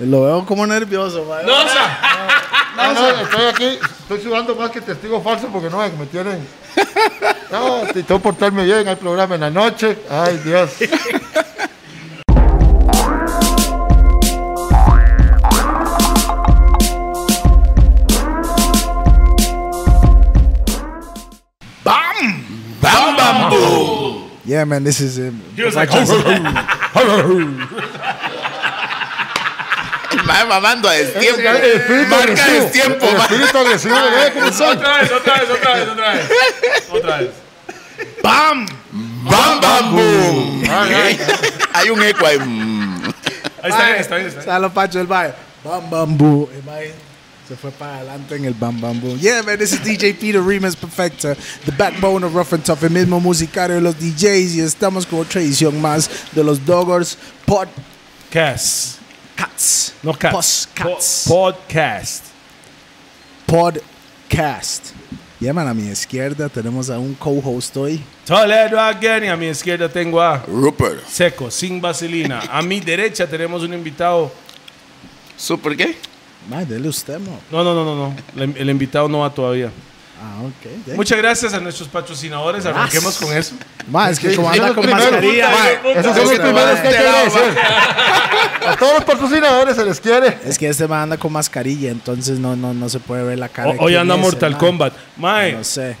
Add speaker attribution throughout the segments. Speaker 1: Lo veo como nervioso, mae.
Speaker 2: No, o sea,
Speaker 3: Ah, No, no, estoy aquí, estoy sudando más que testigo falso porque no, me tienen. No, tengo portarme bien al programa en la noche. Ay, Dios.
Speaker 1: Bam, bam, boom. Yeah, man, this is it.
Speaker 2: he was like, oh,
Speaker 4: El mae mamando a destiempo.
Speaker 3: El espíritu
Speaker 4: Marca
Speaker 3: agresivo,
Speaker 4: destiempo,
Speaker 3: el
Speaker 4: mae.
Speaker 3: espíritu agresivo ¿eh? de Leo como soy.
Speaker 2: otra vez, otra vez, otra vez, otra vez. Otra vez.
Speaker 4: ¡Bam! ¡Bam, bam, boom!
Speaker 3: Ay, ay,
Speaker 4: Hay un eco ahí. mm.
Speaker 2: Ahí está bien, está bien, está bien.
Speaker 1: Está lo pacho del baile. Bam Bam Boo. El mae se fue para adelante en el Bam Bam Boom. Yeah, man, this is DJ Peter Remix Perfecta, the backbone of Rough and Tough, el mismo musicario de los DJs. Y estamos con otra edición más de los Doggers Podcasts.
Speaker 2: Cast. No cast.
Speaker 1: Podcasts.
Speaker 2: Po- podcast.
Speaker 1: podcast. Yeah, man, a mi izquierda tenemos a un co-host hoy.
Speaker 2: Toledo again. Y a mi izquierda tengo a
Speaker 4: Rupert.
Speaker 2: Seco, sin vaselina. A mi derecha tenemos un invitado.
Speaker 4: ¿Super qué?
Speaker 1: Mae, dele usted, mo.
Speaker 2: No, no, no, no, no. El, el invitado no va todavía.
Speaker 1: Ah, ok. yeah.
Speaker 2: Muchas gracias a nuestros patrocinadores. Arranquemos con eso.
Speaker 1: Mae, es que
Speaker 3: Sí,
Speaker 1: como anda
Speaker 3: sí,
Speaker 1: con
Speaker 3: sí,
Speaker 1: mascarilla,
Speaker 3: puta,
Speaker 1: mae.
Speaker 3: Esos son los
Speaker 1: Este
Speaker 3: primeros
Speaker 1: mae-
Speaker 3: que hay que agradecer. A todos los patrocinadores se les quiere.
Speaker 1: Es que este man anda con mascarilla, entonces no, no, no se puede ver la cara.
Speaker 2: O-
Speaker 1: de
Speaker 2: hoy
Speaker 1: quién
Speaker 2: anda
Speaker 1: es,
Speaker 2: Mortal
Speaker 1: man.
Speaker 2: Kombat. eh. Mae,
Speaker 1: No sé.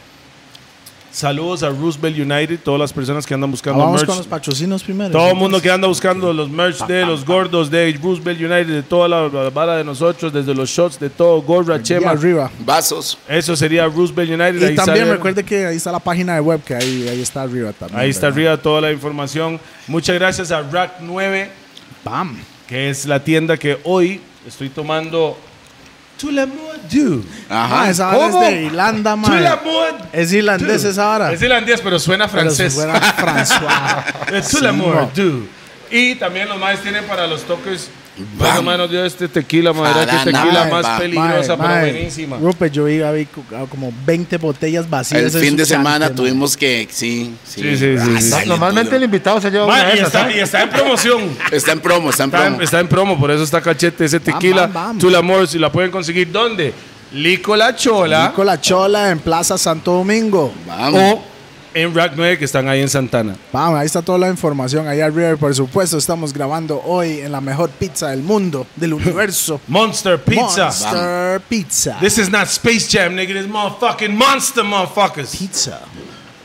Speaker 2: saludos a Roosevelt United, todas las personas que andan buscando
Speaker 1: Vamos
Speaker 2: merch.
Speaker 1: con los patrocinios primero.
Speaker 2: Todo el mundo que anda buscando los merch de los gordos, de Roosevelt United, de toda la, la vara de nosotros, desde los shots, de todo, gorra,
Speaker 1: Chema
Speaker 2: chema.
Speaker 1: arriba.
Speaker 4: Vasos.
Speaker 2: Eso sería Roosevelt United.
Speaker 1: Y
Speaker 2: ahí
Speaker 1: también
Speaker 2: sale-
Speaker 1: recuerde que ahí está la página de web, que ahí, ahí está arriba también.
Speaker 2: Ahí está
Speaker 1: ¿verdad?
Speaker 2: arriba toda la información. Muchas gracias a Rack 9,
Speaker 1: Bam.
Speaker 2: que es la tienda que hoy estoy tomando. Tulamoadu.
Speaker 1: Ajá.
Speaker 4: Ajá.
Speaker 1: Ah, esa vara es
Speaker 2: ¿Cómo?
Speaker 1: de Irlanda, man.
Speaker 2: Tulamoadu.
Speaker 1: Es irlandés esa vara.
Speaker 2: Es irlandés, pero suena
Speaker 1: Pero
Speaker 2: francés.
Speaker 1: si fuera François.
Speaker 2: Eh,
Speaker 1: Sí,
Speaker 2: Tullamore,
Speaker 1: mo.
Speaker 2: dude. Y también los maes tienen para los toques. Bueno, mano, yo este tequila, madre,
Speaker 4: Para
Speaker 2: que tequila
Speaker 4: nada,
Speaker 2: más
Speaker 4: pa-
Speaker 1: Mae,
Speaker 2: peligrosa, pero
Speaker 1: mae,
Speaker 2: buenísima.
Speaker 1: Rupert, yo vi, vi como 20 botellas vacías.
Speaker 4: El
Speaker 1: ese
Speaker 4: fin de
Speaker 1: sustancia,
Speaker 4: semana
Speaker 1: man.
Speaker 4: tuvimos que. Sí,
Speaker 2: Sí,
Speaker 4: sí.
Speaker 2: sí, sí,
Speaker 4: Ah,
Speaker 2: sí.
Speaker 4: sale
Speaker 3: Normalmente el
Speaker 4: duro.
Speaker 3: invitado se lleva una
Speaker 2: Mae,
Speaker 3: de
Speaker 2: y,
Speaker 3: esas.
Speaker 2: está,
Speaker 3: ¿eh?
Speaker 2: y está en promoción.
Speaker 4: Está en promo, está en
Speaker 2: Está en,
Speaker 4: promo.
Speaker 2: está en promo, por eso está cachete ese tequila.
Speaker 1: bam, bam.
Speaker 2: Tulamore, si la pueden conseguir, ¿dónde? Licola Chola
Speaker 1: Con la chola en Plaza Santo Domingo.
Speaker 4: Vamos.
Speaker 2: en Rack 9, que están ahí en Santana.
Speaker 1: Vamos, ahí está toda la información. Allá arriba, por supuesto, estamos grabando hoy en la mejor pizza del mundo, del universo.
Speaker 2: Monster Pizza.
Speaker 1: Monster Pizza.
Speaker 2: This is not Space Jam, nigga. This motherfucking Monster, motherfuckers.
Speaker 1: pizza.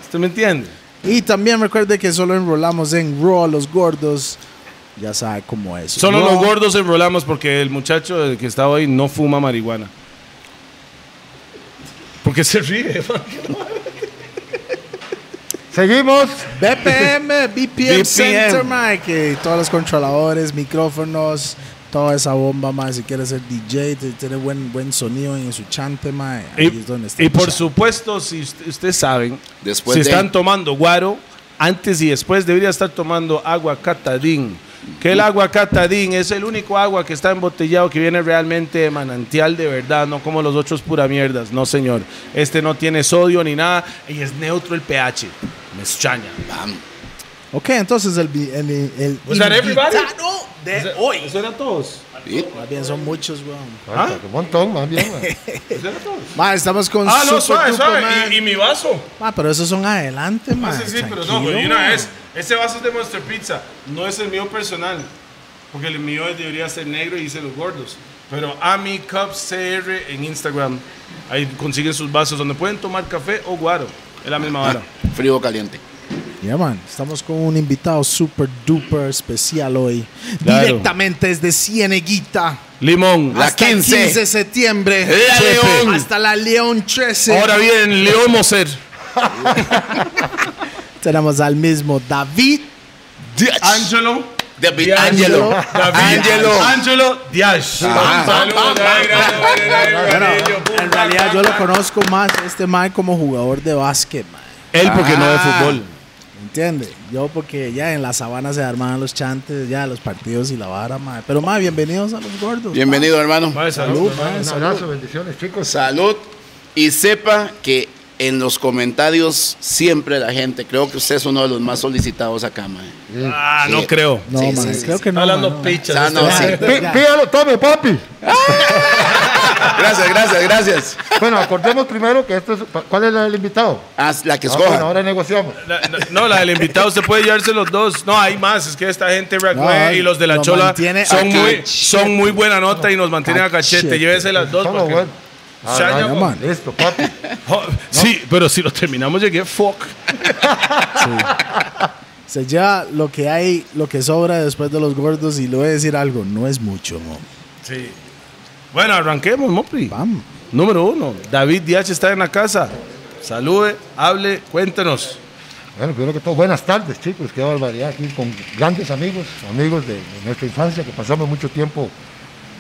Speaker 2: ¿Usted me entiende?
Speaker 1: Y también recuerde que solo enrolamos en Raw los gordos. Ya sabe cómo es.
Speaker 2: Solo
Speaker 1: Raw,
Speaker 2: los gordos enrolamos porque el muchacho el que estaba ahí no fuma marihuana. Porque se ríe.
Speaker 3: Seguimos.
Speaker 1: BPM, BPM,
Speaker 2: BPM.
Speaker 1: Center, Mike. que todos los controladores, micrófonos, toda esa bomba, más. Si quieres ser DJ, te- tiene buen, buen sonido en su chante, mae. Ahí es donde está
Speaker 2: Y, y
Speaker 1: el
Speaker 2: por
Speaker 1: chat.
Speaker 2: supuesto, si usted- ustedes saben,
Speaker 4: Después
Speaker 2: si
Speaker 4: de-
Speaker 2: están tomando guaro, antes y después debería estar tomando agua catadín. Que
Speaker 1: Uh.
Speaker 2: el agua catadín es el único agua que está embotellado que viene realmente de manantial de verdad, no como los otros pura mierdas. No, señor. Este no tiene sodio ni nada y es neutro el pH. Me extraña.
Speaker 4: Vamos.
Speaker 1: Ok, entonces el. vi- el, el
Speaker 2: Was that everybody?
Speaker 1: invitado de hoy.
Speaker 2: Pues, eh, ¿Eso era todos?
Speaker 4: Sí.
Speaker 1: Más bien son muchos, weón.
Speaker 2: ¿Ah?
Speaker 3: Un montón, más bien. güey.
Speaker 2: ¿Eso Pues era todos?
Speaker 1: Ma, estamos con
Speaker 2: Ah, no,
Speaker 1: supergrupo,
Speaker 2: suave,
Speaker 1: man.
Speaker 2: suave. Y, y mi vaso.
Speaker 1: Ma, pero esos son adelante, ma.
Speaker 2: Ah, sí, sí, pero no,
Speaker 1: Tranquilo,
Speaker 2: pero de una
Speaker 1: ma.
Speaker 2: vez. Ese vaso es de Monster Pizza. No es el mío personal. Porque el mío debería ser negro y hice los gordos. Pero Ami Cups CR en Instagram. Ahí consiguen sus vasos donde pueden tomar café o guaro. Es la misma vara.
Speaker 4: Frío o caliente.
Speaker 1: Ya, man, estamos con un invitado super duper especial hoy.
Speaker 2: Claro.
Speaker 1: Directamente desde Cieneguita.
Speaker 2: Limón.
Speaker 4: La
Speaker 1: hasta
Speaker 4: 15.
Speaker 1: el 15 de septiembre.
Speaker 4: La León.
Speaker 1: Hasta la León 13.
Speaker 2: Ahora bien, Leo Moser.
Speaker 1: Tenemos al mismo David.
Speaker 2: Angelo.
Speaker 4: David Angelo. Angelo.
Speaker 2: Angelo Diaz.
Speaker 4: Ah.
Speaker 2: Saludos, negro, negro,
Speaker 1: Bueno,
Speaker 2: negro,
Speaker 1: en realidad yo lo conozco más este man como jugador de básquet, man.
Speaker 2: Él porque no de
Speaker 4: Ah.
Speaker 2: fútbol.
Speaker 1: ¿Entiendes? Yo porque ya en la sabana se armaban los chantes, ya los partidos y la vara, madre. Pero más, bienvenidos a los gordos.
Speaker 3: Uh,
Speaker 4: Bienvenido, hermano.
Speaker 2: Vale, salud.
Speaker 3: Un abrazo, bendiciones, chicos.
Speaker 4: Salud. Y sepa que en los comentarios siempre la gente. Creo que usted es uno de los más solicitados acá, mae.
Speaker 2: Ah, no
Speaker 4: Sí.
Speaker 2: creo.
Speaker 1: No,
Speaker 4: Sí,
Speaker 1: man,
Speaker 4: sí, sí,
Speaker 1: creo
Speaker 4: sí.
Speaker 1: que no.
Speaker 2: Está
Speaker 1: man,
Speaker 2: hablando
Speaker 1: no.
Speaker 2: pichas.
Speaker 4: Ah,
Speaker 2: este
Speaker 4: no,
Speaker 2: man.
Speaker 4: sí.
Speaker 3: Pí- Pídalo, tome, papi.
Speaker 4: Gracias, gracias, gracias.
Speaker 3: Bueno, acordemos primero que esto es. pa- ¿Cuál es el invitado?
Speaker 4: Ah, la que
Speaker 3: Ah, bueno,
Speaker 4: escoja.
Speaker 3: ahora negociamos.
Speaker 2: La- la- no, la del invitado se puede llevarse los dos. No, hay más. Es que esta gente ragüe
Speaker 1: No,
Speaker 2: y los de la
Speaker 1: nos
Speaker 2: chola
Speaker 1: mantiene a
Speaker 2: son muy,
Speaker 1: cachete.
Speaker 2: son muy buena nota y nos mantienen a cachete.
Speaker 1: Cachete.
Speaker 2: Llévese las dos.
Speaker 3: Solo
Speaker 2: porque-
Speaker 3: bueno. Ah,
Speaker 2: Shaya,
Speaker 3: no,
Speaker 2: no,
Speaker 1: man.
Speaker 3: Listo, papi.
Speaker 2: jo- Sí, pero si lo terminamos llegué, fuck.
Speaker 1: Se lleva lo que hay, lo que sobra después de los gordos y le voy a decir algo, no es mucho, mo.
Speaker 2: Sí. Bueno, arranquemos, Mopri.
Speaker 1: Pam.
Speaker 2: Número uno, David Díaz está en la casa. Salude, hable, cuéntenos.
Speaker 3: Bueno, primero que todo, buenas tardes, chicos. Qué barbaridad aquí con grandes amigos, amigos de, de nuestra infancia, que pasamos mucho tiempo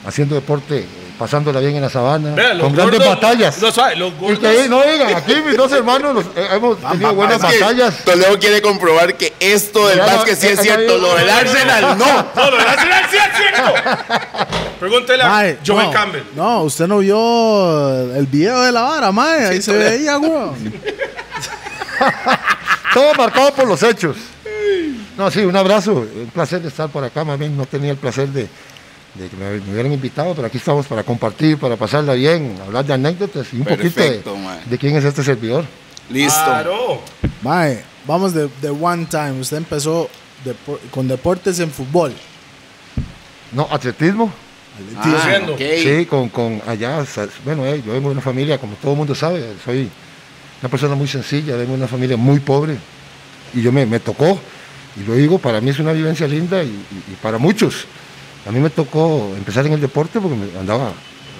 Speaker 3: haciendo deporte, eh, pasándola bien en la sabana,
Speaker 2: Vea, los
Speaker 3: con grandes
Speaker 2: gordos-
Speaker 3: batallas.
Speaker 2: No, sabe, los
Speaker 3: y
Speaker 2: gordos-
Speaker 3: que ahí, no digan, aquí mis dos hermanos los- eh, hemos tenido buenas
Speaker 4: Ah, Es que
Speaker 3: batallas.
Speaker 4: Toledo quiere comprobar que esto del
Speaker 3: Ya, ya,
Speaker 4: básquet sí
Speaker 3: ya,
Speaker 4: es
Speaker 3: ya,
Speaker 4: cierto.
Speaker 3: ya,
Speaker 4: Lo
Speaker 3: ya,
Speaker 4: del
Speaker 2: ya, ya,
Speaker 4: Arsenal, no.
Speaker 2: No, lo de la ciudad sí es cierto. Pregúntele a
Speaker 1: Mae,
Speaker 2: Joel
Speaker 1: no,
Speaker 2: Campbell.
Speaker 1: No, usted no vio el video de la vara, mae. Ahí se veía, weón.
Speaker 3: Todo marcado por los hechos. No, sí, un abrazo. Un placer de estar por acá. Más bien no tenía el placer de, de que me, me hubieran invitado, pero aquí estamos para compartir, para pasarla bien, hablar de anécdotas y un
Speaker 4: Perfecto,
Speaker 3: poquito de-
Speaker 4: man.
Speaker 3: de, quién es este servidor.
Speaker 4: Listo.
Speaker 2: Claro.
Speaker 1: Mae, vamos de, de one time. Usted empezó depo- con deportes en fútbol.
Speaker 3: No, atletismo.
Speaker 4: Ah,
Speaker 2: Diciendo.
Speaker 4: ok.
Speaker 3: Sí, con, con allá. o sea, Bueno, eh, yo vengo de una familia, como todo el mundo sabe, soy una persona muy sencilla, vengo de una familia muy pobre. Y yo me, me tocó, y lo digo, para mí es una vivencia linda y, y- y para muchos. A mí me tocó empezar en el deporte porque me andaba,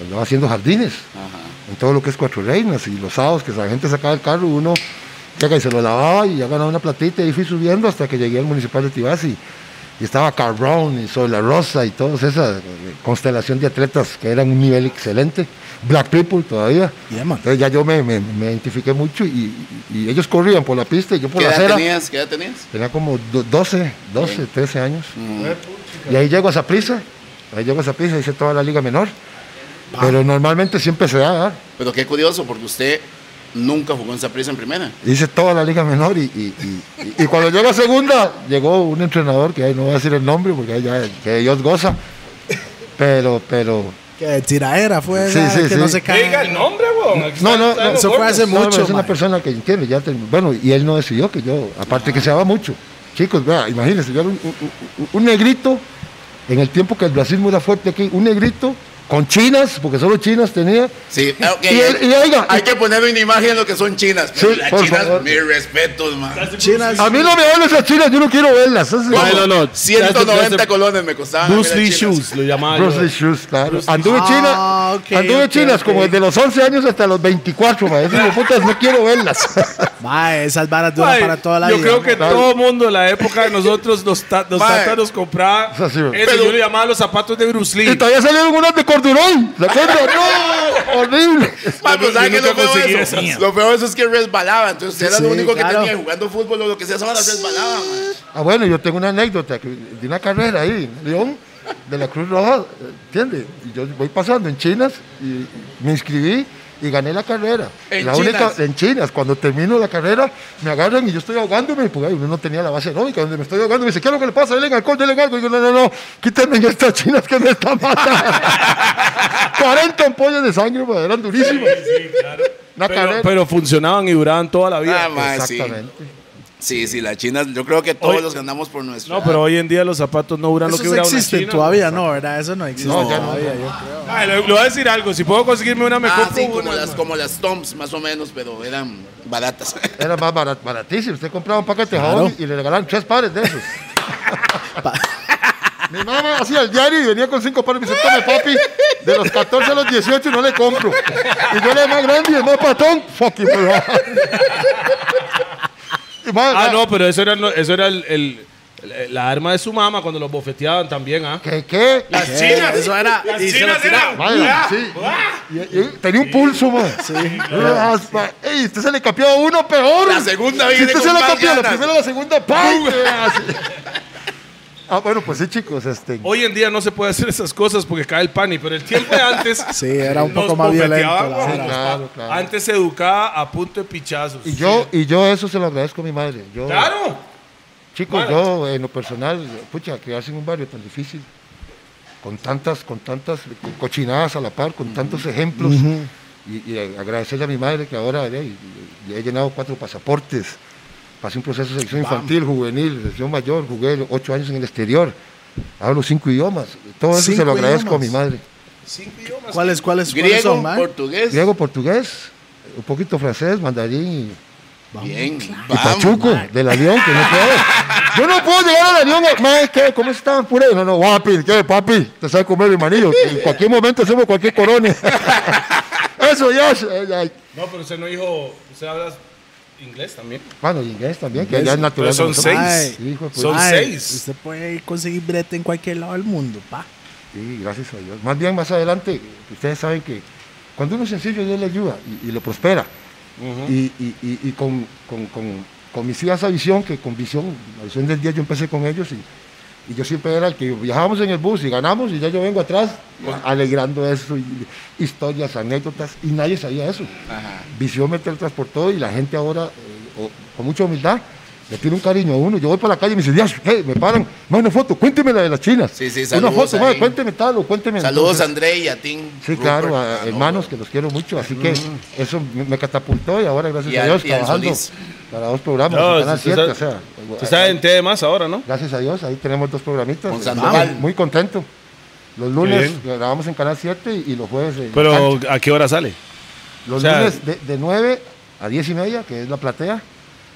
Speaker 3: andaba haciendo jardines
Speaker 4: Ajá.
Speaker 3: en todo lo que es Cuatro Reinas y los sábados que la gente sacaba el carro, uno llega y se lo lavaba y ya ganaba una platita y fui subiendo hasta que llegué al municipal de Tibasi y estaba Carl Brown y Soy La Rosa y todos esa eh, constelación de atletas que eran un nivel excelente, Black People todavía.
Speaker 1: Yeah, man.
Speaker 3: Entonces ya yo me, me- me identifiqué mucho y, y- y ellos corrían por la pista y yo por
Speaker 4: ¿Qué
Speaker 3: la
Speaker 4: edad
Speaker 3: acera.
Speaker 4: tenías? ¿Qué edad tenías?
Speaker 3: Tenía como do- 12, 12, 13 años. Y ahí llego a Saprisa, ahí llego a Saprisa, hice toda la liga menor. Pero normalmente siempre se da, ¿verdad?
Speaker 4: Pero qué curioso, porque usted nunca jugó en esa prisa en primera.
Speaker 3: Hice toda la liga menor y, y- y- y- y cuando llegó a segunda, llegó un entrenador que ahí no voy a decir el nombre porque ahí ya que Dios goza. Pero, pero.
Speaker 1: Que tiraera fue
Speaker 3: Sí,
Speaker 1: esa,
Speaker 3: sí,
Speaker 1: que
Speaker 3: sí.
Speaker 1: no se cae.
Speaker 2: Diga el nombre, weón. Aquí
Speaker 3: No,
Speaker 2: están-
Speaker 3: no,
Speaker 2: están
Speaker 3: no,
Speaker 2: los
Speaker 1: eso fue
Speaker 2: gordos.
Speaker 1: hace- mucho,
Speaker 3: es una
Speaker 1: mae.
Speaker 3: persona que entiende, ya term- bueno, y él no decidió que yo, aparte que se daba mucho. Chicos, vea, imagínense, yo era un, un- un- un negrito, en el tiempo que el racismo era fuerte aquí, un negrito con chinas, porque solo chinas tenía,
Speaker 4: Sí, ah, ok.
Speaker 3: Y el- y oiga,
Speaker 4: hay
Speaker 3: y-
Speaker 4: que poner una imagen lo que son chinas.
Speaker 3: Sí,
Speaker 4: Pero las
Speaker 3: por
Speaker 4: chinas,
Speaker 3: favor.
Speaker 4: mis respetos, man.
Speaker 1: Chinas.
Speaker 3: A mí no me dan esas chinas, yo no quiero verlas. esas-
Speaker 2: Ay, no, no.
Speaker 4: 190 colones me costaban. a mí
Speaker 2: Bruce
Speaker 4: las
Speaker 2: Lee
Speaker 4: chinas.
Speaker 2: Shoes, lo llamaba.
Speaker 3: Bruce
Speaker 2: yo.
Speaker 3: Lee Shoes, claro. Anduve en China,
Speaker 1: Ah, ok,
Speaker 3: anduve en
Speaker 1: ok,
Speaker 3: chinas
Speaker 1: ok.
Speaker 3: como desde los 11 años hasta los 24, maestro. putas, no quiero verlas.
Speaker 1: Mae, esas varas duran
Speaker 2: Mae,
Speaker 1: para toda la
Speaker 2: yo
Speaker 1: vida.
Speaker 2: creo que
Speaker 3: Claro.
Speaker 2: todo mundo en la época de nosotros nos, ta, nos
Speaker 4: Mae.
Speaker 2: tata nos compraba.
Speaker 3: Eso sí,
Speaker 2: eso,
Speaker 4: pero-
Speaker 2: yo le llamaba los zapatos de Bruce
Speaker 3: y
Speaker 2: Lee.
Speaker 3: todavía salieron unas de Cordurón. ¿Se acuerdan? ¡No! ¡Horrible!
Speaker 4: Ah, pero ¿sabes qué es
Speaker 2: Yo nunca
Speaker 4: lo peor
Speaker 2: conseguí
Speaker 4: de
Speaker 2: esas.
Speaker 4: eso? Lo peor de eso es que resbalaba. Entonces usted era lo
Speaker 1: Sí,
Speaker 4: único que
Speaker 1: claro.
Speaker 4: tenía jugando fútbol o lo que sea, solo resbalaba. man.
Speaker 3: Ah, bueno, yo tengo una anécdota que- de una carrera ahí en León, de la Cruz Roja, ¿entiendes? Y yo voy pasando en chinas y me inscribí. Y gané la carrera.
Speaker 4: ¿En
Speaker 3: la
Speaker 4: chinas?
Speaker 3: en chinas. Cuando termino la carrera, me agarran y yo estoy ahogándome. Porque ay, uno no tenía la base aeróbica donde me estoy ahogando. Me dice, ¿qué es lo que le pasa? Denle alcohol, denle algo. Y yo, no, no, no, quítenme estas chinas que me están matando. 40 ampollas de sangre, madre, eran durísimas. Una
Speaker 2: Pero,
Speaker 3: carrera.
Speaker 2: pero funcionaban y duraban toda la vida.
Speaker 4: Ah, man, sí.
Speaker 3: Exactamente.
Speaker 4: Sí, sí, las chinas, yo creo que todos
Speaker 2: Hoy-
Speaker 4: los ganamos por nuestro.
Speaker 2: no, pero hoy en día los zapatos no duran lo que
Speaker 1: Esos
Speaker 2: duraban
Speaker 1: existen
Speaker 2: en China.
Speaker 1: todavía, no, ¿verdad? Eso no existe
Speaker 3: No, ya no.
Speaker 1: todavía. yo creo.
Speaker 2: Mae, le, le voy a decir algo. Si puedo conseguirme una, me
Speaker 4: Ah,
Speaker 2: compro
Speaker 4: sí,
Speaker 2: una,
Speaker 4: como las,
Speaker 2: mae.
Speaker 4: como las Toms, más o menos, pero eran baratas.
Speaker 3: Era más barat- baratísimo. Usted compraba un paquete de
Speaker 1: Claro.
Speaker 3: jabón y le regalaban tres pares de esos. Mi mamá hacía el diario y venía con cinco pares. Me dice, tome papi, de los 14 a los 18 no le compro. Y yo era el más grande y el más patón. Fucking bro. Y madre,
Speaker 2: Ah,
Speaker 3: madre,
Speaker 2: no, pero eso era, lo- eso era el, el- el- la arma de su mamá cuando los bofeteaban también, ¿ah?
Speaker 3: ¿Qué, qué?
Speaker 2: Las
Speaker 1: Eh, Eso era. y se lo tiraban.
Speaker 3: Madre, sí. Y- y tenía un pulso, madre. Raspa. Ey, usted se le capeaba uno peor.
Speaker 4: La segunda
Speaker 3: Si
Speaker 4: viene
Speaker 3: usted
Speaker 4: con
Speaker 3: se le
Speaker 4: más
Speaker 3: capeaba la
Speaker 4: ganas.
Speaker 3: primera, la segunda, ¡pum! Así. Ah, bueno, pues sí, chicos. Este,
Speaker 2: Hoy en día no se puede hacer esas cosas porque cae el pani, pero el tiempo de antes.
Speaker 1: Sí, era un
Speaker 2: nos
Speaker 1: poco más violento,
Speaker 2: bofeteaban,
Speaker 1: la
Speaker 2: güey,
Speaker 1: verdad.
Speaker 2: nos
Speaker 3: Sí, claro,
Speaker 2: pa-
Speaker 3: claro.
Speaker 2: Antes se educaba a punto de pichazos.
Speaker 3: y, yo, y yo eso se lo agradezco a mi madre. Yo,
Speaker 2: ¡Claro!
Speaker 3: Chicos,
Speaker 2: Claro.
Speaker 3: yo en lo personal, pucha, criarse en un barrio tan difícil, con tantas, con tantas cochinadas a la par, con tantos ejemplos, y, y a- agradecerle a mi madre que ahora eh, y- y he llenado cuatro pasaportes, pasé un proceso de selección infantil, juvenil, selección mayor, jugué ocho años en el exterior, hablo cinco idiomas, todo eso se
Speaker 1: Cinco
Speaker 3: lo agradezco a mi
Speaker 1: idiomas.
Speaker 3: madre.
Speaker 2: Cinco idiomas.
Speaker 1: ¿Cuáles, cuáles, cuáles
Speaker 4: Griego,
Speaker 1: son, man?
Speaker 4: portugués.
Speaker 3: Griego, portugués, un poquito francés, mandarín y...
Speaker 4: Bien,
Speaker 3: Y
Speaker 4: vamos.
Speaker 3: Pachuco, del avión, que no puedo. Yo no puedo llegar al avión. mae, ¿qué? ¿Cómo están? Pura. No, no, papi, ¿qué, papi? Te sabes comer mi manillo. En cualquier momento hacemos cualquier corone. Eso ya. es- ay, ay.
Speaker 2: No, pero usted no dijo. Usted habla inglés también.
Speaker 3: Bueno, y inglés también, que ya es natural.
Speaker 2: Pero son
Speaker 3: de nosotros.
Speaker 2: seis.
Speaker 3: Sí, hijo de puta.
Speaker 2: Son
Speaker 1: Ay,
Speaker 2: seis.
Speaker 1: Usted puede conseguir brete en cualquier lado del mundo, pa.
Speaker 3: Sí, gracias a Dios. Más bien, más adelante, ustedes saben que cuando uno es sencillo, Dios le ayuda y, y le prospera. Y, y- y- y con, con- con- con mis hijas a visión, que con visión, la visión del día yo empecé con ellos y, y yo siempre era el que viajábamos en el bus y ganamos y ya yo vengo atrás a- alegrando eso, y- historias, anécdotas y nadie sabía eso. Visión me teletransportó y la gente ahora, eh, o- con mucha humildad, le tiene un cariño a uno. Yo voy para la calle y me dicen, "Dios, hey, me paran, más una foto, cuénteme la de las chinas.
Speaker 4: Sí, sí,
Speaker 3: Una
Speaker 4: saludos
Speaker 3: foto,
Speaker 4: ahí.
Speaker 3: mae, cuénteme tal o cuénteme.
Speaker 4: Saludos a
Speaker 3: Entonces,
Speaker 4: André y a Tim.
Speaker 3: Sí,
Speaker 4: Rupert.
Speaker 3: claro, a-
Speaker 4: Ah, no,
Speaker 3: hermanos que
Speaker 4: bueno.
Speaker 3: los quiero mucho, así que eso me me catapultó y ahora gracias
Speaker 4: Y
Speaker 3: a
Speaker 4: al-
Speaker 3: Dios
Speaker 4: y al
Speaker 3: trabajando
Speaker 4: Solís.
Speaker 3: para dos programas,
Speaker 2: No,
Speaker 3: en Canal
Speaker 2: usted
Speaker 3: 7, o
Speaker 2: sabe-
Speaker 3: sea,
Speaker 2: Usted está en T más ahora, ¿no?
Speaker 3: gracias a Dios, ahí tenemos dos programitas.
Speaker 4: Con
Speaker 3: eh,
Speaker 4: Sandoval.
Speaker 3: Muy, muy contento. Los lunes
Speaker 2: Qué
Speaker 3: grabamos en Canal 7 y y los jueves eh,
Speaker 2: Pero
Speaker 3: cancha.
Speaker 2: ¿a qué hora sale?
Speaker 3: los
Speaker 2: o sea-
Speaker 3: lunes de, de 9 a 10 y media, que es la platea.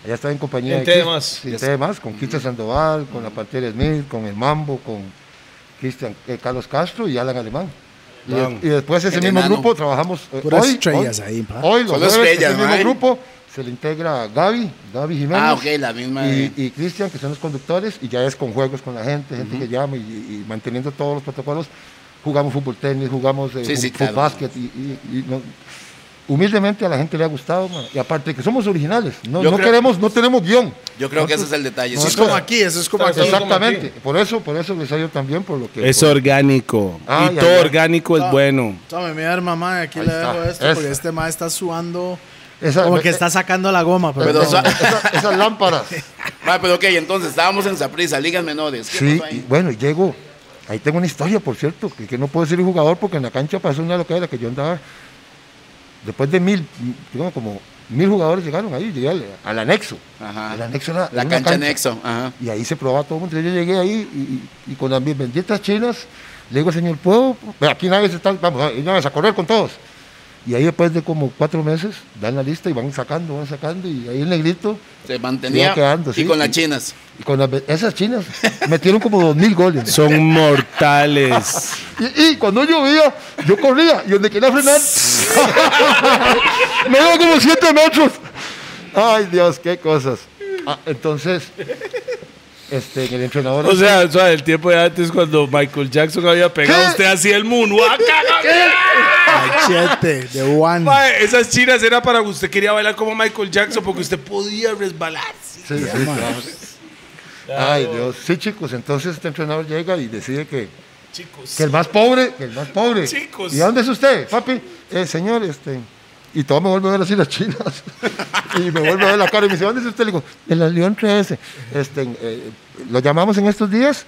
Speaker 3: Allá está en compañía
Speaker 2: En
Speaker 3: de
Speaker 2: T
Speaker 3: Kis-
Speaker 2: más.
Speaker 3: sí,
Speaker 2: Ya
Speaker 3: T más, con Kista Sandoval, con la Pantera Smith, con el Mambo, con Cristian eh, Carlos Castro y Alan Alemán. Y, de-
Speaker 2: Vamos.
Speaker 3: y después ese
Speaker 4: El
Speaker 3: mismo
Speaker 4: enano.
Speaker 3: grupo trabajamos eh,
Speaker 1: Puras
Speaker 3: hoy,
Speaker 1: estrellas
Speaker 3: hoy,
Speaker 1: ahí, pa.
Speaker 3: hoy los
Speaker 4: Solo
Speaker 3: jueves,
Speaker 4: estrellas,
Speaker 3: ese mismo
Speaker 4: ¿no?
Speaker 3: grupo se le integra Gaby, Gaby Jiménez
Speaker 4: Ah, ok, la misma.
Speaker 3: y, y Cristian, que son los conductores, y ya es con juegos con la gente, gente que llama y, y manteniendo todos los protocolos. Jugamos fútbol tenis, jugamos eh,
Speaker 4: Sí, sí,
Speaker 3: fu-
Speaker 4: claro.
Speaker 3: básquet y, y- y no- humildemente a la gente le ha gustado man. y aparte que somos originales, no,
Speaker 2: Yo
Speaker 3: no
Speaker 2: creo-
Speaker 3: queremos, no tenemos guión.
Speaker 4: Yo creo que ese es el detalle.
Speaker 3: No,
Speaker 4: sí,
Speaker 1: Eso es
Speaker 4: claro.
Speaker 1: como aquí, eso es como
Speaker 2: Claro,
Speaker 1: aquí.
Speaker 2: somos
Speaker 3: Exactamente, por eso, por eso les ha ido también por lo que
Speaker 2: Es
Speaker 3: por-
Speaker 2: orgánico.
Speaker 3: Ah,
Speaker 2: y
Speaker 3: ya,
Speaker 2: todo
Speaker 3: ya.
Speaker 2: orgánico es bueno.
Speaker 1: Tome, mi arma, man, aquí
Speaker 3: Ahí
Speaker 1: le
Speaker 3: está,
Speaker 1: dejo esto
Speaker 3: esa.
Speaker 1: porque este man está sudando.
Speaker 3: esa-
Speaker 1: como que
Speaker 3: eh,
Speaker 1: está sacando la goma, pero.
Speaker 4: Pero
Speaker 1: no.
Speaker 4: sa-
Speaker 3: esas- esas lámparas.
Speaker 4: Ah, pero ok, entonces estábamos en Saprisa, ligas menores. ¿Qué
Speaker 3: Sí,
Speaker 4: pasó ahí?
Speaker 3: y bueno, llego. Ahí tengo una historia, por cierto, que, que no puedo decir el jugador porque en la cancha pasó una loca de la que yo andaba. Después de mil, digamos, como mil jugadores llegaron ahí, llegué al, al anexo.
Speaker 4: Ajá.
Speaker 3: El anexo era
Speaker 4: La
Speaker 3: una
Speaker 4: cancha anexo. Ajá.
Speaker 3: Y ahí se probaba todo el mundo. Yo llegué ahí y, y- y con las mis benditas chinas, le digo, señor, ¿puedo? Aquí nadie se está, vamos, vamos a correr con todos. Y ahí después de como cuatro meses, dan la lista y van sacando, van sacando. Y ahí el negrito,
Speaker 4: Se mantenía.
Speaker 3: Iba quedando,
Speaker 4: y
Speaker 3: sí,
Speaker 4: con las
Speaker 3: y-
Speaker 4: chinas.
Speaker 3: y con las be- esas chinas, metieron como dos mil goles.
Speaker 2: Son mortales.
Speaker 3: Y, y cuando llovía, yo corría y donde quería frenar, me iba como 7 metros. Ay, Dios, qué cosas. Ah, entonces, este, en el entrenador.
Speaker 2: o sea, o sea, el tiempo de antes cuando Michael Jackson había pegado,
Speaker 3: ¿Qué?
Speaker 2: usted hacía el moonwalk.
Speaker 1: Machete de one.
Speaker 2: Mae, Esas chinas era para que usted quería bailar como Michael Jackson porque usted podía resbalarse.
Speaker 3: Sí, sí, claro. Ay, Dios. Sí, chicos, entonces este entrenador llega y decide que,
Speaker 2: Chicos.
Speaker 3: Pues, que el más pobre, que el más pobre.
Speaker 2: Chicos.
Speaker 3: ¿Y dónde es usted, papi? Eh, señor, este. Y todo me vuelve a ver así las chinas. y me vuelve a ver la cara y me dice, ¿dónde es usted? Le digo, en la León 13. Este, eh, lo llamamos en estos días.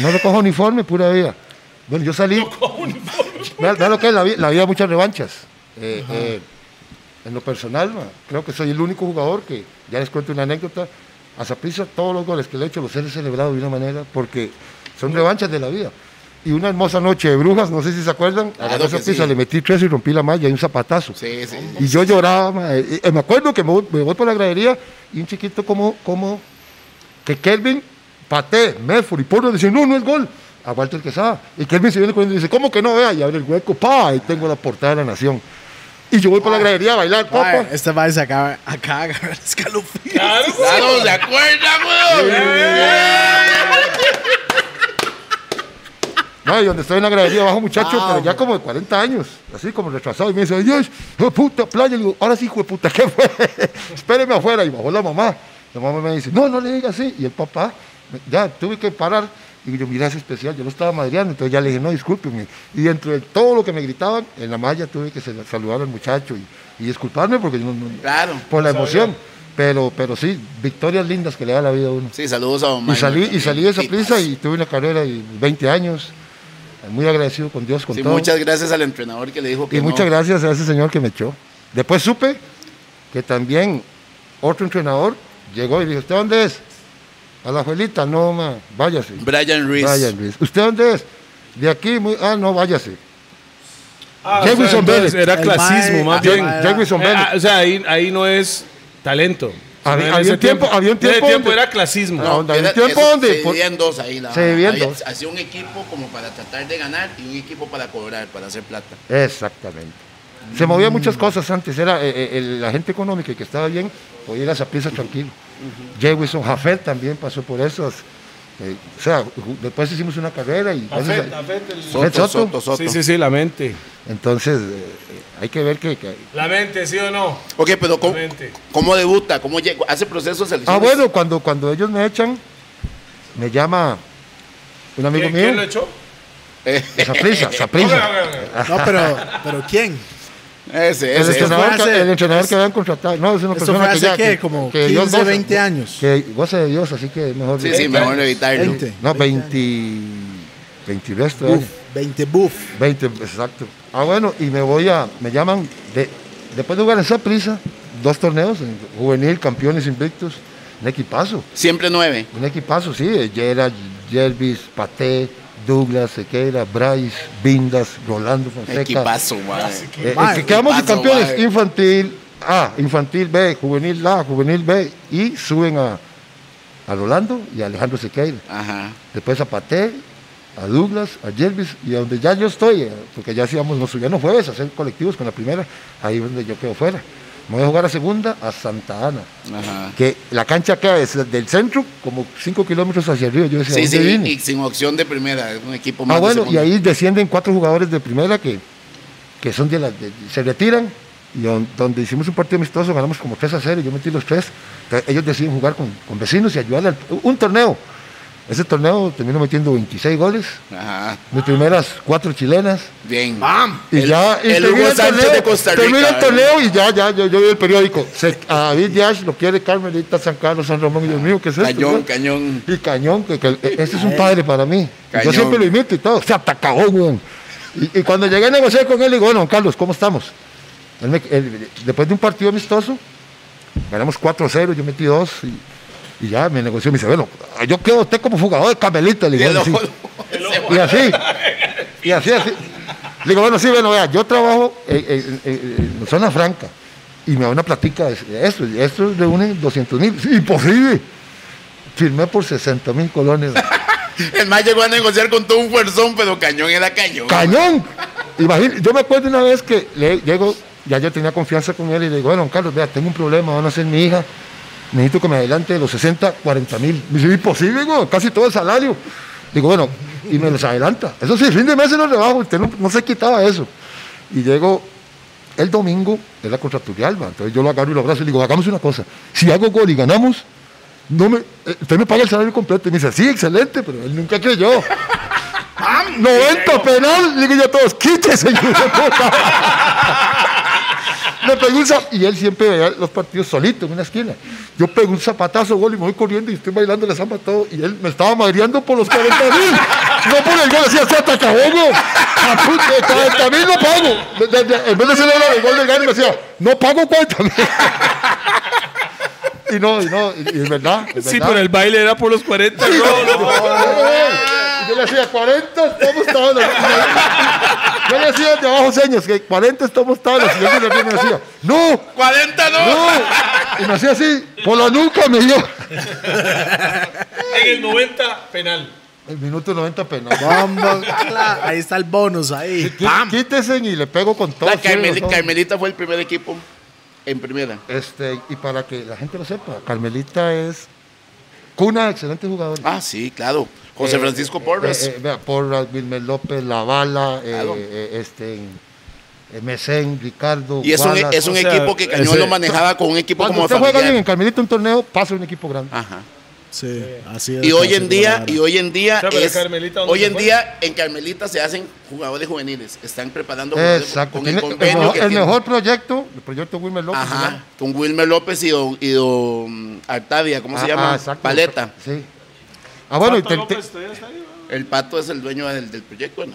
Speaker 3: No le cojo uniforme, pura vida. Bueno, yo salí. No cojo uniforme. Vea, vea lo que es la, vi- la vida, muchas revanchas. Eh, eh, en lo personal, ma, creo que soy el único jugador que, ya les cuento una anécdota, a Saprissa todos los goles que le he hecho los he celebrado de una manera porque son revanchas de la vida. Y una hermosa noche de brujas, no sé si se acuerdan,
Speaker 4: Claro
Speaker 3: a
Speaker 4: que
Speaker 3: Saprissa
Speaker 4: sí.
Speaker 3: le metí tres y rompí la malla y un zapatazo.
Speaker 4: Sí, sí.
Speaker 3: Y yo lloraba, ma, eh, eh, me acuerdo que me voy, me voy por la gradería y un chiquito como, como que Kelvin pateé, Medford y Porro dice, no, no es gol, a Walter Quesada. Y Kelvin se viene corriendo y dice, ¿cómo que no vea? Y abre el hueco, pa, ahí tengo la portada de la nación. Y yo voy por la gradería a bailar,
Speaker 1: Mae,
Speaker 3: papá.
Speaker 1: este man se acaba acá agarrar escalofríos.
Speaker 4: Claro, ¿se acuerdan,
Speaker 3: No, y donde estoy en la gradería abajo, muchacho, pero ya como de 40 años, así como retrasado. Y me dice, Dios, hijo de puta, playa. Y digo, ahora sí, hijo de puta, ¿qué fue? Espéreme afuera. Y bajó la mamá. La mamá me dice, no, no le diga así. Y el papá, ya tuve que parar. Y yo, mira, es especial, yo lo estaba madreando, entonces ya le dije, no, discúlpeme. Y dentro de todo lo que me gritaban, en la malla tuve que se- saludar al muchacho y, y disculparme porque yo no, no-
Speaker 4: Claro.
Speaker 3: por la emoción. Pero, pero sí, victorias lindas que le da la vida a uno.
Speaker 4: Sí, saludos a Don
Speaker 3: Y
Speaker 4: Minor
Speaker 3: salí, y
Speaker 4: también.
Speaker 3: salí de esa
Speaker 4: Sí,
Speaker 3: prisa y tuve una carrera de 20 años. Muy agradecido con Dios, con
Speaker 4: sí,
Speaker 3: todo.
Speaker 4: muchas gracias al entrenador que le dijo que
Speaker 3: Y
Speaker 4: no.
Speaker 3: muchas gracias a ese señor que me echó. Después supe que también otro entrenador llegó y dijo, ¿usted dónde es? A la abuelita, no, ma, váyase.
Speaker 4: Brian Ruiz.
Speaker 3: Brian Ruiz. ¿Usted dónde es? De aquí, muy... ah, no, váyase.
Speaker 2: Ah,
Speaker 3: Jefferson
Speaker 2: o sea, entonces
Speaker 3: Vélez.
Speaker 2: Era
Speaker 1: El mae-
Speaker 2: clasismo, más
Speaker 3: Ah,
Speaker 1: Ajá,
Speaker 2: bien.
Speaker 1: era-
Speaker 3: Jefferson
Speaker 2: Eh,
Speaker 3: Vélez.
Speaker 2: ah, o sea, ahí, ahí no es talento.
Speaker 3: Había-
Speaker 2: En
Speaker 3: había
Speaker 2: ese
Speaker 3: un tiempo- había un
Speaker 2: En ese
Speaker 3: tiempo donde-
Speaker 2: era clasismo.
Speaker 3: No. ¿dónde? ¿En
Speaker 4: Era-
Speaker 3: tiempo
Speaker 4: eso,
Speaker 3: dónde?
Speaker 4: Se
Speaker 3: Por-
Speaker 4: dividían dos ahí. La,
Speaker 3: Se dividían
Speaker 4: había-
Speaker 3: dos.
Speaker 4: Hacía un equipo como para tratar de ganar y un equipo para cobrar, para hacer plata.
Speaker 3: Exactamente. Se movían muchas cosas antes. Era eh, eh, el- la gente económica que estaba bien, podía ir a esa prisa tranquilo. Jefferson, Jafet también pasó por esas. eh, o sea, ju- después hicimos una carrera y... gracias a- Soto,
Speaker 4: Soto,
Speaker 3: Soto.
Speaker 4: Soto, Soto.
Speaker 2: Sí, sí, sí, la mente.
Speaker 3: Entonces, eh, eh, hay que ver que- que
Speaker 2: La mente, ¿sí o no?
Speaker 4: Ok, pero ¿cómo,
Speaker 2: Obviamente.
Speaker 4: cómo debuta? ¿Cómo llegó? ¿Hace proceso de selección?
Speaker 3: Ah, bueno, cuando, cuando ellos me echan, me llama un amigo
Speaker 2: ¿Quién, quién
Speaker 3: mío.
Speaker 2: lo echó?
Speaker 3: Saprisa,
Speaker 2: Oiga,
Speaker 3: Saprisa.
Speaker 2: oiga, oiga.
Speaker 1: No, pero, pero ¿quién?
Speaker 4: Ese, ese.
Speaker 3: El
Speaker 4: ese.
Speaker 3: entrenador,
Speaker 1: fue
Speaker 3: que,
Speaker 1: hace-
Speaker 3: el entrenador que habían contratado. No, es una
Speaker 1: ¿Esto
Speaker 3: persona
Speaker 1: fue
Speaker 3: que
Speaker 1: hace
Speaker 3: ya.
Speaker 1: qué? Como 15, 20 años.
Speaker 3: Que goce de Dios, así que mejor.
Speaker 4: Sí, sí, mejor evitarlo.
Speaker 1: 20.
Speaker 3: No,
Speaker 1: 20
Speaker 3: 20. 20 y resto de
Speaker 1: Buff,
Speaker 3: años.
Speaker 1: 20 buff.
Speaker 3: 20, exacto. Ah, bueno, y me voy a. Me llaman. de- después de jugar en Saprisa, dos torneos, en juvenil, campeones invictos, un equipazo.
Speaker 4: Siempre nueve.
Speaker 3: Un equipazo, sí, eh, Gerard, Jervis, Paté, Douglas, Sequeira, Bryce, Vindas, Rolando Fonseca.
Speaker 4: Equipazo, madre.
Speaker 3: Eh, eh,
Speaker 1: Mae,
Speaker 3: que quedamos de
Speaker 4: equipazo,
Speaker 3: campeones
Speaker 4: mae.
Speaker 3: infantil A, infantil B, juvenil A, juvenil B y suben a, a Rolando y a Alejandro Sequeira.
Speaker 4: Ajá.
Speaker 3: Después a Paté, a Douglas, a Jervis y a donde ya yo estoy, eh, porque ya hacíamos, nos subían los jueves a hacer colectivos con la primera, ahí es donde yo quedo fuera. Me voy a jugar a segunda a Santa Ana
Speaker 4: Ajá.
Speaker 3: que la cancha queda des- del centro como 5 kilómetros hacia arriba. Yo decía,
Speaker 4: Sí,
Speaker 3: ¿dónde
Speaker 4: sí,
Speaker 3: vine?
Speaker 4: y sin opción de primera, es un equipo más. de
Speaker 3: ah, bueno, y
Speaker 4: segunda.
Speaker 3: ahí descienden cuatro jugadores de primera que, que son de la, de- se retiran. Y don- donde hicimos un partido amistoso, ganamos como 3 a 0. Yo metí los tres. Entonces, ellos deciden jugar con, con vecinos y ayudar al. Un torneo. Ese torneo terminó metiendo 26 goles.
Speaker 4: Ajá.
Speaker 3: Mis primeras cuatro chilenas.
Speaker 4: Bien.
Speaker 3: Y
Speaker 4: El-
Speaker 3: ya, y
Speaker 4: el
Speaker 3: termina
Speaker 4: Hugo
Speaker 3: el
Speaker 4: Sánchez
Speaker 3: torneo,
Speaker 4: de Costa Rica.
Speaker 3: termina el
Speaker 4: ¿verdad?
Speaker 3: torneo y ya, ya, yo, yo vi el periódico. Se, a David Díaz lo quiere Carmelita, San Carlos, San Ramón, y Dios mío, ¿qué es esto?
Speaker 4: Cañón,
Speaker 3: verdad?
Speaker 4: cañón.
Speaker 3: Y Cañón, que, que ese es un padre para mí.
Speaker 4: Cañón.
Speaker 3: Yo siempre lo imito y todo. Se atacó, weón. Y, y cuando llegué a negociar con él, le digo, bueno, don Carlos, ¿cómo estamos? Él me- él- después de un partido amistoso, ganamos 4-0, yo metí 2 y, y ya me negoció. Me dice, bueno, yo quedo usted como jugador de Carmelita. Le digo,
Speaker 4: El
Speaker 3: "Bueno, pues, sí".
Speaker 4: ojo-
Speaker 3: Y así. Y así, así. Le digo, bueno, sí, bueno, vea, yo trabajo en, en- en- en zona franca y me da una platica de esto. y Esto reúne 200 mil. Sí, imposible. Firmé por 60 mil colones.
Speaker 4: El más llegó a negociar con todo un fuerzón, pero cañón era cañón.
Speaker 3: ¡Cañón! Imagínate, yo me acuerdo una vez que le llego, ya yo tenía confianza con él y le digo, bueno, don Carlos, vea, tengo un problema, van a ser mi hija. Necesito que me adelante de los 60, 40 mil. Me dice, imposible, güey, casi todo el salario. Digo, bueno, y me los adelanta. Eso sí, fin de mes se los rebajo, usted no, no se quitaba eso. Y llego el domingo, era contra Turrialba, entonces yo lo agarro y lo abrazo y le digo, hagamos una cosa, si hago gol y ganamos, no me, eh, usted me paga el salario completo. Y me dice, sí, excelente, pero él nunca creyó. 90 penal, le digo yo a todos, quítese, hijo de puta. Le pegué un zap- y él siempre veía los partidos solito en una esquina. Yo pegué un zapatazo, gol, y me voy corriendo y estoy bailando la samba todo. Y él me estaba madreando por los 40 mil. No por el gol, decía, se atacabongo. A puta, 40 mil no pago. De- de- de- En vez de celebrar el gol del gane, me decía, no pago 40 mil. Y no, y no, y, y es verdad. es
Speaker 2: Sí,
Speaker 3: verdad.
Speaker 2: pero el baile era por los 40. No, no.
Speaker 3: Y Yo le hacía 40 estamos tablas. Yo le hacía de abajo señas que 40 estamos tablas. Y yo le me decía, no,
Speaker 4: 40 no.
Speaker 3: no. Y me hacía así, por la nuca me dio.
Speaker 2: En el 90, penal.
Speaker 3: El minuto 90 penal.
Speaker 1: Vamos, cla- ahí está el bonus ahí.
Speaker 3: Quí- Quítese y le pego con todo.
Speaker 4: La
Speaker 3: sí,
Speaker 4: Carmeli-
Speaker 3: no.
Speaker 4: Carmelita fue el primer equipo en primera.
Speaker 3: Este, y para que la gente lo sepa, Carmelita es cuna de excelentes jugadores.
Speaker 4: Ah, sí, claro. José
Speaker 3: Eh,
Speaker 4: Francisco
Speaker 3: eh,
Speaker 4: Porras.
Speaker 3: eh, eh, vea, Porras, Wilmer López, Lavala, eh,
Speaker 4: Claro.
Speaker 3: eh, este, eh, Mesén, Ricardo.
Speaker 4: y es un, e-
Speaker 3: Wallace.
Speaker 4: es un
Speaker 2: o sea,
Speaker 4: equipo que Cañón
Speaker 2: ese-
Speaker 4: lo manejaba con un equipo
Speaker 3: Cuando
Speaker 4: como
Speaker 3: usted juega bien
Speaker 4: familiar. Ah,
Speaker 3: en Carmelita un torneo, pasa un equipo grande.
Speaker 4: Ajá.
Speaker 1: Sí, así es.
Speaker 4: Y hoy en día, y hoy en día,
Speaker 2: O sea, pero
Speaker 4: es-
Speaker 2: Carmelita, ¿dónde
Speaker 4: hoy
Speaker 2: se
Speaker 4: en
Speaker 2: fue?
Speaker 4: día en Carmelita se hacen jugadores juveniles, están preparando jugadores
Speaker 3: Exacto.
Speaker 4: con
Speaker 3: Tiene-
Speaker 4: el
Speaker 3: el,
Speaker 4: convenio
Speaker 3: mejor,
Speaker 4: que
Speaker 3: el
Speaker 4: tienen.
Speaker 3: mejor proyecto, el proyecto Wilmer López. se
Speaker 4: Ajá,
Speaker 3: llama.
Speaker 4: con Wilmer López y don, y don Artavia, ¿cómo se
Speaker 3: Ah,
Speaker 4: llama?
Speaker 3: ah, exacto.
Speaker 4: Paleta.
Speaker 3: Sí. Ah, bueno, y te- te-
Speaker 4: El pato es el dueño del, del proyecto, ¿no?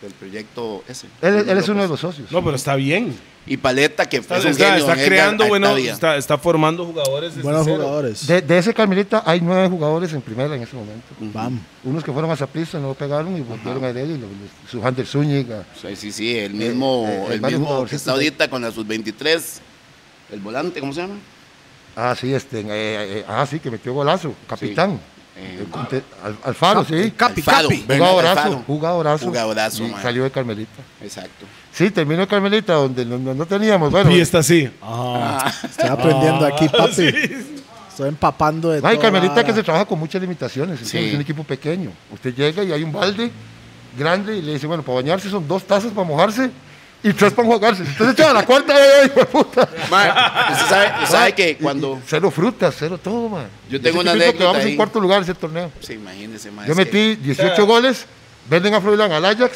Speaker 4: Del proyecto ese.
Speaker 3: él, él es uno de
Speaker 4: López.
Speaker 3: los socios.
Speaker 2: No, pero está bien.
Speaker 4: Y Paleta, que
Speaker 2: Está,
Speaker 4: es un
Speaker 2: está-
Speaker 4: genio,
Speaker 2: está
Speaker 4: don Edgar
Speaker 2: creando, bueno,
Speaker 4: Artavia.
Speaker 2: está, está formando jugadores. desde
Speaker 1: Buenos
Speaker 2: cero.
Speaker 1: jugadores.
Speaker 3: De, de ese Carmelita hay nueve jugadores en primera en ese momento.
Speaker 1: Bam.
Speaker 3: Unos que fueron a Zaprisa, no lo pegaron y volvieron a él. Y lo- lo- su Hunter Zúñiga.
Speaker 4: Sí, sí, sí, el mismo,
Speaker 3: Eh, eh,
Speaker 4: el
Speaker 3: varios
Speaker 4: mismo
Speaker 3: jugadores,
Speaker 4: que está
Speaker 3: sí, sí.
Speaker 4: ahorita con la sub-23, el volante, ¿cómo se llama?
Speaker 3: Ah, sí, este, eh, eh, ah, sí, que metió golazo. Capitán.
Speaker 4: Eh,
Speaker 3: El conte- Al- Alfaro, sí.
Speaker 1: Capi,
Speaker 4: Alfaro.
Speaker 1: capi.
Speaker 3: Jugadorazo,
Speaker 4: Alfaro.
Speaker 3: jugadorazo.
Speaker 4: Jugadorazo,
Speaker 3: Y
Speaker 4: man.
Speaker 3: salió de Carmelita.
Speaker 4: Exacto.
Speaker 3: Sí, terminó en Carmelita, donde no, no- no teníamos. Bueno, ah,
Speaker 2: Y está así.
Speaker 1: Estoy aprendiendo aquí, papi. Estoy empapando de
Speaker 3: No, y
Speaker 1: toda
Speaker 3: Carmelita
Speaker 1: vara.
Speaker 3: que se trabaja con muchas limitaciones. entonces
Speaker 4: Sí.
Speaker 3: Es un equipo pequeño. Usted llega y hay un balde grande y le dice, bueno, para bañarse son dos tazas para mojarse y tres para jugarse. Entonces, chaval, la cuarta, ¡ay, ay, hijo de puta!
Speaker 4: Ma, usted sabe, usted sabe que
Speaker 3: Y- y
Speaker 4: cuando...
Speaker 3: Cero frutas, cero todo, man.
Speaker 4: Yo
Speaker 3: Y
Speaker 4: tengo
Speaker 3: ese
Speaker 4: una
Speaker 3: equipito que
Speaker 4: anécdota
Speaker 3: vamos en
Speaker 4: ahí.
Speaker 3: cuarto lugar ese torneo.
Speaker 4: Sí, imagínese, ma,
Speaker 3: Yo
Speaker 4: es que-
Speaker 3: metí 18 goles, venden a Froilán al Ajax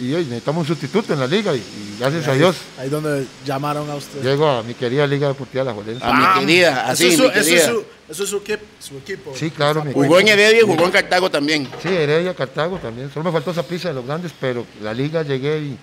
Speaker 3: y hoy necesitamos un sustituto en la liga y, y gracias a Dios
Speaker 1: Ahí donde llamaron a usted.
Speaker 3: llego a mi querida Liga Deportiva La Jolense.
Speaker 4: A mi querida, así,
Speaker 1: Ah, eso,
Speaker 4: mi
Speaker 1: es su, eso, es
Speaker 4: querida.
Speaker 1: su, eso es su, equip- su equipo.
Speaker 3: Sí, claro, mi
Speaker 4: Jugó en Heredia y jugó en Cartago también.
Speaker 3: Sí, Heredia, Cartago también. Solo me faltó esa prisa de los grandes, pero la liga llegué y,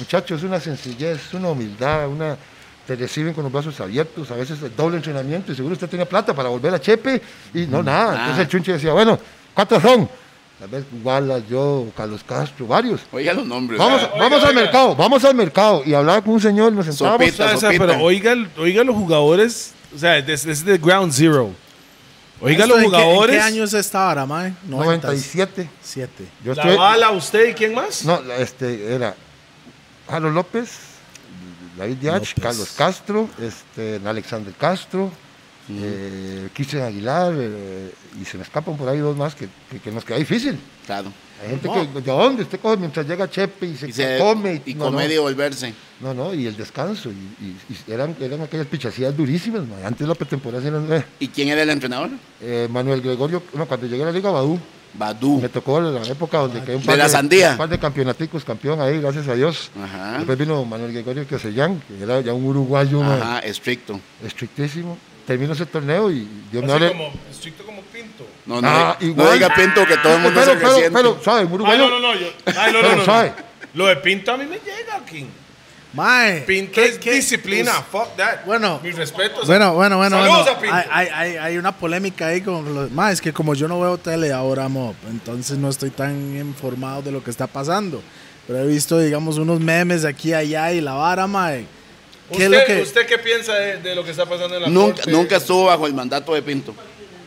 Speaker 3: muchachos, es una sencillez, es una humildad, una te reciben con los brazos abiertos, a veces el doble entrenamiento y seguro usted tenía plata para volver a Chepe y
Speaker 4: Mm,
Speaker 3: no nada.
Speaker 4: ah.
Speaker 3: Entonces el chunche decía, bueno, ¿cuántos son? Tal vez Wallace, yo, Carlos Castro, varios.
Speaker 4: Oiga los nombres.
Speaker 3: Vamos,
Speaker 4: ¿verdad?
Speaker 3: vamos al mercado, vamos al mercado. Y hablaba con un señor, nos sentábamos.
Speaker 4: Sopita.
Speaker 2: O sea, pero oiga, oiga los jugadores, o sea, desde desde ground zero. Oiga
Speaker 1: ¿Esto
Speaker 2: los
Speaker 1: en qué-
Speaker 2: jugadores.
Speaker 1: ¿En qué años está ahora, mae?
Speaker 3: 97.
Speaker 1: 97.
Speaker 3: Yo
Speaker 2: La
Speaker 3: estoy-
Speaker 2: bala, usted y quién más?
Speaker 3: No, la- este era Jaro López, David Diach,
Speaker 1: López.
Speaker 3: Carlos Castro, este, Alexander Castro, eh, Cristian Aguilar, eh, y se me escapan por ahí dos más que, que- que nos queda difícil.
Speaker 4: Claro.
Speaker 3: Hay gente que, ¿de dónde? Usted coge mientras llega Chepe y se,
Speaker 4: Y, se,
Speaker 3: come.
Speaker 4: y
Speaker 3: no, no.
Speaker 4: comer y volverse.
Speaker 3: No, no, y el descanso. Y, y- y eran, eran aquellas pichacías durísimas. man. Antes la pretemporada eran eh,
Speaker 4: ¿Y quién era el entrenador?
Speaker 3: eh, Manuel Gregorio. no, cuando llegué a la Liga Badú,
Speaker 4: Badú.
Speaker 3: me tocó la época donde quedé
Speaker 4: Ah,
Speaker 3: un
Speaker 4: de
Speaker 3: par
Speaker 4: la sandía.
Speaker 3: un par de campeonaticos, campeón ahí, gracias a Dios.
Speaker 4: Ajá.
Speaker 3: Después vino Manuel Gregorio Casellán, que era ya un uruguayo man,
Speaker 4: Ajá, estricto.
Speaker 3: estrictísimo. Terminó ese torneo y Dios me
Speaker 2: Así
Speaker 3: hable.
Speaker 2: como, estricto como pinto.
Speaker 4: No, no,
Speaker 3: Ah,
Speaker 4: no
Speaker 3: igual.
Speaker 4: diga Pinto que todo el mundo
Speaker 3: pero,
Speaker 4: se
Speaker 3: pero,
Speaker 4: resiente.
Speaker 3: pero, ¿sabe? Un
Speaker 2: Ay,
Speaker 3: uruguayo.
Speaker 2: Ah, no, no, no, yo, ay, no, no,
Speaker 3: Pero,
Speaker 2: no,
Speaker 3: ¿sabe?
Speaker 2: no. Lo de pinto a mí me llega, King.
Speaker 1: Mae.
Speaker 2: Pinto
Speaker 1: ¿qué-
Speaker 2: es
Speaker 1: qué-
Speaker 2: disciplina,
Speaker 1: us-
Speaker 2: fuck that.
Speaker 1: Bueno.
Speaker 2: mis respetos.
Speaker 1: Bueno, bueno, bueno.
Speaker 2: Saludos
Speaker 1: bueno.
Speaker 2: a Pinto.
Speaker 1: Hay, hay, hay, hay una polémica ahí con los. Mae, es que como yo no veo tele ahora, mo, entonces no estoy tan informado de lo que está pasando. Pero he visto, digamos, unos memes aquí y allá y la vara, mae. ¿Qué
Speaker 2: ¿Usted,
Speaker 1: es lo que.?
Speaker 2: ¿Usted qué piensa de, de lo que está pasando en la
Speaker 4: Nunca,
Speaker 2: corte?
Speaker 4: nunca estuvo bajo el mandato de Pinto.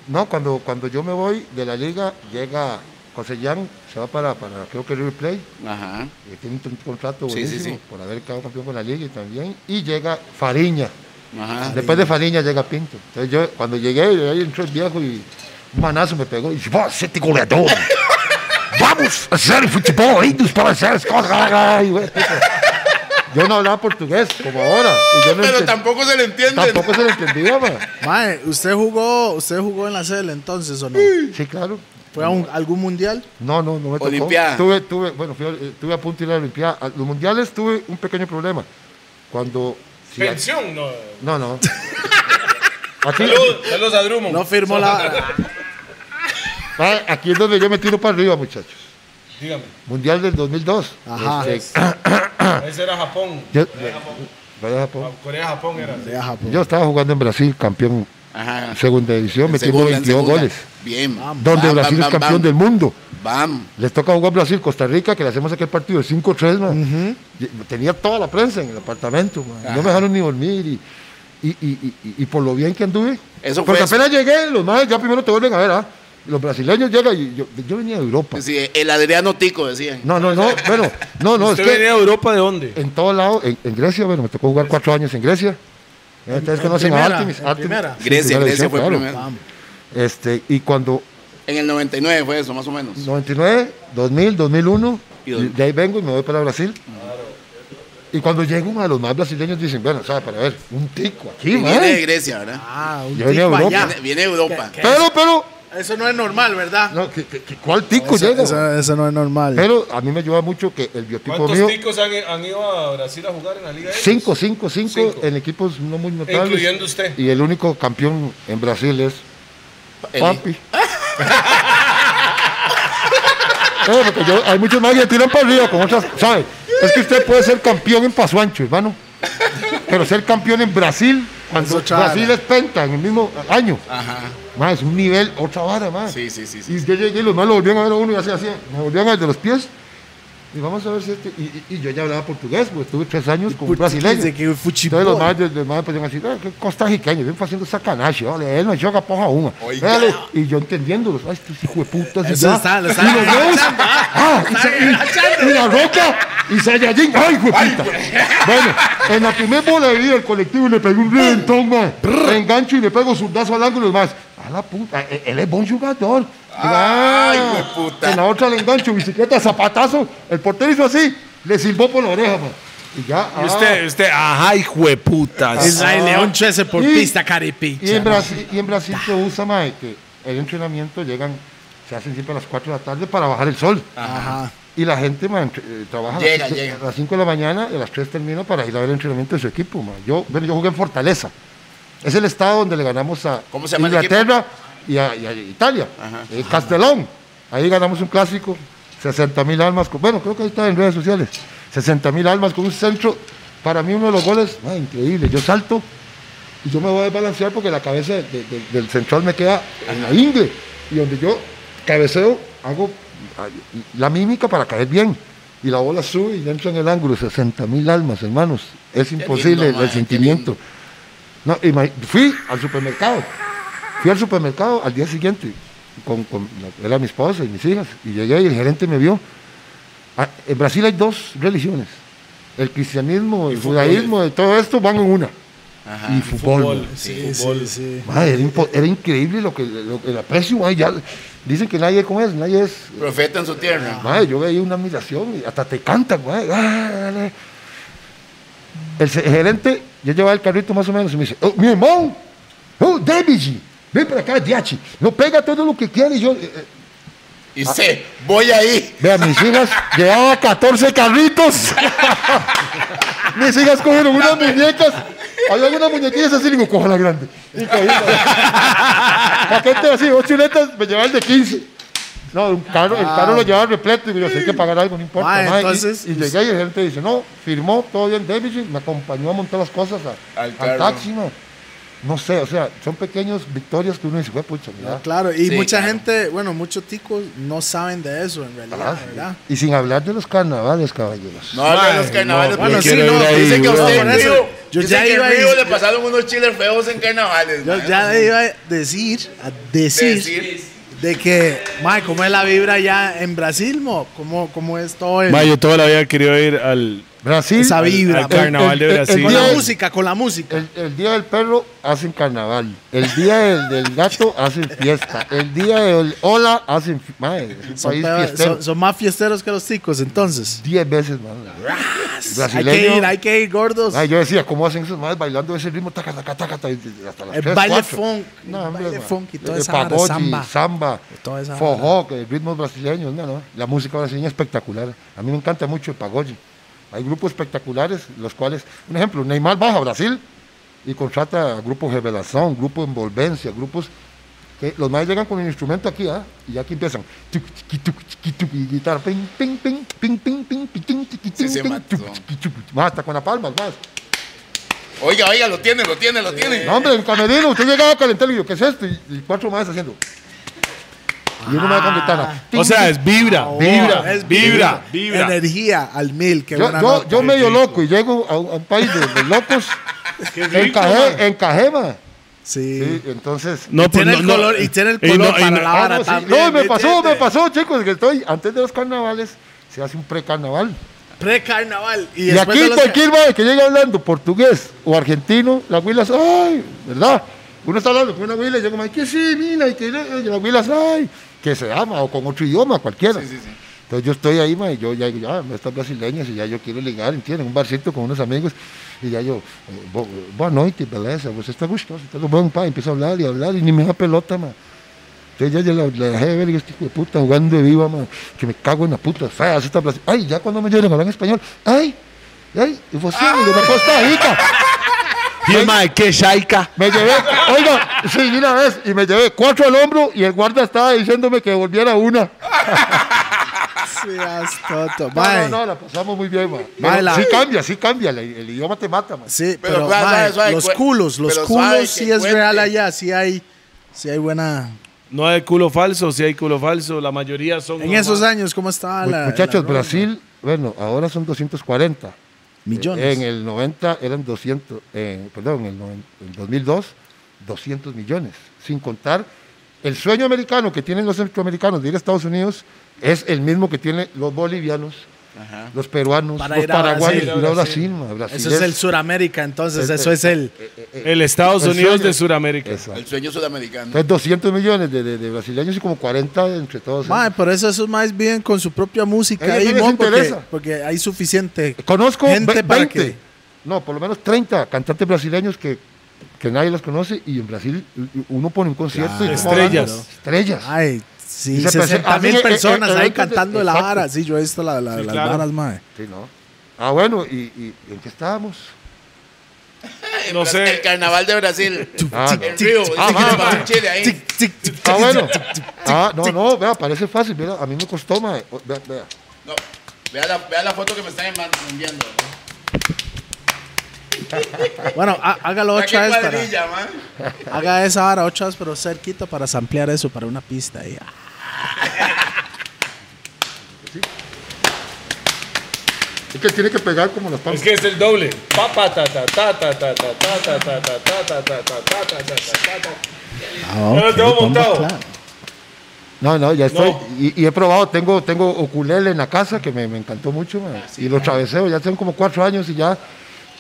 Speaker 3: No, cuando, cuando yo me voy de la liga, llega Casellán, se va para, para creo que River Plate.
Speaker 4: Ajá.
Speaker 3: que tiene un, t- un contrato
Speaker 4: Sí, sí,
Speaker 3: buenísimo
Speaker 4: sí.
Speaker 3: por haber quedado campeón con la liga y también. Y llega Fariña.
Speaker 4: Ajá.
Speaker 3: Después de Fariña llega Pinto. Entonces yo, cuando llegué, ahí entró el viejo y un manazo me pegó y dice, vos, este goleador. Vamos a hacer fútbol, indios para hacer las cosas. Ay, güey. Yo no hablaba portugués como ahora. y yo no enten-
Speaker 4: tampoco se le entiende.
Speaker 3: este tampoco se lo entendía, ma.
Speaker 1: Mae, ¿usted jugó, usted jugó en la CL entonces o no?
Speaker 3: Sí, claro.
Speaker 1: ¿Fue a un- algún mundial?
Speaker 3: No, no, no me tocó.
Speaker 4: Olimpiada.
Speaker 3: Tuve, tuve, bueno, fui, a- eh, tuve a punto de ir a la Olimpiada. A Los mundiales tuve un pequeño problema. Cuando. si a-
Speaker 2: Pensión, no.
Speaker 3: no, no. Aquí,
Speaker 2: Saludos, saludos a Drummond.
Speaker 1: No firmó la.
Speaker 3: Ah, aquí es donde yo me tiro para arriba, muchachos.
Speaker 2: Dígame,
Speaker 3: Mundial del 2002.
Speaker 4: Ah.
Speaker 1: Ajá.
Speaker 3: Este,
Speaker 2: ese era Japón.
Speaker 3: yo, Vaya
Speaker 2: Ah,
Speaker 3: Japón.
Speaker 2: Corea-Japón era.
Speaker 3: Este,
Speaker 1: de Japón.
Speaker 3: Yo estaba jugando en Brasil, campeón
Speaker 4: Ajá.
Speaker 3: segunda división, metiendo
Speaker 4: Segunda, en
Speaker 3: 22
Speaker 4: segunda.
Speaker 3: goles.
Speaker 4: Bien.
Speaker 3: Donde
Speaker 4: Bam,
Speaker 3: Brasil
Speaker 4: bam, bam,
Speaker 3: es campeón
Speaker 4: bam.
Speaker 3: del mundo.
Speaker 4: Bam.
Speaker 3: Les toca jugar Brasil-Costa Rica, que le hacemos aquel partido de 5-3, man. Y- Tenía toda la prensa en el apartamento, man. No me dejaron ni dormir. Y, y, y- y- y por lo bien que anduve.
Speaker 4: Eso fue
Speaker 3: Porque
Speaker 4: eso.
Speaker 3: apenas llegué, los más ya primero te vuelven a ver, ¿ah? Los brasileños llegan y yo, yo venía de Europa.
Speaker 4: Sí, el Adriano Tico, decían.
Speaker 3: No, no, no, bueno, no, no, es
Speaker 2: ¿Usted
Speaker 3: que...
Speaker 2: venía de Europa de dónde?
Speaker 3: en todo lado, en, en Grecia, bueno, me tocó jugar cuatro años en Grecia. Ya Ustedes
Speaker 1: en
Speaker 3: conocen a
Speaker 1: primera,
Speaker 3: Artemis.
Speaker 1: en
Speaker 3: Artemis.
Speaker 1: primera.
Speaker 3: Sí,
Speaker 4: Grecia, Grecia
Speaker 3: primera división,
Speaker 4: fue
Speaker 3: claro.
Speaker 4: primero.
Speaker 1: Vamos.
Speaker 3: Este, y cuando
Speaker 4: En el 99 fue eso, más o menos.
Speaker 3: 99, 2000, 2001,
Speaker 4: Y
Speaker 3: y
Speaker 4: dos-
Speaker 3: de ahí vengo y me voy para Brasil. Y cuando llega uno de los más brasileños, dicen, bueno, ¿sabes? Para ver, un tico aquí,
Speaker 4: Viene de
Speaker 3: mae.
Speaker 4: Grecia, ¿verdad?
Speaker 1: Ah, un
Speaker 3: Yo venía
Speaker 1: tic
Speaker 3: de
Speaker 1: pa'
Speaker 3: Europa.
Speaker 1: allá.
Speaker 4: Viene, viene de Europa.
Speaker 1: ¿Qué?
Speaker 3: Pero, pero,
Speaker 1: Eso no es normal, ¿verdad?
Speaker 3: no, ¿qué- qué- qué- ¿cuál tico
Speaker 1: Eso,
Speaker 3: llega?
Speaker 1: eso- eso no es normal.
Speaker 3: Pero a mí me ayuda mucho que el biotipo
Speaker 2: ¿Cuántos
Speaker 3: mío,
Speaker 2: ticos han, han ido a Brasil a jugar en la Liga X?
Speaker 3: 5, 5, 5
Speaker 2: Cinco.
Speaker 3: en equipos no muy notables.
Speaker 2: Incluyendo usted.
Speaker 3: Y el único campeón en Brasil es
Speaker 4: El-
Speaker 3: Papi. Eh, porque yo- hay muchos más que tiran para arriba con otras, ¿sabe? Es que usted puede ser campeón en Paso Ancho, hermano. Pero ser campeón en Brasil, cuando
Speaker 1: Eso, chara.
Speaker 3: Brasil es penta en el mismo año. Más, es un nivel, otra vara, más.
Speaker 4: Sí, sí, sí, sí.
Speaker 3: Y yo llegué y los más lo volvían a ver a uno y así, así. Me volvían a ver de los pies. Y vamos a ver si este. Y, y- y yo ya hablaba portugués, porque estuve tres años con un brasileño.
Speaker 1: Dice que fuchibol.
Speaker 3: Entonces los más, de- los más podían decir, ah, que costarriqueño, vienen haciendo sacanaje, ole, él no joga porra una.
Speaker 4: Oiga.
Speaker 3: Dale. Y yo entendiéndolos, ay, estos hijos de putas.
Speaker 1: Eso está- lo está
Speaker 3: y los dos,
Speaker 1: agachando,
Speaker 3: ah, y, sa- y- y la roca, y Sayajin, ay, hijo de puta. Bueno, en la primera bola de vida el colectivo le pegó un reventón, man. Le engancho y le pego zurdazo al ángulo, y los más, a la puta, eh, él es buen jugador. Digo,
Speaker 4: Ay,
Speaker 3: ah.
Speaker 4: hijo de puta.
Speaker 3: En la otra le engancho, bicicleta, zapatazo, el portero hizo así, le silbó por la oreja, man. Y ya,
Speaker 2: Y
Speaker 3: ah.
Speaker 2: usted, usted, ajá, hijo de putas.
Speaker 1: Israel León 13 por
Speaker 3: Y-
Speaker 1: pista,
Speaker 3: Y en
Speaker 1: caripicha.
Speaker 3: Brasil, y en Brasil se usa, mae, que el entrenamiento llegan, se hacen siempre a las 4 de la tarde para bajar el sol.
Speaker 1: Ajá.
Speaker 3: Y la gente, mae, entre- eh, trabaja
Speaker 4: Llega,
Speaker 3: a, las,
Speaker 4: llega.
Speaker 3: 5 de la mañana y a las 3 termina para ir a ver el entrenamiento de su equipo, mae. Yo, bueno, yo jugué en Fortaleza. Es el estado donde le ganamos a
Speaker 4: ¿Cómo se llama el
Speaker 3: Inglaterra y a, y a Italia. Eh, Castelón. Ahí ganamos un clásico. 60 mil almas. Con, bueno, creo que ahí está en redes sociales. 60 mil almas con un centro. Para mí uno de los goles, mae, increíble. Yo salto y yo me voy a desbalancear porque la cabeza de- de- del central me queda en la ingle. Y donde yo cabeceo, hago ah, la mímica para caer bien. Y la bola sube y entra en el ángulo. 60 mil almas, hermanos. Es imposible
Speaker 4: lindo,
Speaker 3: el
Speaker 4: mae,
Speaker 3: sentimiento. No, y ma- fui al supermercado. Fui al supermercado al día siguiente. Con, con la- era mi esposa y mis hijas. Y llegué y el gerente me vio. Ah, En Brasil hay dos religiones. El cristianismo, el judaísmo, y todo esto van en una. y fútbol.
Speaker 2: Fútbol,
Speaker 1: Sí, sí, sí.
Speaker 3: Madre, era, impo- era increíble lo que lo- el aprecio. madre, ya, dicen que nadie como es, nadie es.
Speaker 4: Profeta en su tierra.
Speaker 1: Ah.
Speaker 3: Madre, yo veía una admiración y hasta te cantan. madre, ah, dale. El se- el gerente, yo llevaba el carrito más o menos y me dice: "Oh, Mi hermano, oh, David, ven para acá, Diachi, no pega todo lo que quieres. Yo, eh, eh,
Speaker 4: Y sé, voy ahí.
Speaker 3: Vea, mis hijas llevaba 14 carritos. mis hijas cogieron unas muñecas. Había unas muñequillas así, digo, coja la grande. Y cogí la- Paquete así, dos chuletas, me llevaba el de 15. No, un carro, el carro lo llevaba repleto. Digo, yo sé que pagar algo, no importa.
Speaker 1: Ah,
Speaker 3: ma". Y-
Speaker 1: entonces-
Speaker 3: y, llegué y el gente dice, no, firmó todo bien déficit, me acompañó a montar las cosas a-
Speaker 4: Al
Speaker 3: al,
Speaker 4: carro.
Speaker 3: taxi, ma. No sé, o sea, son pequeñas victorias que uno dice, "Jue pucha, mira.
Speaker 1: Claro, y
Speaker 4: Sí,
Speaker 1: mucha
Speaker 4: claro.
Speaker 1: gente, bueno, muchos ticos no saben de eso en realidad, ¿verdad?
Speaker 3: Y sin hablar de los carnavales, caballeros.
Speaker 4: No habla de los
Speaker 2: Mae,
Speaker 4: carnavales.
Speaker 2: no,
Speaker 4: porque
Speaker 1: Bueno, sí,
Speaker 2: quiero
Speaker 1: no, pues,
Speaker 2: ir ahí,
Speaker 1: dice
Speaker 4: Dicen que a
Speaker 2: bro.
Speaker 4: usted en
Speaker 1: por eso,
Speaker 4: Río,
Speaker 1: yo
Speaker 4: dicen
Speaker 1: ya
Speaker 4: que en
Speaker 1: iba a
Speaker 4: Río
Speaker 1: decir-
Speaker 4: le pasaron unos chiles feos en carnavales.
Speaker 1: Yo
Speaker 4: mae,
Speaker 1: ya
Speaker 4: no sé.
Speaker 1: iba a decir, a decir,
Speaker 4: Decir.
Speaker 1: de que, mae, ¿cómo es la vibra ya en Brasil, mo? ¿Cómo, cómo es todo el-
Speaker 2: Ma, yo toda la vida querido ir al.
Speaker 3: Brasil.
Speaker 1: esa
Speaker 2: al
Speaker 1: vibra?
Speaker 3: el-
Speaker 1: mae?
Speaker 2: carnaval de
Speaker 3: el- el- el
Speaker 2: Brasil.
Speaker 1: Con la
Speaker 3: día-
Speaker 1: música, con la música.
Speaker 3: El, el día del perro hacen carnaval. El día del, del gato hacen fiesta. El día del hola hacen. fi- Madre, es un
Speaker 1: Son,
Speaker 3: país
Speaker 1: peor-
Speaker 3: fiestero.
Speaker 1: son- son más fiesteros que los ticos, entonces.
Speaker 3: Diez veces más.
Speaker 1: Hay
Speaker 3: Brasileño.
Speaker 1: que ir, hay que ir, gordos.
Speaker 3: Ay, yo decía, ¿cómo hacen esos madres bailando ese ritmo? Taca, taca, taca, taca, y- y hasta las
Speaker 1: El
Speaker 3: tres,
Speaker 1: baile
Speaker 3: cuatro?
Speaker 1: funk, el baile
Speaker 3: ma.
Speaker 1: funk y toda
Speaker 3: El
Speaker 1: esa vara,
Speaker 3: pagode,
Speaker 1: samba.
Speaker 3: samba
Speaker 1: toda esa vara.
Speaker 3: forró, que ritmos brasileños. No, no. La música brasileña es espectacular. A mí me encanta mucho el pagode. Hay grupos espectaculares, los cuales, un ejemplo, Neymar baja a Brasil y contrata a grupos revelación, grupos envolvencia, grupos que los más llegan con el instrumento aquí, ¿ah? Y aquí empiezan. tuc, tiqui, tuc, tiqui, tuc, Y guitarra. Ping, ping, ping, ping, ping, ping, piquín, tiqui,
Speaker 4: Sí,
Speaker 3: ting,
Speaker 4: se
Speaker 3: ting,
Speaker 4: mató.
Speaker 3: tuc, tiqui, tuc. Más, hasta con la palma, más.
Speaker 4: Oiga, oiga, lo tiene, lo tiene, lo tiene.
Speaker 3: No, hombre, en camerino, usted llegaba a calentar y yo, ¿qué es esto? Y, y cuatro más haciendo. Y uno más
Speaker 1: Ah.
Speaker 3: con guitarra.
Speaker 2: O sea, es vibra, vibra,
Speaker 1: es
Speaker 2: vibra, vibra.
Speaker 1: Energía al mil, qué
Speaker 3: Yo,
Speaker 1: buena
Speaker 3: yo,
Speaker 1: nota.
Speaker 3: yo medio loco y llego a un, a un país de, de locos. encajé, encajé, ma.
Speaker 1: Sí.
Speaker 3: Sí, entonces.
Speaker 2: No,
Speaker 1: tiene
Speaker 2: pues,
Speaker 1: el
Speaker 2: no, no.
Speaker 1: color- y tiene el
Speaker 2: Y
Speaker 1: color
Speaker 2: y
Speaker 1: para la
Speaker 3: Ah,
Speaker 1: vara
Speaker 3: no, sí.
Speaker 1: también,
Speaker 3: No,
Speaker 1: ¿me
Speaker 3: me pasó,
Speaker 1: entiende?
Speaker 3: me pasó, chicos, que estoy antes de los carnavales. Se hace un precarnaval.
Speaker 1: Pre-carnaval. Y,
Speaker 3: Y,
Speaker 1: después
Speaker 3: aquí
Speaker 1: de los-
Speaker 3: cualquier madre que llegue hablando portugués o argentino, la huilas, ay, ¿verdad? Uno está hablando con una huila y yo como, que sí, mira, y que y la huilas, ay, que se ama, o con otro idioma, cualquiera.
Speaker 4: Sí, sí, sí.
Speaker 3: Entonces yo estoy ahí, ma, y yo ya digo, ah, estas brasileñas, y ya yo quiero ligar, ¿entiendes? Un barcito con unos amigos, y ya yo, eh, bo- boa noite, beleza, você está gostoso, todo bom, pa, empiezo a hablar y a hablar, y ni me da pelota, ma. Entonces ya yo la, la dejé de ver, y este hijo de puta jugando de viva, ma, que me cago en la puta, feas esta brasi- Ay, ya cuando me llegan a hablar en español, ay, ay, y vos, de la Costa Rica.
Speaker 4: qué shaica.
Speaker 3: Me llevé, oiga, sí, de una vez, y me llevé cuatro al hombro y el guarda estaba diciéndome que volviera una.
Speaker 1: Seas tonto.
Speaker 3: Ah. No,
Speaker 1: Mae,
Speaker 3: no, no, la pasamos muy bien, ma. Pero
Speaker 1: Mae, la-
Speaker 3: sí cambia, sí cambia, el, el idioma te mata, ma.
Speaker 1: Sí,
Speaker 4: Pero
Speaker 1: pero,
Speaker 4: suave,
Speaker 1: mae,
Speaker 4: suave, suave,
Speaker 1: los
Speaker 4: cue-
Speaker 1: culos, los
Speaker 4: pero suave,
Speaker 1: culos
Speaker 4: que
Speaker 1: sí es
Speaker 4: cuente.
Speaker 1: real allá, sí hay, sí hay buena.
Speaker 2: No hay culo falso, si hay culo falso, la mayoría son.
Speaker 1: En
Speaker 2: nomás-
Speaker 1: esos años, ¿cómo estaba
Speaker 3: Mu-
Speaker 1: la?
Speaker 3: Muchachos,
Speaker 1: la-
Speaker 3: Brasil, bueno, ahora son 240.
Speaker 1: millones.
Speaker 3: En el 90 eran 200, eh, perdón, en el, noven- en 2002, 200 millones, sin contar el sueño americano que tienen los centroamericanos de ir a Estados Unidos es el mismo que tienen los bolivianos, los peruanos,
Speaker 1: Para
Speaker 3: los
Speaker 1: ir a Brasil,
Speaker 3: paraguayos,
Speaker 1: a
Speaker 3: ir a Brasil, ma, Brasil
Speaker 1: Eso es el Suramérica, entonces,
Speaker 3: Este-
Speaker 1: eso es el.
Speaker 2: El Estados
Speaker 3: El
Speaker 2: Unidos
Speaker 3: sueño.
Speaker 2: de Sudamérica.
Speaker 3: Exacto.
Speaker 4: El sueño sudamericano.
Speaker 3: Entonces 200 millones de, de- de brasileños y como 40 entre todos.
Speaker 1: Mae, por eso esos más bien con su propia música
Speaker 3: Ellos
Speaker 1: ahí,
Speaker 3: no les
Speaker 1: mo, porque,
Speaker 3: interesa.
Speaker 1: porque hay suficiente.
Speaker 3: Conozco
Speaker 1: Gente
Speaker 3: ve-
Speaker 1: para
Speaker 3: 20,
Speaker 1: que-
Speaker 3: no, por lo menos 30 cantantes brasileños que, que nadie los conoce y en Brasil u- uno pone un concierto y toma
Speaker 2: Estrellas.
Speaker 3: bandas, estrellas.
Speaker 1: Ay, sí,
Speaker 3: Y se
Speaker 1: 60
Speaker 3: presenta-
Speaker 1: mil
Speaker 3: así, eh,
Speaker 1: personas
Speaker 3: eh, eh,
Speaker 1: ahí
Speaker 3: eventos de-
Speaker 1: cantando la
Speaker 3: exacto.
Speaker 1: vara. Sí, yo he visto la, la-
Speaker 2: Sí,
Speaker 1: las
Speaker 2: claro.
Speaker 1: varas, mae.
Speaker 3: Sí, ¿no? Ah, bueno, ¿y, y- y en qué estábamos?
Speaker 2: No sé.
Speaker 4: El carnaval de Brasil.
Speaker 3: Ah,
Speaker 4: El río.
Speaker 3: Ah,
Speaker 4: dicen que
Speaker 3: va,
Speaker 4: le pasó
Speaker 3: va.
Speaker 4: un chile ahí.
Speaker 1: Tic, tic, tic,
Speaker 3: Ah,
Speaker 1: tic,
Speaker 3: bueno.
Speaker 1: tic.
Speaker 3: Ah, no, no, vea, parece fácil, mira, a mí me costó, mae. O- Vea, vea.
Speaker 4: No, vea, la, vea la foto que me están enviando. ¿no?
Speaker 1: Bueno, ha- hágalo
Speaker 4: Vea
Speaker 1: ocho
Speaker 4: qué
Speaker 1: veces para.
Speaker 4: cuadrilla, man.
Speaker 3: pues.
Speaker 1: Haga esa vara ocho horas, pero cerquita para ampliar eso para una pista. ahí. Ah.
Speaker 3: Es que tiene que pegar como los pampas.
Speaker 2: que es el doble. Pa, pa, ta, ta, ta, ta, ta, ta, ta, ta, ta, ta, ta, ta, ta, ta, ta, ta, ta, ta, ta.
Speaker 1: Ah,
Speaker 2: Ya lo
Speaker 1: ok,
Speaker 2: tengo
Speaker 1: vamos,
Speaker 2: montado.
Speaker 1: claro.
Speaker 3: No, no, ya estoy.
Speaker 2: No.
Speaker 3: Y, y he probado, tengo, tengo ukulele en la casa que me, me encantó mucho, mae. y los traveseo, ya tengo como cuatro años y ya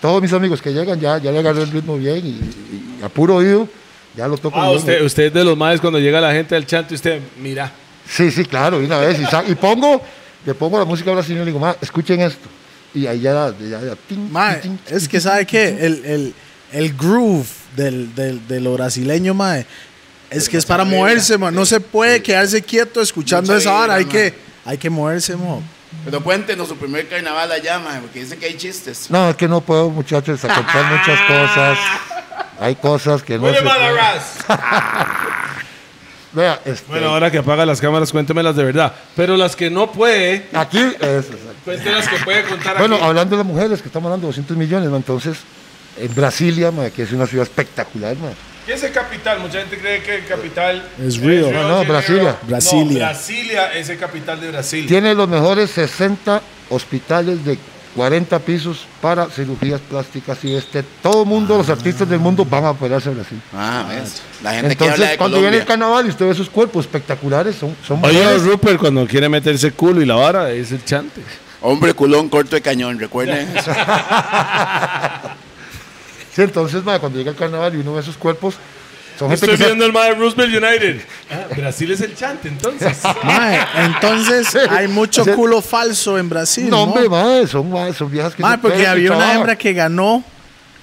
Speaker 3: todos mis amigos que llegan ya, ya le agarré el ritmo bien y, y- y a puro oído ya lo toco
Speaker 2: Ah,
Speaker 3: bien.
Speaker 2: usted, usted es de los más cuando llega la gente al chanto y usted, mira.
Speaker 3: Sí, sí, claro, y una vez. Y, sa- y pongo, le pongo la música brasileña y le digo, ma, escuchen esto. Y ahí ya, ya, ya, tin,
Speaker 1: Mae,
Speaker 3: tin, tin,
Speaker 1: es que sabe qué, el, el, el groove del, del, de lo brasileño, mae, es que es para moverse, mae. No se puede quedarse quieto escuchando
Speaker 4: Mucha
Speaker 1: esa vara,
Speaker 4: vibra,
Speaker 1: hay
Speaker 4: mae.
Speaker 1: que, hay que moverse, mo.
Speaker 4: Pero cuéntenos su primer carnaval allá, man, porque dicen que hay chistes.
Speaker 3: No, es que no puedo, muchachos, a contar muchas cosas. Hay cosas que no se pueden. Vea, este,
Speaker 2: Bueno, ahora que apaga las cámaras, cuéntemelas de verdad. Pero las que no puede,
Speaker 3: aquí es- es-
Speaker 2: cuéntelas que puede contar
Speaker 3: Bueno,
Speaker 2: aquí.
Speaker 3: hablando de las mujeres, que estamos hablando de 200 millones, ¿no? entonces, en Brasilia, ma, que es una ciudad espectacular, ma.
Speaker 2: ¿Qué es el capital? Mucha gente cree que el capital
Speaker 1: Es Rio.
Speaker 3: No, no,
Speaker 2: de
Speaker 3: Brasilia.
Speaker 2: Janeiro.
Speaker 1: Brasilia.
Speaker 2: No, Brasilia es el capital de Brasil.
Speaker 3: tiene los mejores 60 hospitales de 40 pisos para cirugías plásticas y este, todo el mundo, los artistas del mundo van a operarse en Brasil.
Speaker 4: Ah, ves. La gente que habla
Speaker 3: Entonces,
Speaker 4: de
Speaker 3: cuando viene el
Speaker 4: Colombia.
Speaker 3: carnaval y usted ve sus cuerpos espectaculares, son, son
Speaker 2: Oye,
Speaker 3: mujeres.
Speaker 2: Rupert, cuando quiere meterse culo y la vara, es el chante.
Speaker 4: Hombre culón corto de cañón, recuerden. eso.
Speaker 3: Sí, entonces, ma, cuando llega el carnaval y uno ve sus cuerpos, son gente
Speaker 2: Estoy
Speaker 3: que se-
Speaker 2: viendo el mae Roosevelt United. Ah, Brasil es el chante, entonces.
Speaker 1: Mae, entonces hay mucho
Speaker 3: Sí.
Speaker 1: culo falso en Brasil,
Speaker 3: No,
Speaker 1: ¿no?
Speaker 3: hombre, ma, son, ma, son viejas que...
Speaker 1: Mae,
Speaker 3: se
Speaker 1: porque
Speaker 3: operan y
Speaker 1: había una
Speaker 3: trabajan.
Speaker 1: hembra que ganó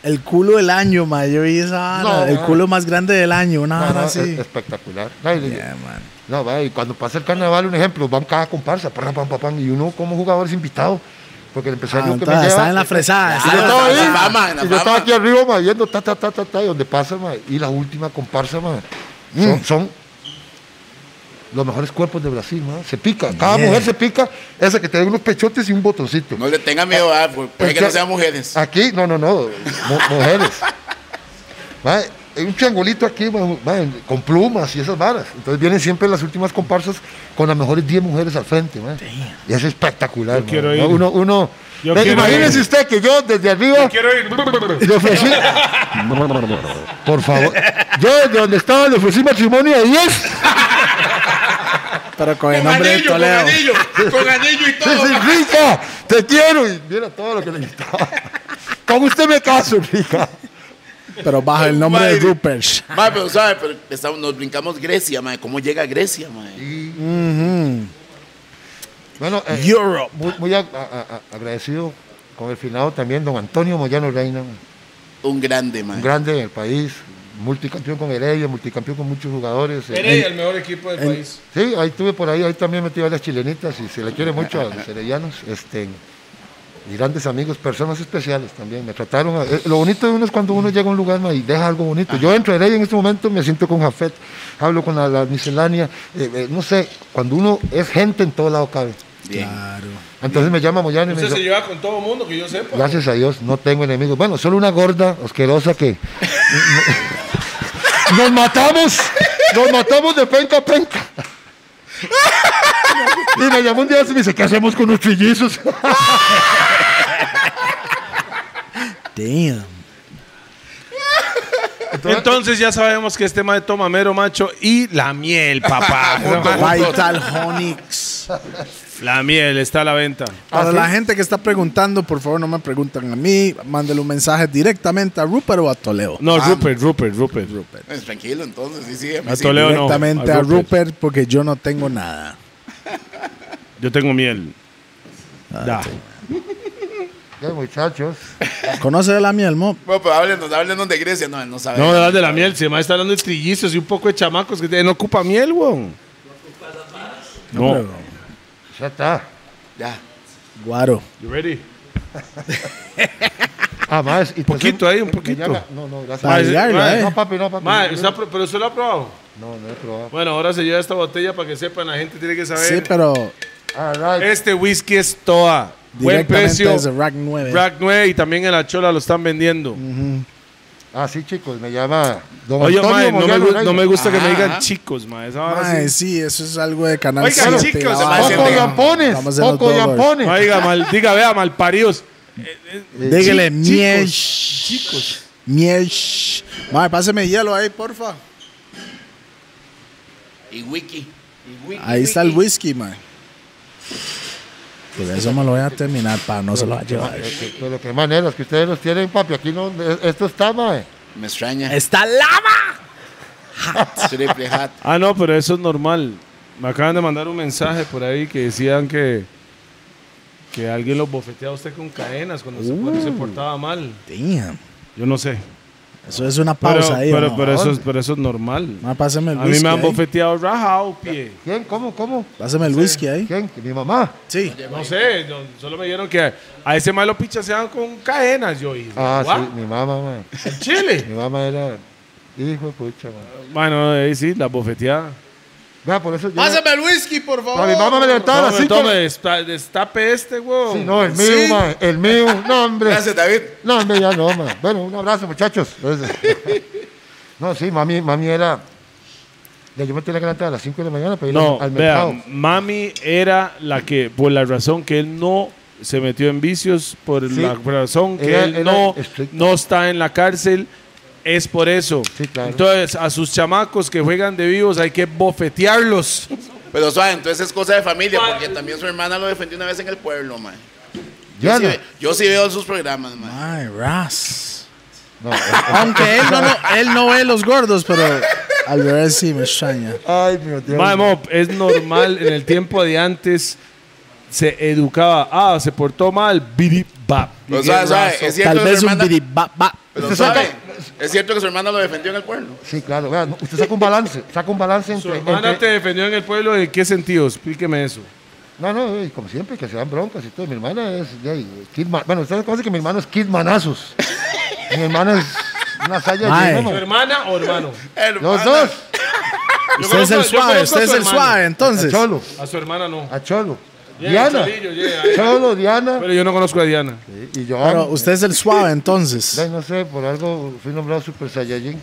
Speaker 1: el culo del año, mae, yo vi esa vara,
Speaker 3: No,
Speaker 1: el
Speaker 3: mae.
Speaker 1: culo más grande del año, una
Speaker 3: No,
Speaker 1: vara
Speaker 3: no,
Speaker 1: así.
Speaker 3: es- Espectacular. Ay,
Speaker 1: Yeah, man.
Speaker 3: No, va, y cuando pasa el carnaval, un ejemplo, van cada comparsa, pam, pam, pam, pam, y uno como jugador es invitado, porque el
Speaker 1: Ah,
Speaker 3: empresario que me
Speaker 1: entonces,
Speaker 3: lleva...
Speaker 1: está en la fresada.
Speaker 3: y
Speaker 1: está
Speaker 3: yo
Speaker 1: en la-
Speaker 3: estaba
Speaker 4: en la
Speaker 3: ahí,
Speaker 4: fama, en la
Speaker 3: y yo estaba
Speaker 4: fama.
Speaker 3: aquí arriba, ma, viendo ta, ta, ta, ta, ta, y donde pasa, ma, y la última comparsa, ma,
Speaker 1: Mm.
Speaker 3: son, son los mejores cuerpos de Brasil, ma, se pica, cada
Speaker 1: Yeah.
Speaker 3: mujer se pica, esa que tiene unos pechotes y un botoncito.
Speaker 4: No le tengan miedo a puede que no sean mujeres.
Speaker 3: Aquí, no, no, no, mu- mujeres. Mae, hay un triangulito aquí, mae, mae, con plumas y esas varas. Entonces vienen siempre las últimas comparsas con las mejores 10 mujeres al frente, mae. Y es espectacular, mae.
Speaker 2: quiero ir.
Speaker 3: Uno, uno.
Speaker 2: Yo
Speaker 3: Ve,
Speaker 2: quiero
Speaker 3: imagínese
Speaker 2: ir.
Speaker 3: usted que yo desde arriba
Speaker 2: Quiero ir.
Speaker 3: le ofrecí. Por favor. Yo desde donde estaba le ofrecí matrimonio a 10.
Speaker 1: Pero con el nombre de
Speaker 4: con
Speaker 1: Toledo.
Speaker 4: anillo, con anillo y
Speaker 3: Sí,
Speaker 4: todo.
Speaker 3: sí, rica, te quiero. Y mira todo lo que le gustaba. Con usted me caso, rica.
Speaker 1: Pero bajo el nombre de
Speaker 4: Madre.
Speaker 1: Rupert.
Speaker 4: Ma, pero sabe, pero estamos- nos brincamos Grecia, ma. ¿Cómo llega a Grecia, ma?
Speaker 3: Bueno, eh,
Speaker 1: Europe.
Speaker 3: muy, muy a- a- a- agradecido con el finado también, don Antonio Moyano Reina,
Speaker 4: Un grande, man.
Speaker 3: un grande en el país, multicampeón con Heredia, multicampeón con muchos jugadores. eh,
Speaker 2: Heredia, el mejor equipo del país.
Speaker 3: Sí, ahí estuve por ahí, ahí también metido a las chilenitas y se le quiere mucho a los heredianos. Este, y grandes amigos, personas especiales también. Me trataron. a- eh, lo bonito de uno es cuando uno llega a un lugar ma, y deja algo bonito. Yo entro a Heredia en este momento, me siento con Jafet, hablo con la, la miscelánea. eh, eh, no sé, cuando uno es gente en todo lado cabe.
Speaker 4: Bien.
Speaker 1: Claro.
Speaker 3: Entonces me llama Moyano y me
Speaker 2: Usted se
Speaker 3: dice.
Speaker 2: lleva con todo el mundo, que yo sepa.
Speaker 3: Gracias a Dios, no tengo enemigos. Bueno, solo una gorda asquerosa que. ¡Nos matamos! ¡Nos matamos de penca a penca! Y me llamó un día y me dice: ¿Qué hacemos con los trillizos?
Speaker 1: Damn.
Speaker 2: Entonces ya sabemos que este mae toma mero macho y la miel, papá.
Speaker 1: Vital Honix.
Speaker 2: la miel está a la venta.
Speaker 1: Para
Speaker 3: Así.
Speaker 1: la gente que está preguntando, por favor, no me preguntan a mí. Mándale un mensaje directamente a Rupert o a Toledo.
Speaker 2: No, Rupert, Rupert, Ah, Rupert.
Speaker 4: Pues, tranquilo, entonces. Sí, sí.
Speaker 2: A
Speaker 4: sí.
Speaker 2: Toledo no.
Speaker 1: directamente
Speaker 2: a
Speaker 1: a
Speaker 2: Rupert.
Speaker 1: Rupert porque yo no tengo nada.
Speaker 2: Yo tengo miel. Da.
Speaker 3: Ya, muchachos.
Speaker 1: ¿Conoce de la miel, Mo?
Speaker 4: Bueno, pues háblenos, háblenos de Grecia. No, no sabe.
Speaker 2: No, de la miel. Si el mae está hablando de trillizos y un poco de chamacos que te- no ocupa miel, weón. No.
Speaker 1: Pero,
Speaker 3: Ya está.
Speaker 4: Ya.
Speaker 1: Guaro.
Speaker 2: You ready?
Speaker 3: Ah, más. Un
Speaker 2: Poquito ahí, un poquito.
Speaker 3: no, no,
Speaker 1: Para
Speaker 3: gracias.
Speaker 2: Mae,
Speaker 1: llegarla,
Speaker 2: mae,
Speaker 1: eh.
Speaker 3: No, papi, no, papi.
Speaker 2: Mae, ¿usted ha pro- pero usted lo ha probado.
Speaker 3: No, no he probado.
Speaker 2: Bueno, ahora se lleva esta botella para que sepan, la gente tiene que saber.
Speaker 1: Sí, pero
Speaker 3: All Ah, right.
Speaker 2: Este whisky es toa. Buen
Speaker 1: directamente
Speaker 2: precio.
Speaker 1: desde Rack 9.
Speaker 2: Rack 9 y también en la Chola lo están vendiendo.
Speaker 3: Mm. Ah, sí, chicos, me llama Don
Speaker 2: Oye,
Speaker 3: Antonio
Speaker 2: mae, no me,
Speaker 3: Moyano
Speaker 2: gu-
Speaker 3: Reina.
Speaker 2: no me gusta que me
Speaker 4: Ajá,
Speaker 2: digan
Speaker 4: ajá.
Speaker 2: chicos, mae. Esa vara
Speaker 1: Mae,
Speaker 2: ah, sí.
Speaker 1: sí, eso es algo de canal.
Speaker 2: Oigan,
Speaker 1: siete,
Speaker 2: chicos,
Speaker 1: la
Speaker 2: se
Speaker 1: vara.
Speaker 2: me
Speaker 3: Pocos
Speaker 4: Siete.
Speaker 3: lampones,
Speaker 1: Vamos en los
Speaker 3: pocos
Speaker 1: dólares.
Speaker 3: lampones.
Speaker 2: Oiga, mal, diga, vea, mal paridos.
Speaker 1: Dígale
Speaker 2: Chi-
Speaker 1: miel.
Speaker 2: Chicos.
Speaker 1: Miel. shh. Mae, páseme hielo ahí, porfa.
Speaker 4: Y Wiki. Y wiki,
Speaker 1: Ahí está el
Speaker 4: wiki.
Speaker 1: whisky, mae. Pues eso me lo voy a terminar para no se lo va a llevar.
Speaker 3: Eh, Pero qué maneras que ustedes los tienen, papi. Aquí no, eh, esto está, mae.
Speaker 4: Me extraña.
Speaker 1: ¡Está lava!
Speaker 4: Triple hat.
Speaker 2: Ah, no, pero eso es normal. Me acaban de mandar un mensaje por ahí que decían que, que alguien lo bofeteaba a usted con cadenas cuando, se, cuando se portaba mal.
Speaker 1: Damn.
Speaker 2: Yo no sé.
Speaker 1: Eso es una
Speaker 2: Pero,
Speaker 1: pausa ahí. ¿o
Speaker 2: pero,
Speaker 1: no?
Speaker 2: pero eso, es- pero eso es normal.
Speaker 1: Mae, páseme el
Speaker 2: A mí
Speaker 1: whisky.
Speaker 2: me han
Speaker 1: ahí.
Speaker 2: bofeteado rajado, pie.
Speaker 3: ¿Quién? ¿Cómo? ¿Cómo?
Speaker 1: Pásame el whisky ahí.
Speaker 3: ¿Quién? Que Mi mamá.
Speaker 1: Sí.
Speaker 2: No sé, no- solo me dijeron que a ese malo pichaseaban con cadenas, yo. Y,
Speaker 3: Ah,
Speaker 2: ¿what?
Speaker 3: sí, mi mamá, mae.
Speaker 2: ¿En Chile?
Speaker 3: Mi mamá era hijo de pucha, mae.
Speaker 2: Bueno, ahí sí, la bofeteada.
Speaker 3: Vea, por eso yo.
Speaker 4: el whisky, por
Speaker 3: No, mi mamá me levantaba a las
Speaker 2: Tome,
Speaker 3: cinco.
Speaker 2: tome, desta- destape este, weón.
Speaker 3: Sí, no, el mío,
Speaker 4: Sí.
Speaker 3: mae. El mío. No, hombre.
Speaker 4: Gracias, David.
Speaker 3: No, hombre, ya no, mae. Bueno, un abrazo, muchachos. No, sí, mami, mami era. Ya, yo me tenía que levantar a las 5 de la mañana para ir
Speaker 2: No,
Speaker 3: al mercado.
Speaker 2: vea, mami era la que, por la razón que él no se metió en vicios, por
Speaker 3: Sí.
Speaker 2: la razón que
Speaker 3: Era-
Speaker 2: él
Speaker 3: era
Speaker 2: no,
Speaker 3: estricto.
Speaker 2: no está en la cárcel, es por eso.
Speaker 3: Sí, claro.
Speaker 2: Entonces, a sus chamacos que juegan de vivos hay que bofetearlos.
Speaker 4: Pero suave, Pues, entonces es cosa de familia, porque también su hermana lo defendió una vez en el pueblo, man. Yo, sí,
Speaker 3: Diana.
Speaker 4: ve- yo sí veo sus programas, man.
Speaker 1: Ay, Ras.
Speaker 3: No, es-
Speaker 1: Aunque él no, lo- él no ve los gordos, pero al ver él sí me extraña.
Speaker 3: Ay, mi Dios.
Speaker 2: Mae, Mop, es normal, en el tiempo de antes se educaba, ah, se portó mal, biri, bap.
Speaker 4: Pero suave, suave, es cierto
Speaker 1: Tal
Speaker 4: que su
Speaker 1: vez un
Speaker 4: hermana-
Speaker 1: biribaba.
Speaker 4: Pero
Speaker 3: Usted
Speaker 4: suave,
Speaker 3: saca-
Speaker 4: es cierto que su hermana lo defendió en el pueblo.
Speaker 3: Sí, claro. vea, no, usted saca un balance. Saca un balance
Speaker 2: Su
Speaker 3: entre.
Speaker 2: hermana te
Speaker 3: entre-
Speaker 2: defendió en el pueblo, ¿en qué sentido? Explíqueme eso.
Speaker 3: No, no, y como siempre, que se dan broncas y todo. Mi hermana es. de ahí, Kid Ma- Bueno, ustedes conocen que mi hermano es Kid Manazos. mi hermana es una saya
Speaker 1: Mae.
Speaker 3: llena,
Speaker 2: ¿Tu
Speaker 3: mae.
Speaker 2: hermana o hermano?
Speaker 3: Los
Speaker 1: Usted
Speaker 3: dos.
Speaker 2: Yo
Speaker 1: es
Speaker 2: conozco-
Speaker 1: el
Speaker 2: yo conozco
Speaker 1: suave,
Speaker 2: a
Speaker 1: usted
Speaker 2: su
Speaker 1: es el
Speaker 2: hermano.
Speaker 1: suave,
Speaker 3: A
Speaker 1: entonces.
Speaker 3: Cholo.
Speaker 2: A su hermana no.
Speaker 3: A Cholo.
Speaker 2: Yeah,
Speaker 3: Diana.
Speaker 2: Cholillo, yeah.
Speaker 3: Cholo, Diana.
Speaker 2: Pero yo no conozco a Diana.
Speaker 3: Y- Y yo.
Speaker 1: Pero usted es el suave, entonces.
Speaker 3: Ay, no sé, por algo fui nombrado Super Saiyajin.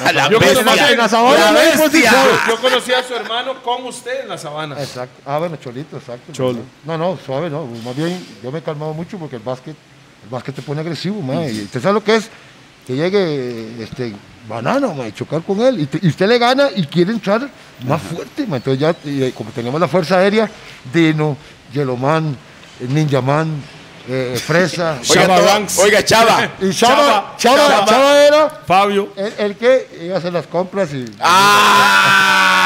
Speaker 3: Pues,
Speaker 4: la
Speaker 2: Yo
Speaker 4: bestia.
Speaker 2: conozco a
Speaker 3: En la sabana,
Speaker 2: Yo-
Speaker 3: no hemos
Speaker 2: yo-
Speaker 3: dicho.
Speaker 2: Yo conocí a su hermano con usted en la sabana.
Speaker 3: Exacto. Ah, bueno, Cholito, exacto.
Speaker 2: Cholo.
Speaker 3: No, no, suave, no. Más bien, yo me he calmado mucho porque el básquet, el básquet te pone agresivo, mae. Y usted sabe lo que es que llegue este banano, mae, chocar con él. Y, te- y usted le gana y quiere entrar más fuerte, mae. Entonces ya, y, eh, como tenemos la fuerza aérea, Dino, Yeloman, Ninja Man, eh, Fresa.
Speaker 4: Oiga,
Speaker 2: Chava
Speaker 4: todo-
Speaker 2: Banks.
Speaker 4: oiga, Chava.
Speaker 3: y Chava,
Speaker 2: Chava,
Speaker 3: Chava, Chava era
Speaker 2: Fabio. Ah,
Speaker 3: el, el que iba a hacer las compras y...
Speaker 4: ¡Ah!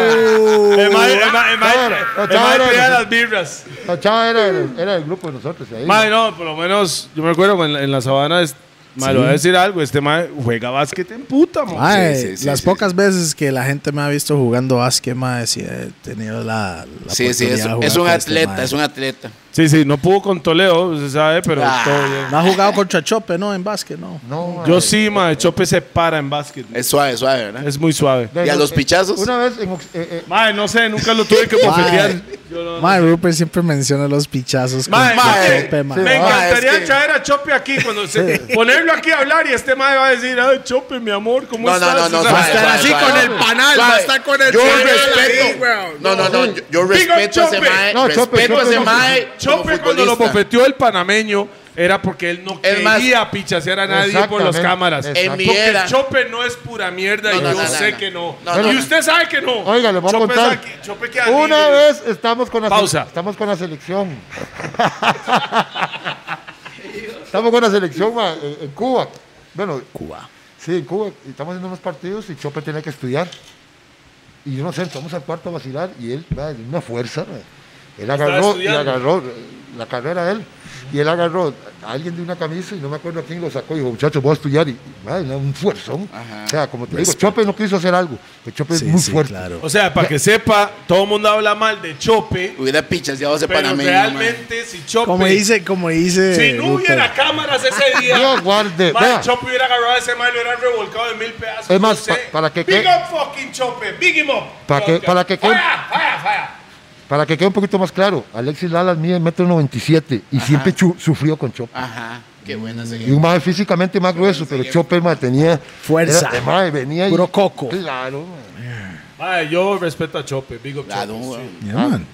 Speaker 2: El mae- el mae- el mae-
Speaker 3: Claro,
Speaker 2: el mae
Speaker 3: claro.
Speaker 2: pedía las birras.
Speaker 3: La chava era, del- era del grupo de nosotros. ahí.
Speaker 2: Mae, no, por lo menos, yo me acuerdo en, la- en la sabana, es, mae, le voy a decir algo, este mae juega básquet en puta, mae.
Speaker 1: Mae,
Speaker 4: Sí, sí, sí,
Speaker 1: las
Speaker 4: sí.
Speaker 1: pocas veces que la gente me ha visto jugando básquet, mae, sí he tenido la, la
Speaker 4: Sí, sí,
Speaker 1: oportunidad
Speaker 4: es,
Speaker 1: de jugar
Speaker 4: es un
Speaker 1: con este
Speaker 4: atleta,
Speaker 1: mae.
Speaker 4: es un atleta.
Speaker 2: Sí, sí, no pudo con Toledo, se sabe, pero
Speaker 4: Ah.
Speaker 2: todo bien.
Speaker 1: No ha jugado contra Chope, ¿no? En básquet, no.
Speaker 3: No, eh,
Speaker 2: Yo
Speaker 3: mae.
Speaker 2: sí, mae, Chope se para en básquet.
Speaker 4: Es suave, suave, ¿verdad?
Speaker 2: Es muy suave.
Speaker 3: De-
Speaker 4: ¿Y a
Speaker 3: no,
Speaker 4: los
Speaker 3: eh,
Speaker 4: pichazos?
Speaker 3: Una vez en Ox- eh, eh,
Speaker 2: Mae, no sé, nunca lo tuve que bofetear.
Speaker 1: Mae, Rupert siempre menciona los pichazos
Speaker 2: Mae,
Speaker 1: contra
Speaker 4: mae,
Speaker 1: Chope, mae.
Speaker 2: Me
Speaker 4: Ah,
Speaker 2: encantaría
Speaker 4: es que-
Speaker 2: traer a Chope aquí, cuando se- ponerlo aquí a hablar y este mae va a decir, ay, Chope, mi amor, ¿cómo
Speaker 4: No, no,
Speaker 2: estás?
Speaker 4: no, no.
Speaker 2: O sea,
Speaker 4: suave,
Speaker 2: hasta-
Speaker 4: suave,
Speaker 1: así
Speaker 4: suave.
Speaker 1: con el panal,
Speaker 4: Suave.
Speaker 1: va a estar con el
Speaker 4: Yo
Speaker 1: panal
Speaker 4: respeto.
Speaker 1: ahí, weón.
Speaker 4: no, no, no. Yo, yo
Speaker 2: Big
Speaker 4: respeto
Speaker 2: up,
Speaker 4: a ese
Speaker 2: Chope.
Speaker 4: mae.
Speaker 3: No, Chope,
Speaker 4: respeto a
Speaker 3: Chope
Speaker 4: ese
Speaker 3: no-
Speaker 4: mae. como
Speaker 2: Chope cuando lo
Speaker 4: futbolista.
Speaker 2: bofeteó el panameño era porque él no
Speaker 4: Es más-
Speaker 2: quería pichasear a nadie por las
Speaker 3: Exactamente.
Speaker 2: cámaras.
Speaker 3: Es-
Speaker 4: En mi
Speaker 2: Porque
Speaker 4: era.
Speaker 2: Chope no es pura mierda y
Speaker 4: No, no,
Speaker 2: yo
Speaker 4: no, no,
Speaker 2: sé
Speaker 4: no.
Speaker 2: que no.
Speaker 4: No, no,
Speaker 2: y
Speaker 4: no.
Speaker 2: usted sabe que no.
Speaker 3: Oiga, les voy a
Speaker 2: Chope
Speaker 3: contar.
Speaker 2: sabe que- Chope queda
Speaker 3: Una
Speaker 2: libre.
Speaker 3: vez estamos con la sele-
Speaker 2: Pausa.
Speaker 3: Estamos con la selección. estamos con la selección ma, en, en Cuba. Bueno, Cuba. Sí, en Cuba. Y Estamos haciendo unos partidos y Chope tenía que estudiar. Y yo no sé, entramos al cuarto a vacilar y él, ma, de una fuerza. ma. Él agarró, y
Speaker 2: estudiando.
Speaker 3: agarró eh, la carrera de él. Y él agarró a alguien de una camisa y no me acuerdo a quién lo sacó. Y dijo, muchachos, voy a estudiar. Y, ma, era un fuerzón. O sea, como te digo, Chope no quiso hacer algo. Pero Chope
Speaker 1: Sí,
Speaker 3: es muy
Speaker 1: sí,
Speaker 3: fuerte.
Speaker 1: claro.
Speaker 2: O sea, para que sepa, todo el mundo habla mal de Chope,
Speaker 4: Hubiera pichaseado a ese
Speaker 2: pero
Speaker 4: panameño. mae.
Speaker 2: realmente si Chope...
Speaker 1: Como dice, como dice.
Speaker 2: pues, Si no
Speaker 1: Rupert.
Speaker 2: hubiera cámaras ese día,
Speaker 3: Dios guarde,
Speaker 2: mae,
Speaker 3: vea.
Speaker 2: Chope hubiera agarrado a ese man y lo hubieran revolcado de mil pedazos.
Speaker 3: Es más,
Speaker 2: no sé.
Speaker 3: pa- para que-
Speaker 2: Big
Speaker 3: que-
Speaker 2: up fucking Chope, big him up.
Speaker 3: Para que- para que-
Speaker 2: Fire, fire, fire.
Speaker 3: Para que quede un poquito más claro, Alexis Lalas mide 1,97 y siempre chu- sufrió con Chope.
Speaker 4: Ajá. Qué buena ese
Speaker 3: Y un mae físicamente más grueso, pero Chope mantenía
Speaker 1: Fuerza.
Speaker 3: Era- el mae venía y-
Speaker 1: Puro coco.
Speaker 3: Claro, mae.
Speaker 2: Mae, yo respeto a Chope, big up
Speaker 4: Claro,
Speaker 2: Chope,
Speaker 4: güey.
Speaker 2: sí.
Speaker 1: Yeah, man.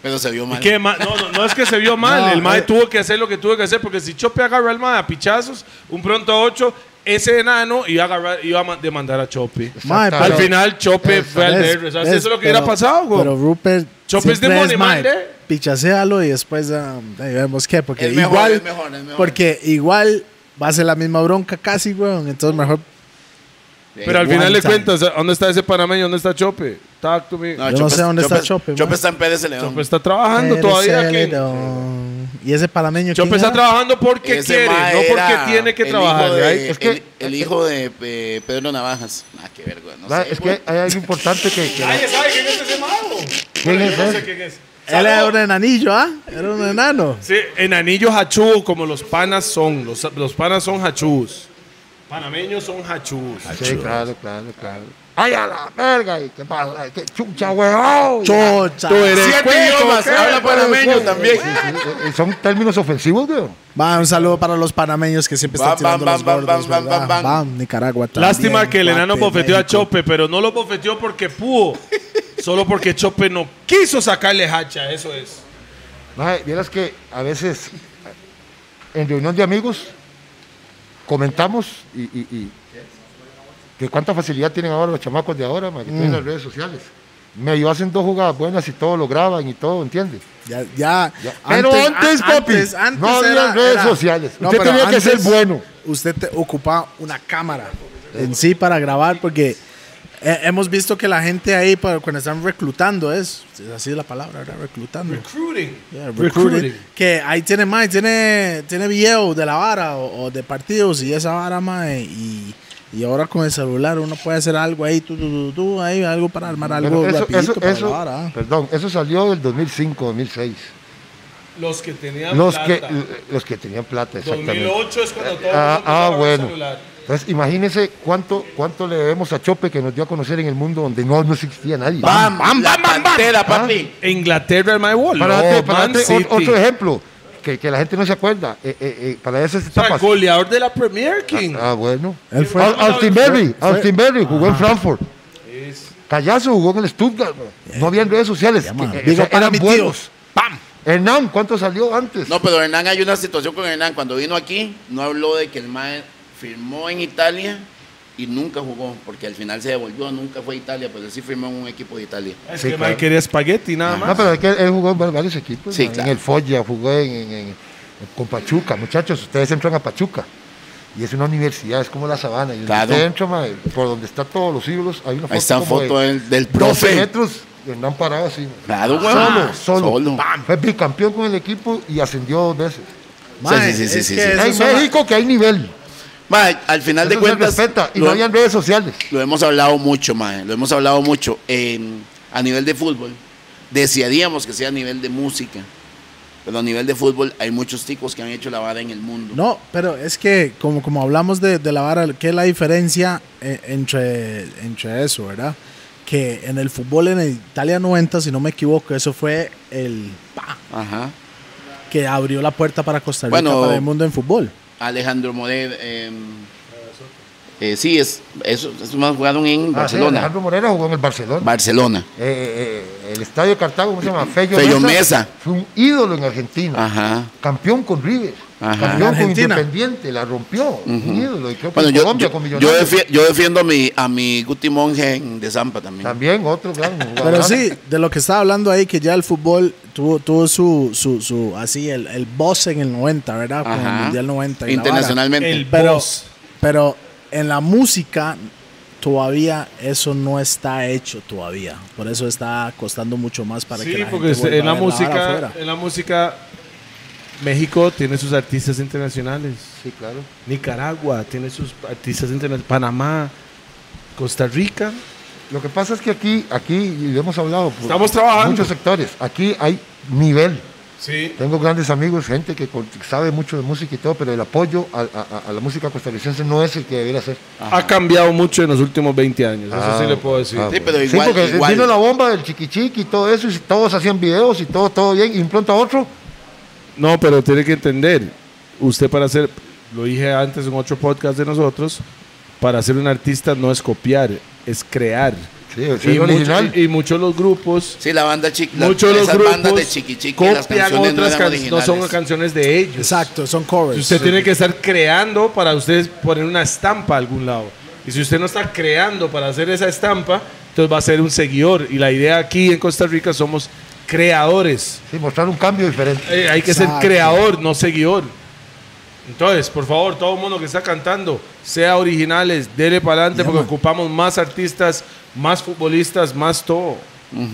Speaker 4: Pero se vio mal.
Speaker 2: ¿Qué ma- No, no, no es que se vio mal.
Speaker 1: No,
Speaker 2: el Mae
Speaker 1: eh.
Speaker 2: tuvo que hacer lo que tuvo que hacer porque si Chope agarra al Mae a pichazos, un pronto a ocho, ese enano iba a, agarrar, iba a ma- demandar a Chope.
Speaker 1: Mae,
Speaker 3: Exacto.
Speaker 2: Al
Speaker 1: pero-
Speaker 2: final, Chope fue al
Speaker 1: ¿Ves?
Speaker 2: de o sea,
Speaker 1: ¿Ves?
Speaker 2: Eso es lo que hubiera
Speaker 1: Pero-
Speaker 2: pasado, güey.
Speaker 1: Pero Rupert.
Speaker 2: Chope es de
Speaker 1: siempre
Speaker 2: Money Man,
Speaker 1: mae,
Speaker 2: ¿eh?
Speaker 1: Pichasealo y después ah, ahí vemos qué. Porque
Speaker 4: Es mejor,
Speaker 1: igual.
Speaker 4: es mejor, es mejor.
Speaker 1: Porque igual va a ser la misma bronca casi, weón. Entonces mejor.
Speaker 4: Eh,
Speaker 2: Pero al
Speaker 1: One
Speaker 2: final de
Speaker 1: time.
Speaker 2: cuentas, ¿dónde está ese panameño? ¿Dónde está Chope? Talk to me.
Speaker 4: No,
Speaker 1: Yo no sé dónde está Chope,
Speaker 4: Chope
Speaker 1: mae.
Speaker 4: está en Pérez de León.
Speaker 2: Chope está trabajando todavía.
Speaker 1: RCL,
Speaker 2: ¿quién?
Speaker 1: don. Y ese panameño.
Speaker 2: Chope
Speaker 1: ¿quién
Speaker 2: está
Speaker 1: era?
Speaker 2: trabajando porque
Speaker 4: Ese
Speaker 2: quiere,
Speaker 4: mae
Speaker 2: no porque
Speaker 4: era
Speaker 2: tiene que
Speaker 4: el hijo
Speaker 2: trabajar.
Speaker 4: de-
Speaker 2: ¿right?
Speaker 3: Es que-
Speaker 4: el, el hijo de eh, Pedro Navajas. Ah, qué vergüenza. No
Speaker 3: Mae,
Speaker 4: sé,
Speaker 3: es
Speaker 4: güey.
Speaker 2: pues.
Speaker 3: que hay algo importante que... que-
Speaker 2: Nadie sabe quién es ese mae, güey.
Speaker 3: ¿Quién
Speaker 2: Bueno,
Speaker 3: es eh?
Speaker 2: yo no
Speaker 3: ese?
Speaker 2: sé quién es.
Speaker 1: Él era
Speaker 2: Saludos.
Speaker 1: un enanillo, ¿ah? Era un enano.
Speaker 2: Sí, enanillos hachúos como los panas son. Los, los panas son hachús. Panameños son hachús.
Speaker 3: sí, claro, claro, claro. ¡Ay, a la verga! ¿Y qué pasa? ¡Qué chucha, weón!
Speaker 1: Chocha.
Speaker 4: Siete idiomas, habla panameño también.
Speaker 3: Sí, sí, eh, eh, Son términos ofensivos, weón.
Speaker 1: Va, un saludo para los panameños que siempre
Speaker 4: Bam,
Speaker 1: están tirando
Speaker 4: bam,
Speaker 1: los
Speaker 4: bam,
Speaker 1: gordos,
Speaker 4: bam,
Speaker 1: ¿verdad?
Speaker 4: bam, bam, bam.
Speaker 1: Bam, Nicaragua también.
Speaker 2: Lástima que el enano
Speaker 1: Guate,
Speaker 2: bofeteó a
Speaker 1: México.
Speaker 2: Chope, pero no lo bofeteó porque pudo. Solo porque Chope no quiso sacarle hacha, eso es.
Speaker 3: Mae, vieras que a veces en reunión de amigos comentamos y, y- y- que cuánta facilidad tienen ahora los chamacos de ahora, mae, que
Speaker 1: Mm.
Speaker 3: tienen las redes sociales. Me yo hacen dos jugadas buenas y todo lo graban y todo, ¿entiendes?
Speaker 1: Ya, ya.
Speaker 3: Ya. Pero antes,
Speaker 1: a-
Speaker 3: papi,
Speaker 1: antes- antes
Speaker 3: no había
Speaker 1: era-
Speaker 3: redes
Speaker 1: era-
Speaker 3: sociales.
Speaker 1: No,
Speaker 3: usted
Speaker 1: pero
Speaker 3: tenía que ser
Speaker 1: antes
Speaker 3: bueno. Eh.
Speaker 1: Usted te ocupaba una cámara en sí para grabar, porque he- hemos visto que la gente ahí, para, cuando están reclutando, es así es la palabra, ¿verdad? Reclutando.
Speaker 2: Recruiting.
Speaker 1: Yeah, recruiting. Que ahí tiene más, tiene, tiene video de la vara o, o de partidos y esa vara más. Y, y ahora con el celular uno puede hacer algo ahí, tú, tú, tú, tú, ahí, algo para armar algo
Speaker 3: Pero eso,
Speaker 1: rapidito
Speaker 3: eso-
Speaker 1: para
Speaker 3: eso-
Speaker 1: la vara. ah.
Speaker 3: perdón, eso salió del 2005, 2006.
Speaker 2: Los que tenían
Speaker 3: Los
Speaker 2: plata.
Speaker 3: que, los que tenían plata, exactamente.
Speaker 2: 2008 es cuando todo el
Speaker 3: Ah, ah,
Speaker 2: mundo empezó a agarrar
Speaker 3: bueno.
Speaker 2: celular.
Speaker 3: Entonces, imagínense cuánto, cuánto le debemos a Chope que nos dio a conocer en el mundo donde no, no existía nadie.
Speaker 4: Bam, bam, bam, bam.
Speaker 3: Ah.
Speaker 4: Pantera, papi.
Speaker 2: En Inglaterra, el mae voló,
Speaker 3: Para darte- para
Speaker 2: Man
Speaker 3: darte
Speaker 2: City.
Speaker 3: o- otro ejemplo, que, que la gente no se acuerda. eh, eh, eh, para esas
Speaker 2: O sea,
Speaker 3: etapas.
Speaker 2: goleador de la Premier King.
Speaker 3: Ah, bueno.
Speaker 1: Él fue-
Speaker 3: Al- Austin Berry, Austin Berry jugó en Frankfurt. Callazo jugó en el Stuttgart. bro. No había en redes sociales. que-
Speaker 1: man.
Speaker 3: eh,
Speaker 1: Digo,
Speaker 3: eran
Speaker 1: para mi tío.
Speaker 3: buenos. Hernán, ¿cuánto salió antes?
Speaker 4: No, pero Hernán, hay una situación con Hernán. Cuando vino aquí, no habló de que el mae firmó en Italia y nunca jugó, porque al final se devolvió, nunca fue a Italia, pero sí firmó en un equipo de Italia.
Speaker 2: Es
Speaker 3: Sí,
Speaker 2: que
Speaker 3: claro.
Speaker 2: mae quería espagueti nada
Speaker 3: No,
Speaker 2: más.
Speaker 3: pero es que él jugó en varios equipos.
Speaker 4: Sí,
Speaker 3: ¿no?
Speaker 4: claro.
Speaker 3: En el Foggia, jugó en, en- en- con Pachuca. Muchachos, ustedes entran a Pachuca. Y es una universidad, es como la sabana. Y donde
Speaker 4: Claro.
Speaker 3: usted entra, mae, por donde están todos los ídolos, hay una foto.
Speaker 4: Ahí está
Speaker 3: como
Speaker 4: foto
Speaker 3: de
Speaker 4: del, del
Speaker 3: 12
Speaker 4: profe.
Speaker 3: metros, y andan parados así. mae.
Speaker 4: Claro, güey.
Speaker 3: Solo, solo.
Speaker 4: Ah, Solo.
Speaker 3: Pam, Fue bicampeón con el equipo y ascendió dos veces.
Speaker 1: Mae,
Speaker 4: sí, sí,
Speaker 1: es
Speaker 4: sí,
Speaker 1: que
Speaker 4: sí.
Speaker 1: esas
Speaker 3: Hay
Speaker 1: son las-
Speaker 3: México que hay nivel.
Speaker 4: Mae, al final de
Speaker 3: Eso se
Speaker 4: cuentas.
Speaker 3: respeta. Y
Speaker 4: lo-
Speaker 3: no habían redes sociales.
Speaker 4: Lo hemos hablado mucho, mae. Lo hemos hablado mucho. En- a nivel de fútbol, desearíamos que sea a nivel de música. Pero a nivel de fútbol, hay muchos ticos que han hecho la vara en el mundo.
Speaker 1: No, pero es que como, como hablamos de, de la vara, ¿qué es la diferencia eh, entre, entre eso, verdad? Que en el fútbol en el Italia 90, si no me equivoco, eso fue el pa,
Speaker 4: Ajá.
Speaker 1: que abrió la puerta para Costa Rica,
Speaker 4: Bueno,
Speaker 1: para el mundo en fútbol.
Speaker 4: Alejandro Morel. sí, es, eso, eso más jugaron en
Speaker 3: Ah, sí,
Speaker 4: Barcelona.
Speaker 3: Alejandro Morera jugó en el Barcelona.
Speaker 4: Barcelona.
Speaker 3: Eh, eh, eh, el estadio de Cartago, ¿cómo se llama? Fello,
Speaker 4: Fello Mesa.
Speaker 3: Fue un ídolo en Argentina.
Speaker 4: Ajá.
Speaker 3: Campeón con River.
Speaker 4: Ajá.
Speaker 3: Campeón
Speaker 1: Argentina.
Speaker 3: con Independiente. La rompió. Un ídolo. Y creo que
Speaker 4: Bueno,
Speaker 3: en
Speaker 4: yo,
Speaker 3: Colombia
Speaker 4: yo-
Speaker 3: con
Speaker 4: yo
Speaker 3: Millonarios.
Speaker 4: defi- yo defiendo a mi, a mi Guti Monge en- de Zampa también.
Speaker 3: También otro gran jugador.
Speaker 1: Pero sí, de lo que estaba hablando ahí, que ya el fútbol tuvo, tuvo su, su, su, así, el, el boss en el 90, ¿verdad? Con el
Speaker 4: Ajá.
Speaker 1: Mundial 90. y la vara.
Speaker 4: Internacionalmente.
Speaker 2: El
Speaker 1: Pero,
Speaker 2: boss.
Speaker 1: pero en la música todavía eso no está hecho todavía. Por eso está costando mucho más para que
Speaker 2: Sí,
Speaker 1: la
Speaker 2: porque
Speaker 1: gente vuelva
Speaker 2: en la,
Speaker 1: a ver vara
Speaker 2: música,
Speaker 1: afuera.
Speaker 2: en la música, México tiene sus artistas internacionales.
Speaker 3: Sí, claro.
Speaker 2: Nicaragua tiene sus artistas internacionales. Panamá, Costa Rica.
Speaker 3: Lo que pasa es que aquí, aquí, y lo hemos hablado. por
Speaker 2: Estamos trabajando.
Speaker 3: Muchos sectores. Aquí hay nivel.
Speaker 2: Sí.
Speaker 3: Tengo grandes amigos, gente que con- sabe mucho de música y todo, pero el apoyo a, a- a la música costarricense no es el que debería ser.
Speaker 2: Ha cambiado mucho en los últimos 20 años.
Speaker 3: Ah,
Speaker 2: eso sí le puedo decir.
Speaker 3: ah,
Speaker 4: Sí,
Speaker 3: bueno.
Speaker 4: pero igual-
Speaker 3: porque
Speaker 4: igual.
Speaker 3: vino la bomba del chiquichiqui y todo eso, y todos hacían videos y todo, todo bien, y pronto a otro.
Speaker 2: No, pero tiene que entender. Usted para ser, lo dije antes en otro podcast de nosotros, para ser un artista no es copiar, es crear.
Speaker 3: Sí, es
Speaker 2: Y,
Speaker 3: el original.
Speaker 2: mucho- y- y muchos los grupos,
Speaker 4: Sí, la banda chiqui, las-
Speaker 2: muchos los
Speaker 4: esas bandas
Speaker 2: grupos
Speaker 4: de chiqui chiqui, las
Speaker 2: copian
Speaker 4: canciones no
Speaker 2: otras
Speaker 4: eran
Speaker 2: canciones, no
Speaker 4: originales.
Speaker 2: son canciones de ellos.
Speaker 1: Exacto, son covers.
Speaker 2: Usted tiene que estar creando para ustedes poner una estampa a algún lado. Y si usted no está creando para hacer esa estampa, entonces va a ser un seguidor. Y la idea aquí en Costa Rica somos creadores.
Speaker 3: Sí, mostrar un cambio diferente.
Speaker 2: Eh, hay que
Speaker 1: Exacto.
Speaker 2: ser creador, no seguidor. Entonces, por favor, todo el mundo que está cantando, sea originales, dele para adelante
Speaker 1: Ya,
Speaker 2: porque
Speaker 1: man.
Speaker 2: ocupamos más artistas, más futbolistas, más todo.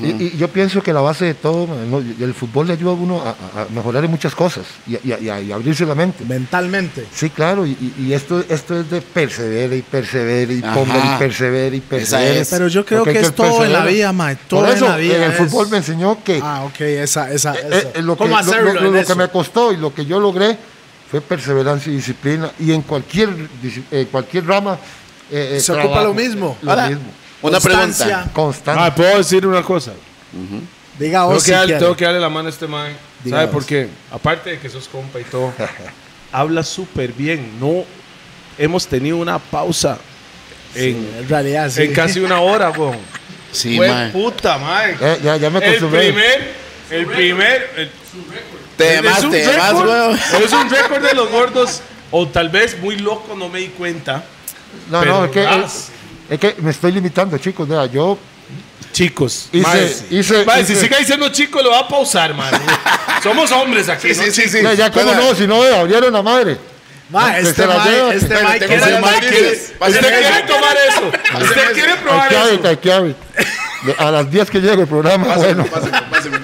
Speaker 3: Y, y yo pienso que la base de todo, man, no, y el fútbol le ayuda a uno a, a- a mejorar en muchas cosas y, a- y a- y a- y a abrirse la mente.
Speaker 1: Mentalmente.
Speaker 3: Sí, claro, y- y, y esto, esto es de persevera y persevera y
Speaker 4: Ajá.
Speaker 3: ponga y persevera y persevera.
Speaker 4: es.
Speaker 1: Pero yo creo
Speaker 3: Porque
Speaker 1: que
Speaker 3: hay
Speaker 1: es todo en la
Speaker 3: perseverar.
Speaker 1: vida, mae. Todo
Speaker 3: Por eso,
Speaker 1: en la vida.
Speaker 3: el
Speaker 1: es-
Speaker 3: fútbol me enseñó que
Speaker 1: Ah, ok, esa, esa,
Speaker 3: Eh,
Speaker 1: esa.
Speaker 3: eh, lo que,
Speaker 1: ¿Cómo
Speaker 3: lo-
Speaker 1: hacerlo
Speaker 3: lo- lo-
Speaker 1: en
Speaker 3: lo que
Speaker 1: eso?
Speaker 3: me costó y lo que yo logré fue perseverancia y disciplina. Y en cualquier, disci- eh, cualquier rama. eh, eh,
Speaker 1: Se ocupa lo mismo.
Speaker 3: Lo
Speaker 4: Ahora,
Speaker 3: mismo.
Speaker 4: una
Speaker 1: Constancia.
Speaker 4: pregunta.
Speaker 3: Constante.
Speaker 2: Ah, ¿puedo decir una cosa?
Speaker 1: Diga
Speaker 2: Tengo,
Speaker 1: vos si
Speaker 2: que darle,
Speaker 1: Oh, quiere.
Speaker 2: tengo que darle la mano a este man.
Speaker 1: Diga
Speaker 2: ¿Sabe
Speaker 1: vos.
Speaker 2: por qué? Aparte de que sos compa y todo, habla súper bien. No hemos tenido una pausa en,
Speaker 1: En realidad, sí.
Speaker 2: en casi una hora, weón.
Speaker 4: Sí,
Speaker 2: Fue
Speaker 4: mae.
Speaker 2: puta, mae.
Speaker 3: Ya, Eh, ya, ya me
Speaker 2: El
Speaker 3: acostumbré.
Speaker 2: primer, el primer, el-
Speaker 4: Te
Speaker 2: es
Speaker 4: demás,
Speaker 2: un
Speaker 4: te demás,
Speaker 2: récord,
Speaker 4: weón.
Speaker 2: es un récord de los gordos, o tal vez muy loco, no me di cuenta.
Speaker 3: No,
Speaker 2: Pero
Speaker 3: no, es que,
Speaker 2: ras.
Speaker 3: es que me estoy limitando, chicos. vea, yo
Speaker 2: Chicos,
Speaker 3: hice.
Speaker 2: mae,
Speaker 3: hice,
Speaker 2: mae, si
Speaker 3: hice-
Speaker 2: siga diciendo chico, lo va a pausar, man. Somos hombres aquí, ¿no, chicos?
Speaker 3: Ya, ya, cómo
Speaker 4: Bueno,
Speaker 3: no, si no, eh, abrieron la madre.
Speaker 1: Ma,
Speaker 3: Que
Speaker 1: este
Speaker 3: se la lleve.
Speaker 1: mae, este
Speaker 4: Pero
Speaker 1: mae quiere-
Speaker 4: tengo que
Speaker 2: Usted
Speaker 4: ser
Speaker 2: mae
Speaker 4: Martínez.
Speaker 2: quiere-
Speaker 4: Páseme
Speaker 2: usted quiere
Speaker 4: eso.
Speaker 2: tomar eso. Usted quiere
Speaker 3: Hay
Speaker 2: probar
Speaker 3: que
Speaker 2: eso.
Speaker 3: habit, hay que habit. De- A las 10 que llega el programa, bueno.
Speaker 4: Pásame, pásame.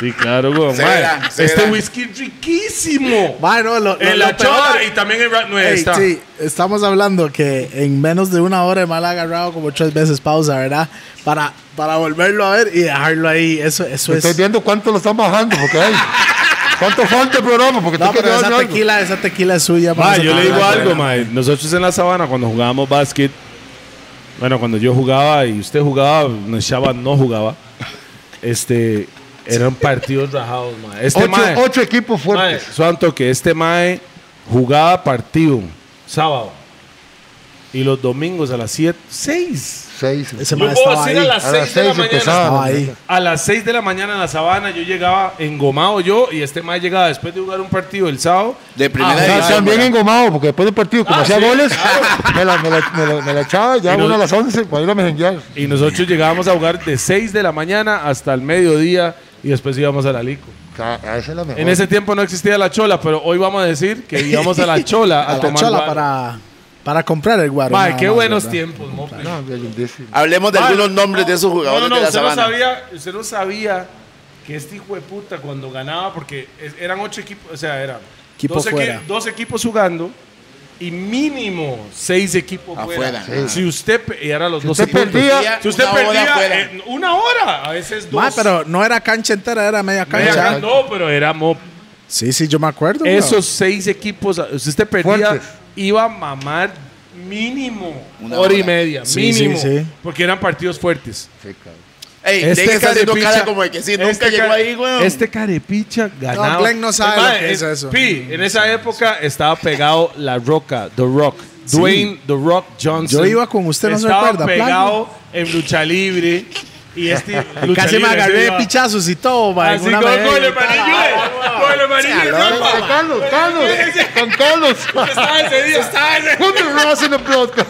Speaker 2: Sí, claro, güey.
Speaker 4: Se
Speaker 2: mae.
Speaker 4: verá, se
Speaker 2: Este
Speaker 4: verá.
Speaker 2: whisky es riquísimo.
Speaker 1: Mae, no, lo- lo-
Speaker 2: En la
Speaker 1: lo peor-
Speaker 2: chava y también en Rat 9
Speaker 1: Ey,
Speaker 2: está.
Speaker 1: sí, estamos hablando que en menos de una hora el mal ha agarrado como tres veces pausa, ¿verdad? Para, para volverlo a ver y dejarlo ahí. Eso, eso
Speaker 3: Estoy
Speaker 1: es.
Speaker 3: viendo cuánto lo están bajando, porque hay. ¿Cuánto falta el programa? Porque
Speaker 1: No,
Speaker 3: tú
Speaker 1: pero
Speaker 3: querías
Speaker 1: esa
Speaker 3: hablar algo.
Speaker 1: tequila, esa tequila es suya.
Speaker 2: Ma,
Speaker 1: vamos a
Speaker 2: yo le digo
Speaker 1: hablar,
Speaker 2: algo,
Speaker 1: ¿verdad?
Speaker 2: ma. Nosotros en la sabana, cuando jugábamos básquet, bueno, cuando yo jugaba y usted jugaba, no, Shaba no jugaba, este, eran partidos rajados, ma. Este
Speaker 3: ocho,
Speaker 2: mae,
Speaker 3: ocho equipos
Speaker 2: mae,
Speaker 3: fuertes.
Speaker 2: suave un toque, este mae jugaba partido sábado y los domingos a las 7, 6.
Speaker 3: Seis.
Speaker 1: Ese
Speaker 2: Yo
Speaker 1: mae
Speaker 2: puedo
Speaker 1: Este estaba ahí.
Speaker 2: decir a las
Speaker 3: A las
Speaker 2: 6 de la
Speaker 3: seis
Speaker 2: mañana.
Speaker 3: empezaba.
Speaker 1: Estaba Ah, ahí.
Speaker 2: A las 6 de la mañana en la sabana yo llegaba engomado yo y este mae llegaba después de jugar un partido el sábado.
Speaker 4: De primera
Speaker 2: Ah,
Speaker 3: O sea,
Speaker 4: división,
Speaker 3: también
Speaker 4: ¿verdad?
Speaker 3: engomado, porque después del partido, como
Speaker 2: Ah,
Speaker 3: hacía
Speaker 2: sí,
Speaker 3: goles, me, la, me, la, me, la, me la echaba ya
Speaker 2: Y no-
Speaker 3: una a las 11 para ir a mejenguear.
Speaker 2: Y nosotros llegábamos a jugar de 6 de la mañana hasta el mediodía y después íbamos a la Lico.
Speaker 3: Ca- Esa es la mejor.
Speaker 2: En ese tiempo no existía la chola, pero hoy vamos a decir que íbamos a la chola a,
Speaker 1: A la
Speaker 2: tomar
Speaker 1: chola
Speaker 2: guaro.
Speaker 1: para, para comprar el guaro.
Speaker 2: Mae,
Speaker 1: nada
Speaker 2: qué
Speaker 1: más,
Speaker 2: buenos
Speaker 1: ¿verdad?
Speaker 2: tiempos, mo, please.
Speaker 3: No, es lindísimo.
Speaker 4: Hablemos de
Speaker 2: Mae,
Speaker 4: algunos nombres de esos jugadores
Speaker 2: no, no,
Speaker 4: de la
Speaker 2: usted no
Speaker 4: sabana.
Speaker 2: sabía, usted no sabía que este hijo de puta cuando ganaba, porque es- eran ocho equipos, o sea, eran
Speaker 1: Equipo
Speaker 2: dos, equi-
Speaker 1: fuera.
Speaker 2: dos equipos jugando y mínimo seis equipos
Speaker 4: Afuera.
Speaker 2: fuera. Si usted, pe- y era los
Speaker 3: Si
Speaker 2: doce
Speaker 3: usted
Speaker 2: puntos.
Speaker 3: perdía,
Speaker 2: Si usted
Speaker 4: Una hora
Speaker 2: perdía
Speaker 4: afuera.
Speaker 2: eh, una hora, a veces dos.
Speaker 1: Mae, pero no era cancha entera, era media
Speaker 2: Media
Speaker 1: cancha.
Speaker 2: can- no, pero era mo-
Speaker 1: Sí, sí, yo me acuerdo. weón.
Speaker 2: Esos seis equipos, si usted perdía,
Speaker 3: Fuertes.
Speaker 2: iba a mamar mínimo
Speaker 4: Una
Speaker 2: hora, y
Speaker 4: hora.
Speaker 2: media,
Speaker 1: Sí,
Speaker 2: mínimo,
Speaker 1: sí, sí.
Speaker 2: porque eran partidos fuertes.
Speaker 3: Sí, cabrón.
Speaker 4: Ey,
Speaker 2: Este
Speaker 4: Dave está haciendo
Speaker 2: carepicha-
Speaker 4: cara como de que sí, nunca
Speaker 2: este
Speaker 4: llegó
Speaker 2: ca-
Speaker 4: ahí, weón.
Speaker 2: Este carepicha ganaba.
Speaker 1: No, Glenn no sabe
Speaker 2: El
Speaker 1: lo
Speaker 2: mae,
Speaker 1: que es
Speaker 2: eh,
Speaker 1: eso.
Speaker 2: Pi, en esa época estaba pegado La Roca, The Rock. Dwayne The Rock Johnson.
Speaker 1: Yo iba con usted, no se
Speaker 2: Estaba
Speaker 1: recuerda, plan,
Speaker 2: pegado en lucha libre. Y este. lucha
Speaker 1: Casi me
Speaker 2: libre,
Speaker 1: agarré de
Speaker 2: iba-
Speaker 1: pichazos y todo, mae,
Speaker 2: Así
Speaker 1: en una
Speaker 2: con
Speaker 1: medalla.
Speaker 2: gol, amarillo, eh,
Speaker 1: Ah,
Speaker 2: gol, amarillo,
Speaker 3: Eh,
Speaker 2: ropa.
Speaker 3: eh, Carlos, Carlos, con Carlos.
Speaker 2: Estaba ese día, estaba ese
Speaker 3: Put the Ross in the broadcast.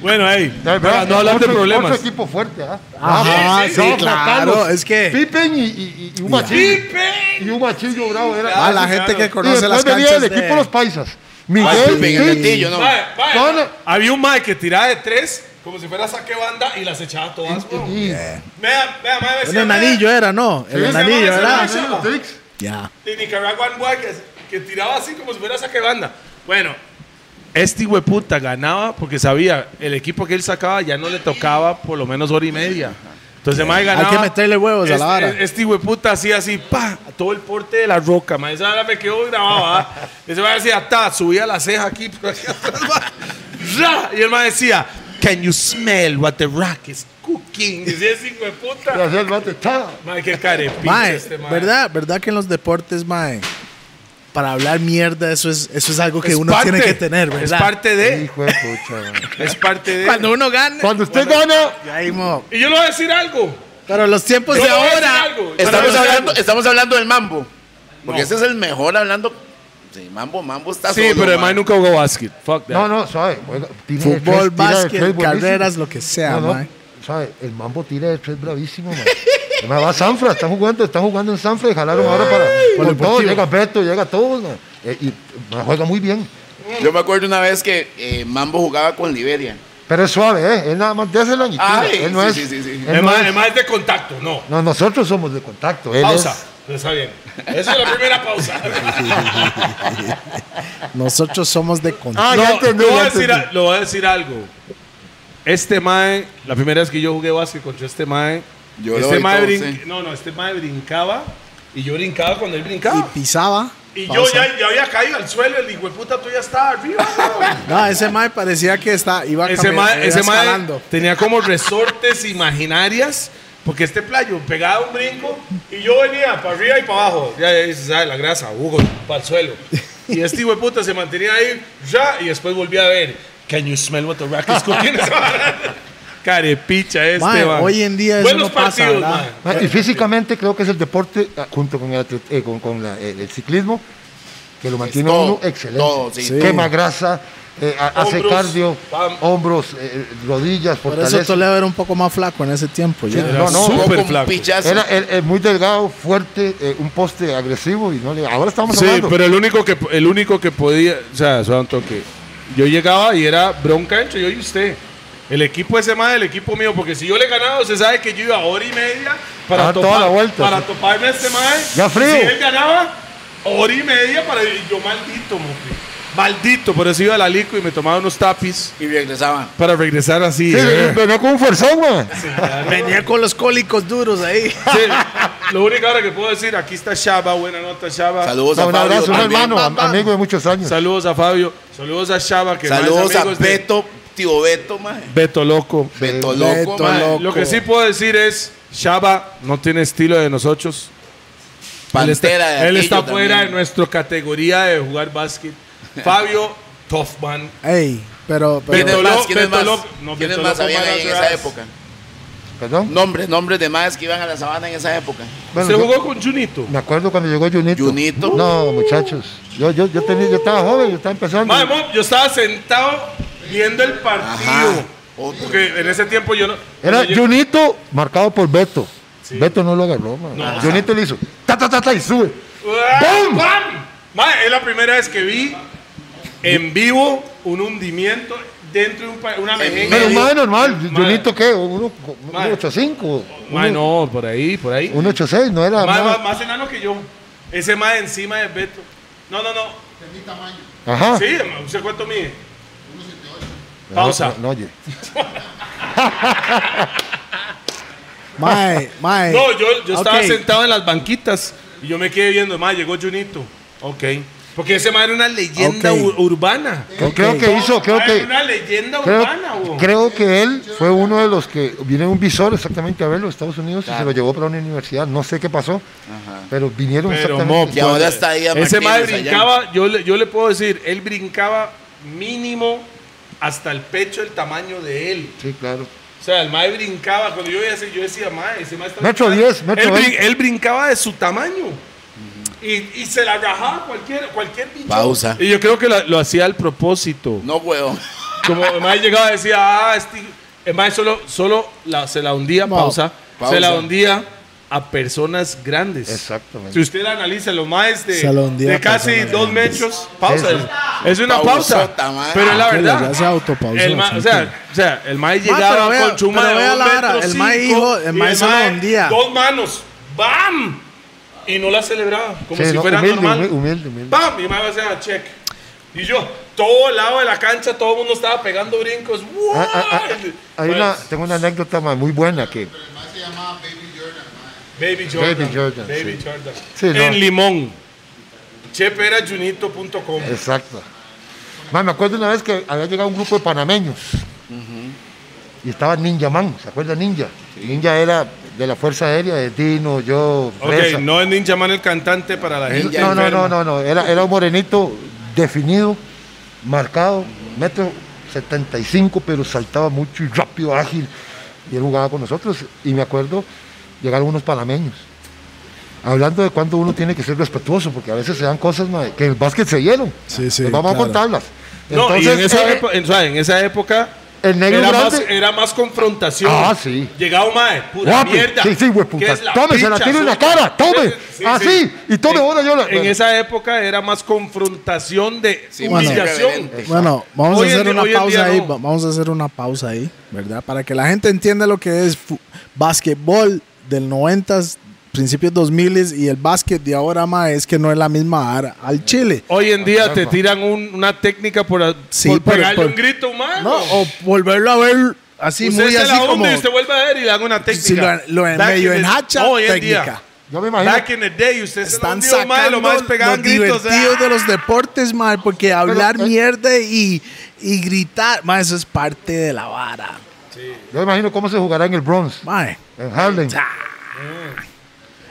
Speaker 2: Bueno, ahí.
Speaker 3: Ya,
Speaker 2: Para
Speaker 3: ¿verdad?
Speaker 2: no hablar de
Speaker 3: Otro-
Speaker 2: problemas.
Speaker 3: Otro equipo fuerte, ¿ah?
Speaker 1: Ajá, sí,
Speaker 3: No,
Speaker 1: claro,
Speaker 3: Carlos,
Speaker 1: es que-
Speaker 3: Pippen y, y- y un machillo. Y un machillo bravo era.
Speaker 1: Ah, la gente que
Speaker 3: Y
Speaker 1: conoce las
Speaker 3: después venía
Speaker 1: canchas
Speaker 3: el
Speaker 1: de- Ah,
Speaker 3: equipo Los Paisas.
Speaker 4: Ay,
Speaker 3: Miguel,
Speaker 4: Pippen, el
Speaker 3: Pitt,
Speaker 4: gatillo, no.
Speaker 2: Mae, mae,
Speaker 3: No, no.
Speaker 2: Había un mae que tiraba de tres como si fuera saque banda y las echaba todas. weón.
Speaker 3: y-
Speaker 2: Vea, vea, mae,
Speaker 1: Un
Speaker 2: decía,
Speaker 1: enanillo era, ¿no? El
Speaker 3: Sí,
Speaker 1: enanillo,
Speaker 2: se llama
Speaker 1: ¿verdad?
Speaker 2: ese, ¿no?
Speaker 3: Dix.
Speaker 1: Ya.
Speaker 2: de Nicaragua que, que tiraba así como si fuera saque banda. Bueno, este hueputa ganaba porque sabía el equipo que él sacaba ya no le tocaba por lo menos hora y media. Entonces, más ganaba.
Speaker 1: Hay que meterle huevos a la vara.
Speaker 2: Este, este hueputa hacía así, pa, a todo el porte de la roca, ma. Esa vara me quedó grabada. ¿ah? Ese mae decía, ta, subía la ceja aquí. por aquí atrás, ma. Ra. y el más decía, can you smell what the rock is cooking? Decía ese
Speaker 3: Y
Speaker 2: hueputa.
Speaker 3: hacía el bate, chao.
Speaker 2: Mae, qué carepicha
Speaker 1: Mae,
Speaker 2: este mae.
Speaker 1: ¿verdad? ¿Verdad que en los deportes, mae? Para hablar mierda, eso es, eso es algo que
Speaker 2: Es
Speaker 1: uno
Speaker 2: parte-
Speaker 1: tiene que tener, ¿verdad?
Speaker 2: Es parte de.
Speaker 3: Hijo de pucha, man.
Speaker 2: Es parte de.
Speaker 1: Cuando uno gana.
Speaker 3: Cuando usted gana,
Speaker 1: Ya, ahí, mo.
Speaker 2: Y yo le voy a decir algo.
Speaker 1: Pero los tiempos
Speaker 2: Yo
Speaker 1: de
Speaker 2: le voy a decir
Speaker 1: ahora.
Speaker 2: algo.
Speaker 4: Estamos
Speaker 2: Pero-
Speaker 4: hablando, estamos hablando del mambo. Porque
Speaker 2: No.
Speaker 4: ese es el mejor hablando. Sí, mambo, mambo está
Speaker 2: Sí,
Speaker 4: solo,
Speaker 2: pero el
Speaker 4: mae.
Speaker 2: mae nunca jugó básquet. Fuck that.
Speaker 3: no, no, sabe. juega- tira de tres,
Speaker 1: Fútbol,
Speaker 3: tira de tres,
Speaker 1: básquet,
Speaker 3: buenísimo.
Speaker 1: carreras, lo que sea,
Speaker 3: No, no,
Speaker 1: mae.
Speaker 3: sabe, el mambo tira de tres bravísimo, man. Además, va a Sanfra, están jugando, están jugando en Sanfra y jalaron ahora para con todo, llega Beto, llega todo, man. Eh, y man, juega muy bien.
Speaker 4: Yo me acuerdo una vez que eh, Mambo jugaba con Liberia.
Speaker 3: Pero es suave, ¿eh? Él nada más de la guitarra.
Speaker 4: Ay,
Speaker 3: Él no
Speaker 4: sí,
Speaker 3: es.
Speaker 4: sí, sí, sí.
Speaker 3: él
Speaker 2: El
Speaker 3: no
Speaker 2: mae-
Speaker 3: es-
Speaker 2: el mae es de contacto, no.
Speaker 3: no, nosotros somos de contacto. Él
Speaker 2: Pausa.
Speaker 3: es-
Speaker 2: Está bien. Esa es la primera pausa.
Speaker 1: Nosotros somos de
Speaker 3: Ah,
Speaker 1: control.
Speaker 2: No,
Speaker 3: ya entendí.
Speaker 2: le voy a
Speaker 3: ya
Speaker 2: decir
Speaker 3: entendí.
Speaker 2: a- le voy a decir algo. Este mae, la primera vez que yo jugué básquet contra este mae,
Speaker 4: Yo lo
Speaker 2: este
Speaker 4: doy
Speaker 2: mae
Speaker 4: todo,
Speaker 2: brin-
Speaker 4: sí.
Speaker 2: no, no, este mae brincaba y yo brincaba cuando él
Speaker 1: Y
Speaker 2: brincaba.
Speaker 1: pisaba.
Speaker 2: Y, yo
Speaker 1: pausa.
Speaker 2: ya, ya había caído al suelo, el hijo de puta tú ya estaba arriba. weón.
Speaker 1: No, ese mae parecía que está, iba
Speaker 2: Ese
Speaker 1: cami-
Speaker 2: mae,
Speaker 1: iba
Speaker 2: ese mae
Speaker 1: escalando.
Speaker 2: tenía como resortes imaginarias. Porque este playo pegaba un brinco y yo venía para arriba y para abajo. Ya, ya se sabe, la grasa, Hugo, para el suelo. Y este hijo de puta se mantenía ahí, ya, y después volvía a ver. Can you smell what the rack is cooking? Carepicha este,
Speaker 1: Mae,
Speaker 2: man.
Speaker 1: hoy en día eso
Speaker 2: Buenos
Speaker 1: no pasa,
Speaker 2: partidos,
Speaker 1: ¿verdad?
Speaker 2: man.
Speaker 3: Ah, Y físicamente creo que es el deporte, ah, junto con el, atlet- eh, con, con la- eh, el ciclismo, que lo mantiene a
Speaker 4: todo,
Speaker 3: uno excelente.
Speaker 4: todo, sí. Sí.
Speaker 3: Quema grasa, eh, a- hace
Speaker 2: Hombros,
Speaker 3: cardio,
Speaker 2: pam.
Speaker 3: hombros, eh, rodillas,
Speaker 1: Por eso
Speaker 3: fortaleza.
Speaker 1: Toledo era un poco más flaco en ese tiempo. ya.
Speaker 3: Sí, no, no,
Speaker 4: Jugó
Speaker 2: Súper
Speaker 4: con
Speaker 2: flaco.
Speaker 4: pichazo.
Speaker 3: Era él- él muy delgado, fuerte, eh, un poste agresivo y no le... Ahora estamos
Speaker 2: Sí,
Speaker 3: hablando.
Speaker 2: pero el único que el único que podía, o sea, suave un toque. Yo llegaba y era bronca entre yo y usted. El equipo ese más del equipo mío, porque si yo le ganaba, usted sabe que yo iba hora y media para,
Speaker 3: Ah, toda la vuelta,
Speaker 2: para
Speaker 3: sí.
Speaker 2: toparme a este más.
Speaker 3: Ya frío.
Speaker 2: Si él ganaba, hora y media para y yo maldito, mofe. Maldito, por eso iba a la lico y me tomaba unos tapis
Speaker 4: Y regresaba.
Speaker 2: para regresar así.
Speaker 3: Sí,
Speaker 2: Eh.
Speaker 3: venía con un forzón, man.
Speaker 1: Venía con los cólicos duros ahí.
Speaker 2: Sí, Lo único ahora que puedo decir, aquí está Shaba, buena nota Shaba.
Speaker 4: Saludos a
Speaker 3: un
Speaker 4: Fabio
Speaker 3: abrazo, un
Speaker 4: también.
Speaker 3: hermano,
Speaker 1: Bam, bam.
Speaker 3: amigo de muchos años.
Speaker 2: Saludos a Fabio, saludos a Shaba, que no es
Speaker 4: Saludos a
Speaker 2: amigos de-
Speaker 4: Beto, tío Beto, mae.
Speaker 2: Beto Loco.
Speaker 4: Beto
Speaker 1: Beto
Speaker 4: loco, mae.
Speaker 1: Loco.
Speaker 2: Lo que sí puedo decir es, Shaba no tiene estilo de nosotros. él está,
Speaker 4: Pantera de
Speaker 2: él
Speaker 4: aquello
Speaker 2: está fuera
Speaker 4: también.
Speaker 2: de nuestra categoría de jugar básquet. Fabio Toffman.
Speaker 1: Ey, pero. pero-
Speaker 4: ¿Quién es
Speaker 2: Beto
Speaker 4: más?
Speaker 2: Loco,
Speaker 4: ¿Quién es
Speaker 2: Beto
Speaker 4: más?
Speaker 2: Loco. No,
Speaker 4: ¿Quién es
Speaker 2: Beto
Speaker 4: más
Speaker 2: Loco,
Speaker 4: habían ahí
Speaker 2: Manas
Speaker 4: en esa
Speaker 2: Rats.
Speaker 4: época?
Speaker 3: ¿Perdón?
Speaker 4: Nombres, nombres de más que iban a la sabana en esa época.
Speaker 3: Bueno,
Speaker 2: Se
Speaker 3: yo-
Speaker 2: jugó con Junito.
Speaker 3: Me acuerdo cuando llegó Junito.
Speaker 4: ¿Junito?
Speaker 3: No, muchachos. Yo, yo, yo, tenía, yo estaba joven, yo estaba empezando.
Speaker 2: Mae, mo, yo estaba sentado viendo el partido.
Speaker 4: Otro.
Speaker 2: Porque en ese tiempo yo no.
Speaker 3: Era
Speaker 2: yo-
Speaker 3: Junito marcado por Beto. Beto no lo agarró, man. Jonito le hizo, ta, ta, ta, ta, y sube. ¡Bum!
Speaker 2: ¡Ah, Mae, es la primera vez que vi en vivo un hundimiento dentro de un pa- una
Speaker 4: medio.
Speaker 3: Pero
Speaker 2: mejenga.
Speaker 4: Medio.
Speaker 3: más normal,
Speaker 2: Mae.
Speaker 3: Jonito, ¿qué? ¿Un
Speaker 2: Mae.
Speaker 3: 85?
Speaker 2: Mae, no, por ahí, por ahí.
Speaker 3: ¿Un 86? ¿No era?
Speaker 2: Mae,
Speaker 3: más?
Speaker 2: más, más enano que yo. Ese mae encima de Beto. No, no, no.
Speaker 3: Ajá.
Speaker 2: Sí, ma, ¿usted cuánto mide? Pausa.
Speaker 3: No, no, oye.
Speaker 1: Mae, mae.
Speaker 2: No, yo, yo estaba
Speaker 1: Ok.
Speaker 2: sentado en las banquitas y yo me quedé viendo, mae, llegó Junito. Ok. Porque ese mae era una leyenda
Speaker 1: Ok.
Speaker 2: ur- urbana.
Speaker 3: Creo- Creo que hizo, creo
Speaker 2: Mae,
Speaker 3: que...
Speaker 2: era una leyenda
Speaker 3: Creo,
Speaker 2: urbana, bo.
Speaker 3: creo que él fue uno de los que vinieron un visor exactamente a verlo a Estados Unidos y se lo llevó para una universidad. No sé qué pasó, pero vinieron
Speaker 2: Pero,
Speaker 3: exactamente.
Speaker 4: Y ahora está ahí a
Speaker 2: Ese mae
Speaker 4: Martínez allá.
Speaker 2: brincaba, yo le, yo le puedo decir, él brincaba mínimo hasta el pecho el tamaño de él.
Speaker 3: Sí, claro.
Speaker 2: O sea, el mae brincaba, cuando yo veía ese, yo decía, mae, ese mae está...
Speaker 3: Metro
Speaker 2: brincando".
Speaker 3: 10, metro
Speaker 2: él, brin-
Speaker 3: 20.
Speaker 2: él brincaba de su tamaño. Y, y se la rajaba cualquier, cualquier bicho.
Speaker 4: Pausa.
Speaker 2: Y yo creo que la- lo hacía al propósito.
Speaker 4: No, huevón.
Speaker 2: Como el mae llegaba y decía, ah, este... El mae solo, solo la, se la hundía,
Speaker 1: No.
Speaker 2: pausa,
Speaker 4: Pausa.
Speaker 2: Se la hundía a personas grandes.
Speaker 3: Exactamente.
Speaker 2: Si usted analiza los más de,
Speaker 1: Se la hundía
Speaker 2: de
Speaker 1: a
Speaker 2: casi
Speaker 1: personas
Speaker 2: dos
Speaker 1: grandes.
Speaker 2: metros, pausa.
Speaker 3: Eso.
Speaker 2: Es una pausa.
Speaker 4: Pausota, mae.
Speaker 2: Pero es
Speaker 3: Ah,
Speaker 2: la
Speaker 1: Aquella
Speaker 2: verdad.
Speaker 1: ya se autopausó,
Speaker 2: El ma- o, sea, o sea, el mae llegaba
Speaker 1: pero vea-
Speaker 2: con chuma
Speaker 1: pero
Speaker 2: de
Speaker 1: vea
Speaker 2: un
Speaker 1: la vara,
Speaker 2: metro
Speaker 1: el mae
Speaker 2: cinco,
Speaker 1: hijo, el
Speaker 2: y
Speaker 1: mae se la
Speaker 2: mae,
Speaker 1: hundía.
Speaker 2: Dos manos. ¡Bam! Y no la celebraba. Como
Speaker 3: Sí,
Speaker 2: si
Speaker 3: no,
Speaker 2: fuera
Speaker 3: humilde,
Speaker 2: normal.
Speaker 3: humilde, humilde, humilde.
Speaker 2: ¡Pam! Y me va a hacer a check. Y yo, todo el lado de la cancha, todo el mundo estaba pegando brincos. ¡Wow!
Speaker 3: Ah, ah, ah, ah, hay
Speaker 2: Pues,
Speaker 3: una- tengo una anécdota ma, muy buena que
Speaker 2: Pues, Baby Jordan.
Speaker 3: Baby
Speaker 2: Baby
Speaker 3: Jordan,
Speaker 2: Jordan.
Speaker 3: sí. Sí, no.
Speaker 2: En Limón. Chepe era junito.com.
Speaker 3: Exacto. Ma, me acuerdo una vez que había llegado un grupo de panameños y estaba Ninja Man, ¿se acuerda Ninja? Ninja era de la Fuerza Aérea, de Dino, yo,
Speaker 2: Ok,
Speaker 3: Fresa.
Speaker 2: no es Ninja Man el cantante para la gente.
Speaker 3: No, no, no,
Speaker 2: enferma.
Speaker 3: no, no. Era, era un morenito definido, marcado, metro 75, pero saltaba mucho y rápido, ágil. Y él jugaba con nosotros. Y me acuerdo, llegaron unos panameños. Hablando de cuándo uno tiene que ser respetuoso, porque a veces se dan cosas mae, que en el básquet se dieron.
Speaker 1: Sí, sí,
Speaker 3: Nos vamos
Speaker 1: claro.
Speaker 3: a contarlas.
Speaker 2: No, y en esa,
Speaker 3: eh,
Speaker 2: epo- en, o sea, en esa época
Speaker 3: El negro
Speaker 2: era,
Speaker 3: grande-
Speaker 2: más, eh, era más confrontación.
Speaker 3: Ah, sí.
Speaker 2: Llegaba un mae, pura
Speaker 3: Guapi.
Speaker 2: mierda.
Speaker 3: Sí, sí, güey,
Speaker 2: ¿Qué
Speaker 3: puta.
Speaker 2: es la
Speaker 3: Tome, se la
Speaker 2: picha,
Speaker 3: tiro en la
Speaker 2: supo?
Speaker 3: cara. Tome. Así. Y tome
Speaker 2: En-
Speaker 3: ahora yo la-
Speaker 2: En esa época era más confrontación de
Speaker 4: Sí,
Speaker 1: más
Speaker 2: humillación.
Speaker 4: irreverente.
Speaker 1: Bueno, vamos
Speaker 2: Hoy
Speaker 1: a
Speaker 2: en
Speaker 1: hacer
Speaker 2: día-
Speaker 1: una
Speaker 2: hoy en
Speaker 1: pausa
Speaker 2: día
Speaker 1: ahí,
Speaker 2: no.
Speaker 1: va- vamos a hacer una pausa ahí, ¿verdad? Para que la gente entienda lo que es fu- básquetbol del 90s, principios 2000 y el básquet de ahora más es que no es la misma ara- al Chile.
Speaker 2: Hoy en día te
Speaker 3: caramba.
Speaker 2: tiran un- una técnica por, a-
Speaker 1: Sí,
Speaker 2: por
Speaker 1: por-
Speaker 2: pegarle
Speaker 1: por-
Speaker 2: un grito humano.
Speaker 1: No, o volverlo a ver así
Speaker 2: usted
Speaker 1: muy
Speaker 2: se
Speaker 1: así
Speaker 2: la
Speaker 1: como
Speaker 2: hunde y usted vuelve a ver y le dan una técnica.
Speaker 1: si lo, lo en
Speaker 2: Back
Speaker 1: medio
Speaker 2: in the-
Speaker 1: enhacha
Speaker 2: hoy en
Speaker 1: técnica.
Speaker 2: día.
Speaker 3: Yo me imagino.
Speaker 2: Back in the day, usted se la
Speaker 1: Están
Speaker 2: hundió, mae,
Speaker 1: sacando
Speaker 2: lo más pegaban
Speaker 1: los
Speaker 2: gritos.
Speaker 1: divertidos
Speaker 2: ¡ah!
Speaker 1: de los deportes, mae, porque hablar
Speaker 3: eh,
Speaker 1: mierda y, y gritar, mae, eso es parte de la vara,
Speaker 3: Yo me imagino cómo se jugará en el Bronx,
Speaker 1: mae.
Speaker 3: en Harlem.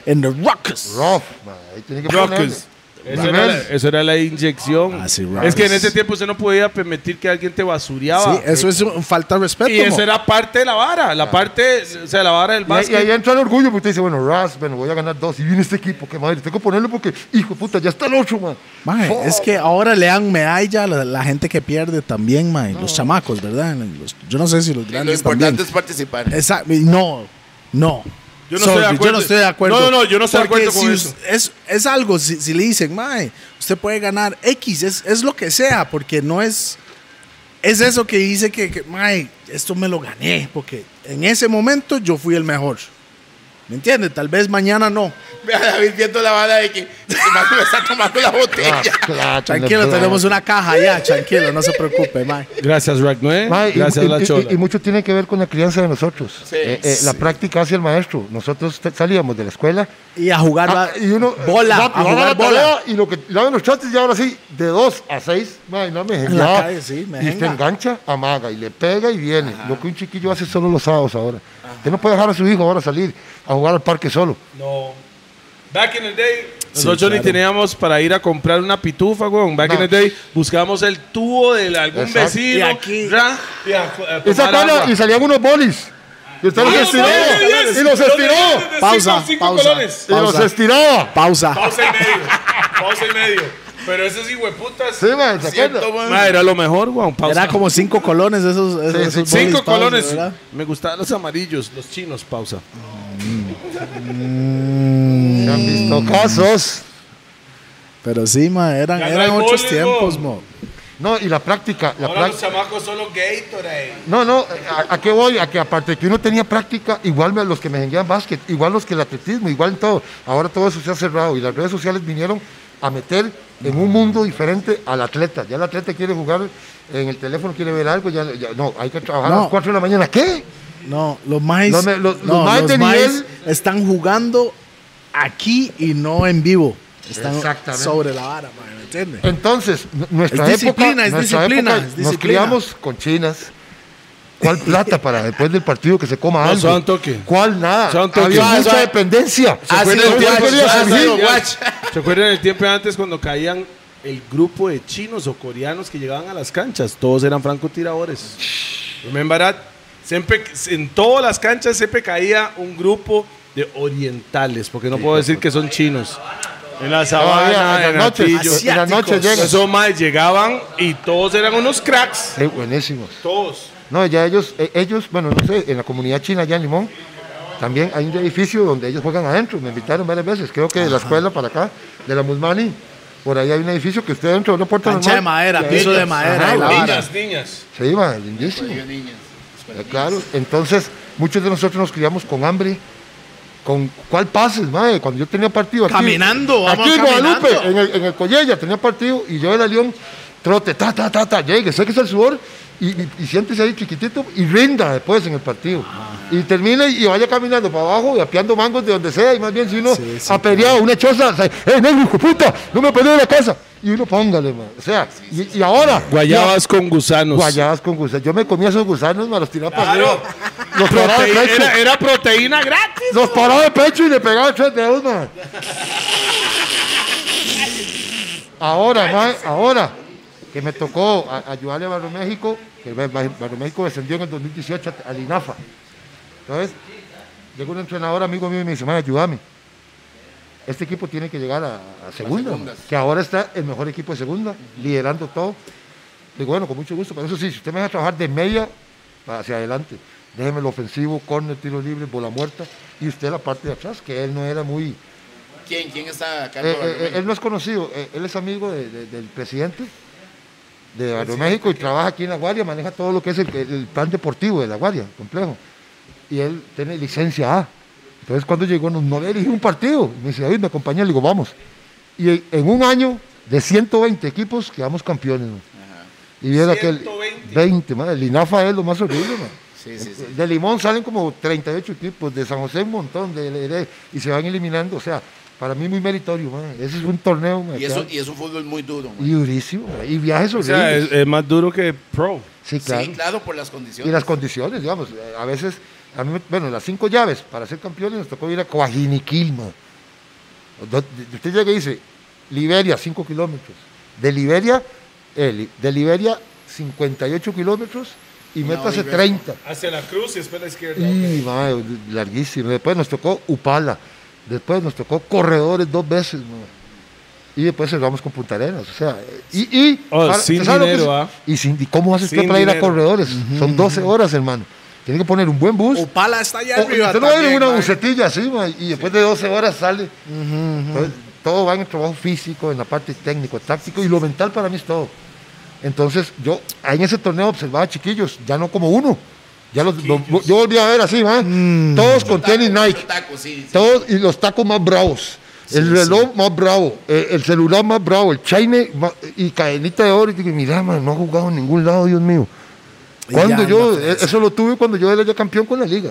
Speaker 1: En the Rockers.
Speaker 3: Rough, man. Ahí tiene que ponerle.
Speaker 2: Rockers. Eso era, la,
Speaker 3: Rockers.
Speaker 2: eso era la inyección.
Speaker 1: Ah, sí,
Speaker 2: es
Speaker 1: Rockers.
Speaker 2: que en ese tiempo usted no podía permitir que alguien te basureaba.
Speaker 1: Sí, eso es un- falta de respeto.
Speaker 2: Ah, y eso
Speaker 1: mo.
Speaker 2: era parte de la vara. La parte, o sea, la vara del
Speaker 3: Y ahí, y
Speaker 2: básquet.
Speaker 3: ahí entra el orgullo, porque usted dice, bueno, Ras, bueno, voy a ganar dos. Y viene este equipo, que madre, tengo que ponerlo porque, hijo de puta, ya está el ocho, man. Oh,
Speaker 1: Mae,
Speaker 3: Fuck.
Speaker 1: es que ahora le dan medalla a la, la gente que pierde también, mae. Los chamacos, ¿verdad? Los- yo no sé si los
Speaker 4: Lo
Speaker 1: grandes
Speaker 4: importante
Speaker 1: también.
Speaker 4: es participar.
Speaker 1: Exacto. y No, no.
Speaker 2: Yo no estoy de acuerdo.
Speaker 1: no estoy de acuerdo.
Speaker 2: No, no, no, yo no estoy de
Speaker 1: Porque
Speaker 2: acuerdo con
Speaker 1: si
Speaker 2: eso.
Speaker 1: us- Es, es algo, si, si le dicen, mae, usted puede ganar X, es, es lo que sea, porque no es... Es eso que dice que, que, mae, esto me lo gané, porque en ese momento yo fui el mejor. ¿Me entiende? Tal vez mañana no.
Speaker 4: Ve a David viendo la bala de que se va a está tomando la
Speaker 3: Ah,
Speaker 4: botella.
Speaker 3: claro,
Speaker 1: Tranquilo,
Speaker 3: claro.
Speaker 1: tenemos una caja allá, tranquilo, no se preocupe, mae.
Speaker 2: Gracias, Ragnoe.
Speaker 3: Mae, y-
Speaker 2: Gracias,
Speaker 3: y,
Speaker 2: La
Speaker 3: y-
Speaker 2: Chola.
Speaker 3: y mucho tiene que ver con la crianza de nosotros.
Speaker 4: Sí.
Speaker 3: Eh, eh, La práctica hacia el maestro. Nosotros te- salíamos de la escuela
Speaker 1: Y a jugar
Speaker 3: ah,
Speaker 1: ba-
Speaker 3: y uno. eh,
Speaker 1: bola,
Speaker 3: rápido,
Speaker 1: a
Speaker 3: haga
Speaker 1: jugar
Speaker 3: la
Speaker 1: bola.
Speaker 3: tarea, y lo que lavan los chates, y ahora sí, de dos a seis, mae, no me
Speaker 1: la
Speaker 3: engañaba.
Speaker 1: calle, sí, me
Speaker 3: y se
Speaker 1: jenga.
Speaker 3: engancha, amaga, y le pega y viene. Lo que un chiquillo hace solo los sábados ahora. Usted no puede dejar a su hijo ahora salir a jugar al parque solo.
Speaker 2: No. Back in the day.
Speaker 1: Sí,
Speaker 2: Nosotros ni
Speaker 1: claro.
Speaker 2: teníamos para ir a comprar una pitufa, güey. Back in
Speaker 3: No.
Speaker 2: the day buscábamos el tubo de la- algún
Speaker 3: Exacto.
Speaker 2: vecino.
Speaker 1: Y aquí-
Speaker 2: ra, y a- a
Speaker 3: Y
Speaker 2: tomar
Speaker 3: sacaron-
Speaker 2: agua.
Speaker 3: y salían unos bolis. Y usted los
Speaker 2: Ah,
Speaker 3: estiró.
Speaker 2: no, no, no,
Speaker 3: Y los
Speaker 2: no, no,
Speaker 3: estiró.
Speaker 2: no, no, no,
Speaker 1: Pausa,
Speaker 2: cinco- cinco
Speaker 1: pausa.
Speaker 2: colores.
Speaker 3: Y los
Speaker 1: Pausa.
Speaker 3: estiraba.
Speaker 1: Pausa.
Speaker 2: Pausa y medio. Pausa y medio. Pero esos hueputas.
Speaker 3: Sí, man, ¿se acuerda?
Speaker 4: Siento, man.
Speaker 2: era lo mejor, weón. Pausa.
Speaker 1: Era como cinco colones esos. esos-
Speaker 3: Sí, sí,
Speaker 1: esos
Speaker 2: cinco
Speaker 1: bolis, pausa,
Speaker 2: colones.
Speaker 1: ¿verdad?
Speaker 2: Me gustaban los amarillos, los chinos, pausa.
Speaker 3: Se han visto casos.
Speaker 1: Pero sí, ma, eran,
Speaker 2: Ya
Speaker 1: eran
Speaker 2: no hay
Speaker 1: otros
Speaker 2: bowling,
Speaker 1: tiempos,
Speaker 2: bo.
Speaker 1: mo.
Speaker 3: No, y la práctica, la
Speaker 2: Ahora los
Speaker 3: práctica.
Speaker 2: chamacos son los Gatorade.
Speaker 3: No, no, ¿a, a qué voy? A que aparte de que uno tenía práctica, igual me- los que me jenguean básquet, igual los que el atletismo, igual en todo. Ahora todo eso se ha cerrado y las redes sociales vinieron a meter en un mundo diferente al atleta. Ya el atleta quiere jugar en el teléfono, quiere ver algo, ya, ya- no, hay que trabajar a
Speaker 1: No.
Speaker 3: las 4 de la mañana. ¿Qué?
Speaker 1: No, los más.
Speaker 3: Los me- los- los maes de nivel-
Speaker 1: están jugando aquí y no en vivo. Están
Speaker 3: Exactamente.
Speaker 1: sobre la vara, ma, ¿me entiendes?
Speaker 3: Entonces, n- nuestra
Speaker 1: Es
Speaker 3: época,
Speaker 1: disciplina, es
Speaker 3: nuestra
Speaker 1: disciplina,
Speaker 3: época,
Speaker 1: es
Speaker 3: nos
Speaker 1: disciplina.
Speaker 3: criamos con chinas. ¿Cuál plata para después del partido que se coma
Speaker 2: No,
Speaker 3: algo?
Speaker 2: suave un toque.
Speaker 3: ¿Cuál nada?
Speaker 2: Suave un toque.
Speaker 3: Había
Speaker 2: Suave,
Speaker 3: mucha
Speaker 2: suave.
Speaker 3: dependencia.
Speaker 2: ¿Se acuerdan
Speaker 3: Entonces,
Speaker 2: el tiempo-
Speaker 3: no podía
Speaker 2: Ah,
Speaker 3: surgir.
Speaker 2: sí, ya. ¿Se acuerdan el tiempo de antes cuando caían el grupo de chinos o coreanos que llegaban a las canchas? Todos eran francotiradores. Remember that? Siempre, en todas las canchas siempre caía un grupo de orientales, porque no puedo decir que son chinos. En la
Speaker 3: Todavía,
Speaker 2: sabana,
Speaker 3: en
Speaker 2: en
Speaker 3: la noche,
Speaker 2: Atillo.
Speaker 3: en la noche llega.
Speaker 2: Esos más llegaban y todos eran unos cracks.
Speaker 3: Sí, buenísimos.
Speaker 2: Todos.
Speaker 3: No, ya ellos, eh, ellos, bueno, no sé, en la comunidad china allá en Limón, también hay un edificio donde ellos juegan adentro. Me invitaron varias veces, creo que de la escuela para acá, de la Musmani. Por ahí hay un edificio que usted dentro de una puerta
Speaker 1: Cancha de madera,
Speaker 3: y ahí-
Speaker 1: piso de madera.
Speaker 2: Ah,
Speaker 3: Ajá,
Speaker 1: y la
Speaker 3: bueno.
Speaker 1: vara.
Speaker 2: Niñas, niñas.
Speaker 3: Se iba, lindísimo.
Speaker 4: Yo, niñas.
Speaker 3: Eh, Claro, entonces muchos de nosotros nos criamos con hambre. ¿Con cuál pases, madre? Cuando yo tenía partido aquí.
Speaker 1: Caminando, vamos
Speaker 3: Aquí en
Speaker 1: caminando.
Speaker 3: Guadalupe, en el, en el Collella tenía partido y yo era León, trote, ta, ta, ta, ta, llegue, sé que es el sudor y, y, y siéntese ahí chiquitito y rinda después en el partido.
Speaker 1: Ah.
Speaker 3: Y termina y, y vaya caminando para abajo y apeando mangos de donde sea y más bien si uno
Speaker 1: Sí, sí,
Speaker 3: ha peleado una choza, o sea, ¡eh, negro, hijo de puta! ¡No me peleé de la casa! Y uno póngale, man. O sea, y, y ahora. ya-
Speaker 2: Guayabas con gusanos.
Speaker 3: Guayabas con gusanos. Yo me comía esos gusanos, me los tiraba
Speaker 2: Claro.
Speaker 3: para arriba. Los paraba de pecho.
Speaker 2: era, era proteína gratis.
Speaker 3: Los paraba de pecho y le pegaba tres dedos, man. Ahora, man, ahora que me tocó a- ayudarle a Barrio México, que Bar- Bar- Barrio México descendió en el 2018 a- al INAFA. Entonces, llegó un entrenador amigo mío y me dice, man, ayúdame. Este equipo tiene que llegar a, a segunda, man, que ahora está el mejor equipo de segunda, liderando todo. Digo, bueno, con mucho gusto, pero eso sí, si usted me va a trabajar de media hacia adelante, déjeme el ofensivo, córner, tiro libre, bola muerta, y usted la parte de atrás, que él no era muy...
Speaker 4: ¿Quién, ¿Quién está acá?
Speaker 3: Eh, eh, él no es conocido, eh, él es amigo de- de- del presidente de Barrio México y trabaja aquí en La Guardia, maneja todo lo que es el, el plan deportivo de La Guardia, el complejo. Y él tiene licencia A. Entonces cuando llegó no, no le dirigí un partido. Me dice, David, me acompaña, le digo, vamos. Y en- en un año de 120 equipos quedamos campeones. ¿no? Y viera que el
Speaker 2: 120.
Speaker 3: 20, madre, el INAFA es lo más horrible. ¿no?
Speaker 4: Sí, sí, sí.
Speaker 3: De Limón salen como 38 equipos, de San José un montón, de, de- de- y se van eliminando. O sea, para mí muy meritorio, man. Ese es un torneo, man,
Speaker 4: Y,
Speaker 3: que
Speaker 4: eso,
Speaker 3: hay-
Speaker 4: y es un fútbol muy duro. man.
Speaker 3: y durísimo, man, y viajes
Speaker 2: O sea,
Speaker 3: horribles.
Speaker 2: es, es más duro que pro.
Speaker 3: sí, claro.
Speaker 4: Sí, claro, por las
Speaker 3: Y
Speaker 4: condiciones.
Speaker 3: las condiciones, digamos, eh, a veces, a mí, me- bueno, las cinco llaves para ser campeones nos tocó ir a Coajiniquil, man. Do- Usted llega y dice, Liberia, 5 kilómetros. De Liberia, eh, li- de Liberia, 58 kilómetros y
Speaker 4: Una
Speaker 3: métase
Speaker 4: hora y
Speaker 3: 30.
Speaker 2: Hacia la cruz y después la izquierda.
Speaker 3: Y, mae, larguísimo. Después nos tocó Upala. Después nos tocó Corredores dos veces. mae. Y después cerramos con Punta Arenas. O sea, eh, y. y
Speaker 2: Oh,
Speaker 3: para-
Speaker 2: sin
Speaker 3: ¿usted sabe lo que
Speaker 2: dinero,
Speaker 3: es?
Speaker 2: ah.
Speaker 3: Y sin, di- ¿Cómo hace usted
Speaker 2: Sin
Speaker 3: para ir a
Speaker 2: dinero.
Speaker 3: Corredores? Son 12 horas, hermano. Tiene que poner un buen bus.
Speaker 1: Opala está allá
Speaker 3: O-
Speaker 1: arriba.
Speaker 3: Oh, usted no va a ir en
Speaker 1: también,
Speaker 3: una
Speaker 1: ma.
Speaker 3: bucetilla así, mae, y después de 12 horas sale. Entonces, todo va en el trabajo físico, en la parte técnico, táctico, y lo mental para mí es todo. Entonces, yo en ese torneo observaba chiquillos, ya no como uno. Ya los, lo- yo volví a ver así, mae, todos con tenis Nike,
Speaker 4: Tacos, sí, sí.
Speaker 3: todos y los tacos más bravos, el reloj más bravo, eh, el celular más bravo, el chaine ma- y cadenita de oro. Y digo, mira, man, no ha jugado en ningún lado, Dios mío.
Speaker 1: Y
Speaker 3: Cuando
Speaker 1: ya
Speaker 3: yo, eh,
Speaker 1: anda fresco.
Speaker 3: eso lo tuve cuando yo era ya campeón con la liga.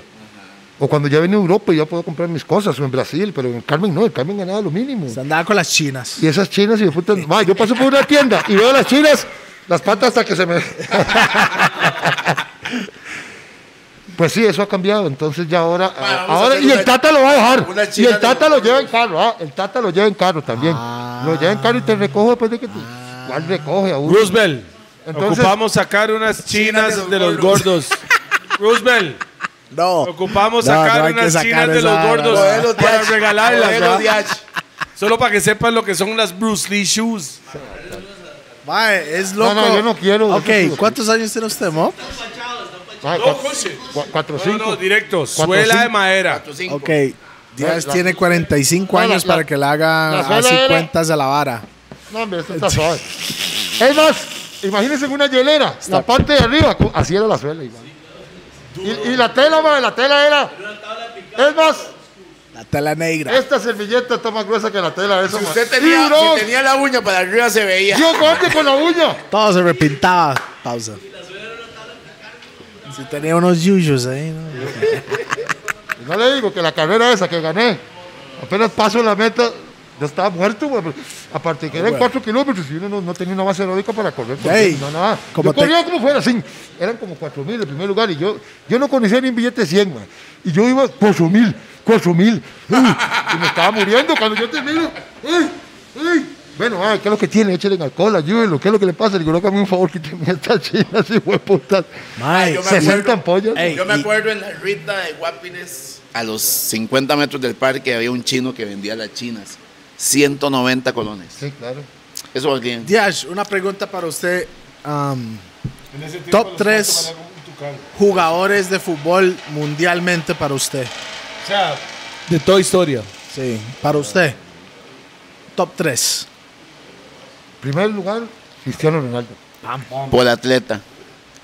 Speaker 3: O cuando ya vine a Europa y ya puedo comprar mis cosas, o en Brasil, pero en el Carmen no, el Carmen ganaba lo mínimo.
Speaker 1: Se andaba con las chinas.
Speaker 3: Y esas chinas, y de puta, ma, yo paso por una tienda y veo las chinas, las patas hasta que se me. pues sí, eso ha cambiado. Entonces ya ahora.
Speaker 4: Ah, vamos a
Speaker 3: ahora
Speaker 4: hacer
Speaker 3: y el
Speaker 4: una-
Speaker 3: Tata lo va
Speaker 4: una
Speaker 3: a dejar. Y
Speaker 4: china
Speaker 3: el
Speaker 4: de
Speaker 3: Tata lo
Speaker 4: los
Speaker 3: lleva en carro. ah, el Tata lo lleva en carro también. lo lleva en carro y te recoge después de que te.
Speaker 4: Ah.
Speaker 3: ¿Cuál recoge a uno?
Speaker 2: Roosevelt.
Speaker 3: Entonces-
Speaker 2: ocupamos sacar unas chinas de los gordos. Roosevelt.
Speaker 1: No.
Speaker 2: Ocupamos
Speaker 1: No,
Speaker 2: sacar
Speaker 1: no hay que
Speaker 2: unas
Speaker 1: sacar
Speaker 2: chinas de
Speaker 1: esa
Speaker 2: los
Speaker 1: vara,
Speaker 2: gordos
Speaker 1: ma. ¿eh?
Speaker 4: Modelo
Speaker 2: para
Speaker 4: DH,
Speaker 2: regalarlas.
Speaker 4: modelo
Speaker 2: ¿verdad?
Speaker 4: DH.
Speaker 2: Solo para que sepan lo que son las Bruce Lee shoes.
Speaker 1: Mae, es
Speaker 3: No,
Speaker 1: loco.
Speaker 3: no, yo no quiero,
Speaker 1: Ok,
Speaker 3: eso es lo-
Speaker 1: ¿cuántos años tiene usted, mo?
Speaker 3: Ah,
Speaker 2: No,
Speaker 3: cuatro-
Speaker 2: coche.
Speaker 3: cua- Ah, Cuatro
Speaker 2: No, no,
Speaker 3: cinco.
Speaker 2: directo.
Speaker 3: Cuatro,
Speaker 2: Suela de
Speaker 3: cinco.
Speaker 2: madera.
Speaker 4: Tacos cinco.
Speaker 1: Ok, Díaz
Speaker 3: La- la-
Speaker 1: tiene 45
Speaker 3: No, la-
Speaker 1: años
Speaker 3: la-
Speaker 1: para que le hagan
Speaker 3: la
Speaker 1: así
Speaker 3: suela era-
Speaker 1: cuentas a la vara.
Speaker 3: No, hombre, esto está suave. Es más, imagínense una hielera, la parte de arriba, cu- así era la suela. igual. Y, y la tela, madre, la tela era. Es más,
Speaker 1: La tela negra.
Speaker 3: esta servilleta está más gruesa que la tela. Eso,
Speaker 4: Si
Speaker 3: madre.
Speaker 4: usted tenía,
Speaker 3: Sí, bro.
Speaker 4: si tenía la uña para arriba se veía.
Speaker 3: Yo corte con la uña.
Speaker 1: Todo se repintaba. Pausa. Si tenía unos yuyos ahí, ¿no?
Speaker 3: Y No le digo que la carrera esa que gané, apenas paso la meta, yo estaba muerto, güey. Aparte que eran
Speaker 1: Ah, bueno.
Speaker 3: 4 kilómetros y uno no, no tenía una base aeróbica para correr. con
Speaker 1: Ey,
Speaker 3: eso, no, nada.
Speaker 1: como
Speaker 3: Yo
Speaker 1: te-
Speaker 3: corría como fuera, sí. Eran como 4 mil en primer lugar y yo, yo no conocía ni un billete de 100, güey. Y yo iba 4 mil, 4 mil. uy, y me estaba muriendo cuando yo termino. uy, uy. Bueno, ah, ¿qué es lo que tiene? Échale en alcohol, ayúdenlo. ¿Qué es lo que le pasa? Le digo, no, hágame un favor, quíteme esta china, así, güey, puta.
Speaker 1: Mae,
Speaker 4: yo me
Speaker 3: 60
Speaker 4: acuerdo.
Speaker 3: ampollas.
Speaker 1: Ey.
Speaker 4: Yo me
Speaker 1: y-
Speaker 4: acuerdo en la Rita de Guapines, a los 50 metros del parque había un chino que vendía las chinas. 190 colones.
Speaker 3: Sí, claro.
Speaker 4: Eso aquí.
Speaker 1: Diash, una pregunta para usted. Um, Am, top 3 jugadores de fútbol mundialmente para usted.
Speaker 2: O sea, de toda historia.
Speaker 1: Sí, para usted. Top 3.
Speaker 3: Primer lugar, Cristiano Ronaldo.
Speaker 4: Por atleta.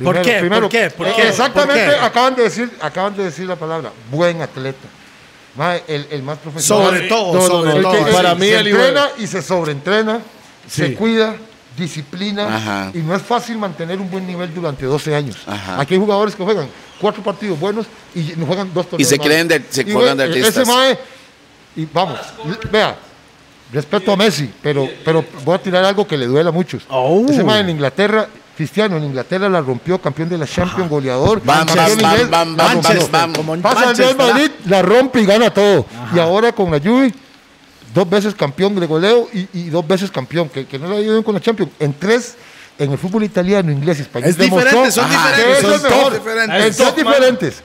Speaker 1: ¿Por qué? ¿Por qué? ¿Por
Speaker 3: Eh,
Speaker 1: qué?
Speaker 3: Exactamente,
Speaker 1: ¿Por qué?
Speaker 3: Acaban, de decir, acaban de decir la palabra, buen atleta. Mae, el, el más profesional.
Speaker 1: Sobre todo,
Speaker 3: No, no,
Speaker 1: sobre
Speaker 3: no, el
Speaker 1: todo.
Speaker 3: que- el-
Speaker 2: Para
Speaker 3: se
Speaker 2: mí, el
Speaker 3: entrena y se sobreentrena,
Speaker 2: Sí.
Speaker 3: se cuida, disciplina.
Speaker 4: Ajá.
Speaker 3: Y no es fácil mantener un buen nivel durante 12 años.
Speaker 4: Ajá.
Speaker 3: Aquí hay jugadores que juegan cuatro partidos buenos y no juegan dos torneos.
Speaker 4: se
Speaker 3: malos.
Speaker 4: creen de- se
Speaker 3: Y,
Speaker 4: cuelgan de
Speaker 3: güey,
Speaker 4: artistas.
Speaker 3: Ese mae, y vamos, vea, respeto a Messi, pero, pero voy a tirar algo que le duela a muchos.
Speaker 1: Oh.
Speaker 3: Ese mae en Inglaterra, Cristiano en Inglaterra la rompió, campeón de la
Speaker 1: Ah.
Speaker 3: Champions, goleador.
Speaker 4: Bam, bam,
Speaker 3: campeón
Speaker 4: bam,
Speaker 3: inglés,
Speaker 4: bam,
Speaker 3: la
Speaker 4: bam,
Speaker 3: rompió.
Speaker 4: bam, bam.
Speaker 1: Como en
Speaker 3: Pasa al Real
Speaker 1: Manchester,
Speaker 3: Madrid, la rompe y gana todo. Y ahora con la Juve, dos veces campeón de goleo y, y dos veces campeón, que, que no le ha ido bien con la Champions. En tres, en el fútbol italiano, inglés, español.
Speaker 1: Es diferente,
Speaker 3: demostró
Speaker 1: son
Speaker 3: que
Speaker 1: diferentes,
Speaker 3: eso
Speaker 1: son
Speaker 3: es mejor.
Speaker 1: todos diferentes.
Speaker 3: En
Speaker 2: Es top,
Speaker 3: Son
Speaker 2: man.
Speaker 3: diferentes.